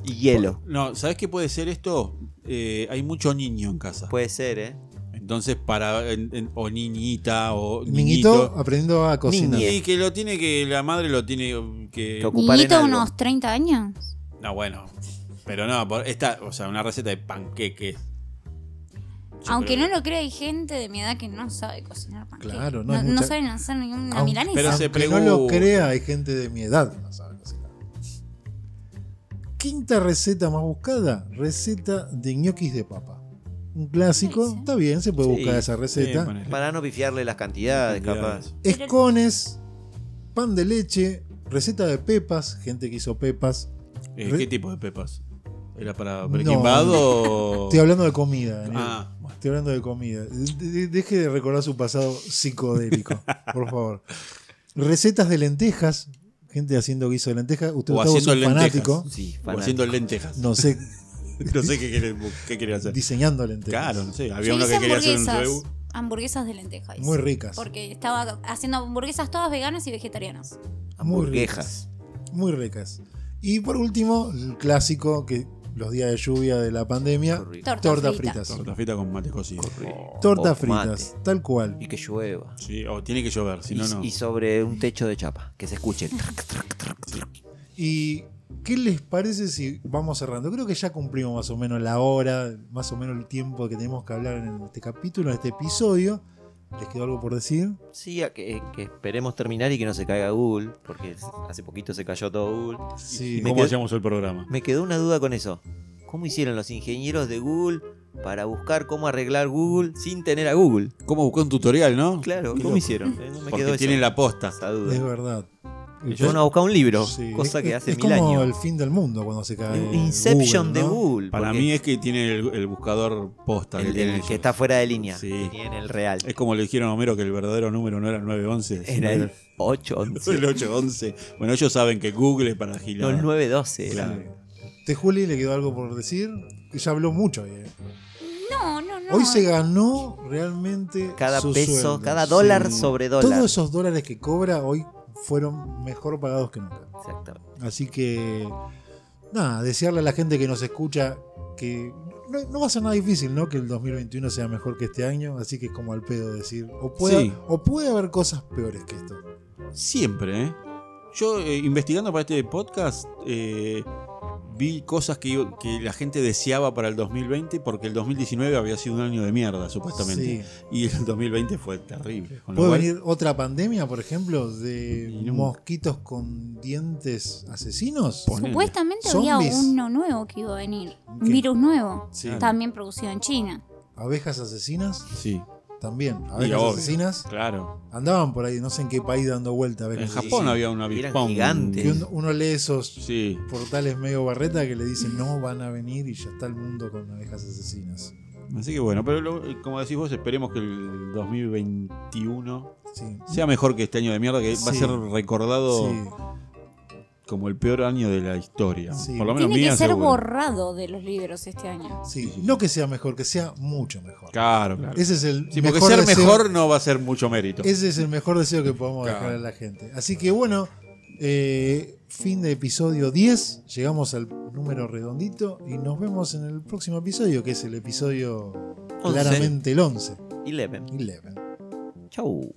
S2: y hielo.
S3: No, ¿sabes qué puede ser esto? Eh, hay mucho niño en casa.
S2: Puede ser, ¿eh?
S3: Entonces, para. en- en- o niñita, o.
S1: Niñito aprendiendo a cocinar.
S2: Niñe.
S3: Y que lo tiene que. La madre lo tiene que.
S2: Toc- Ocupar en
S4: Niñito,
S2: algo.
S4: unos 30 años.
S3: No, bueno. Pero no, por- esta. O sea, una receta de panqueques. Yo
S4: Aunque
S3: creo
S4: no lo crea, hay gente de mi edad que no sabe cocinar panqueques.
S1: Claro, no
S4: no,
S1: es mucha-
S4: saben hacer ninguna
S1: Aunque-
S4: milanesa.
S3: pero se
S1: Aunque no lo
S3: pregunta.
S1: crea, hay gente de mi edad que no sabe cocinar. Quinta receta más buscada, receta de ñoquis de papa. Un clásico,
S4: Sí, sí.
S1: está bien, se puede
S2: Sí,
S1: buscar esa
S3: Sí,
S1: receta.
S3: Eh, ponele.
S2: Para no pifiarle las cantidades, capaz.
S1: Escones, pan de leche, receta de pepas, gente que hizo pepas.
S3: Eh,
S1: Re-
S3: ¿Qué tipo de pepas? ¿Era para
S1: No.
S3: Breaking Bad o.?
S1: Estoy hablando de comida, Daniel.
S3: Ah, bueno.
S1: Estoy hablando de comida. De- de- Deje de recordar su pasado psicodélico, por favor. Recetas de lentejas, gente haciendo guiso de lentejas. Usted
S3: O
S1: Gustavo, es
S3: haciendo
S1: un
S3: lentejas.
S1: fanático.
S2: Sí,
S3: O
S2: fanático.
S3: haciendo lentejas. No,
S1: No sé,
S3: sé qué quiere, qué quiere hacer.
S1: diseñando lentejas.
S3: Claro, no sé. Había
S4: Yo
S3: uno
S4: hice
S3: que quería hacer un
S4: hamburguesas.
S3: reu.
S4: Hamburguesas de lentejas.
S1: Muy ricas.
S4: Porque estaba haciendo hamburguesas todas veganas y vegetarianas.
S1: Muy
S2: Hamburguesas.
S1: Muy ricas. Y por último, el clásico que los días de lluvia de la pandemia,
S2: Correcto.
S4: Torta,
S1: tortas
S4: frita.
S1: fritas.
S3: Torta frita con mate cocido.
S1: Tortas
S2: O mate.
S1: fritas, tal cual.
S2: Y que llueva.
S3: Sí, o tiene que llover, si
S2: y,
S3: no, no.
S2: y sobre un techo de chapa, que se escuche. el trac, trac, trac, trac.
S1: ¿Y qué les parece si vamos cerrando? Creo que ya cumplimos más o menos la hora, más o menos el tiempo que tenemos que hablar en este capítulo, en este episodio. ¿Les quedó algo por decir?
S2: Sí, a que, que esperemos terminar y que no se caiga Google, porque hace poquito se cayó todo Google.
S1: Sí.
S2: me
S3: ¿Cómo
S2: quedo-
S3: hacíamos el programa?
S2: Me quedó una duda con eso. ¿Cómo hicieron los ingenieros de Google para buscar cómo arreglar Google sin tener a Google?
S3: ¿Cómo buscó un tutorial, no?
S2: Claro,
S3: Qué
S2: ¿cómo
S3: loco.
S2: hicieron? Eh, no me
S3: Porque
S2: quedó
S3: tienen
S2: eso,
S3: la posta.
S2: esa
S1: Es
S2: duda.
S1: verdad.
S2: Yo no buscaba un libro,
S1: Sí,
S2: cosa
S1: es-
S2: que
S1: es-
S2: hace
S1: es
S2: mil
S1: como
S2: años.
S1: el fin del mundo cuando se cae.
S2: Inception
S1: Google,
S2: de
S1: ¿no?
S2: Google.
S3: Para
S2: porque
S3: mí es que tiene el, el buscador posta. que
S2: el,
S3: tienen
S2: el
S3: ellos.
S2: que está fuera de línea,
S3: Sí.
S2: que tiene el real.
S3: Es como le dijeron a Homero que el verdadero número no era el 911. sino
S2: Era el
S3: era
S2: 811.
S3: el 811. Bueno, ellos saben que Google es para
S2: No,
S3: gilar.
S2: el 912 era.
S3: Claro.
S1: ¿Te Juli le quedó algo por decir? Ella habló mucho hoy. eh.
S4: No, no, no.
S1: Hoy se ganó realmente.
S2: Cada
S1: su
S2: peso,
S1: sueldo.
S2: cada dólar
S1: Sí.
S2: sobre dólar.
S1: Todos esos dólares que cobra hoy fueron mejor pagados que nunca.
S2: Exactamente.
S1: Así que, nada, desearle a la gente que nos escucha que no, no va a ser nada difícil, ¿no? Que el 2021 sea mejor que este año, así que es como al pedo decir, o puede,
S3: Sí.
S1: o puede haber cosas peores que esto.
S3: Siempre, ¿eh? Yo eh, investigando para este podcast eh, vi cosas que, que la gente deseaba para el 2020 porque el 2019 había sido un año de mierda, supuestamente.
S1: Pues Sí.
S3: Y el 2020 fue terrible. Con lo
S1: Puede
S3: cual,
S1: venir otra pandemia, por ejemplo, de
S3: Y nunca.
S1: mosquitos con dientes asesinos.
S3: Ponele.
S4: Supuestamente había
S1: Zombies.
S4: uno nuevo que iba a venir. Un
S1: ¿Qué?
S4: virus nuevo.
S1: Sí.
S4: También producido en China.
S1: Abejas asesinas,
S3: Sí,
S1: también.
S3: Y
S1: Abejas
S3: obvio.
S1: asesinas
S3: claro.
S1: andaban por ahí, no sé en qué país dando vuelta.
S3: En
S1: Abejas
S2: sí,
S3: Japón
S2: sí.
S3: había una
S2: Eran
S3: avispón.
S2: gigantes.
S1: Que uno, uno lee esos
S3: Sí.
S1: portales medio barreta que le dicen no van a venir y ya está el mundo con abejas asesinas.
S3: Así que bueno, pero lo- como decís vos, esperemos que el 2021
S1: Sí.
S3: sea mejor que este año de mierda, que va a
S1: Sí.
S3: ser recordado
S1: Sí.
S3: como el peor año de la historia.
S1: Sí.
S3: Por lo menos
S4: Tiene que
S3: mía,
S4: ser
S3: seguro.
S4: borrado de los libros este año.
S1: sí. No que sea mejor, que sea mucho mejor.
S3: Claro, claro.
S1: Ese es el
S3: Sí, porque
S1: mejor
S3: ser
S1: deseo-
S3: mejor no va a ser mucho mérito.
S1: Ese es el mejor deseo que podemos
S3: Claro.
S1: dejar a la gente. Así que bueno, eh, fin de episodio 10. Llegamos al número redondito y nos vemos en el próximo episodio, que es el episodio
S2: Once.
S1: claramente el 11.
S2: Eleven.
S1: 11.
S2: Chau.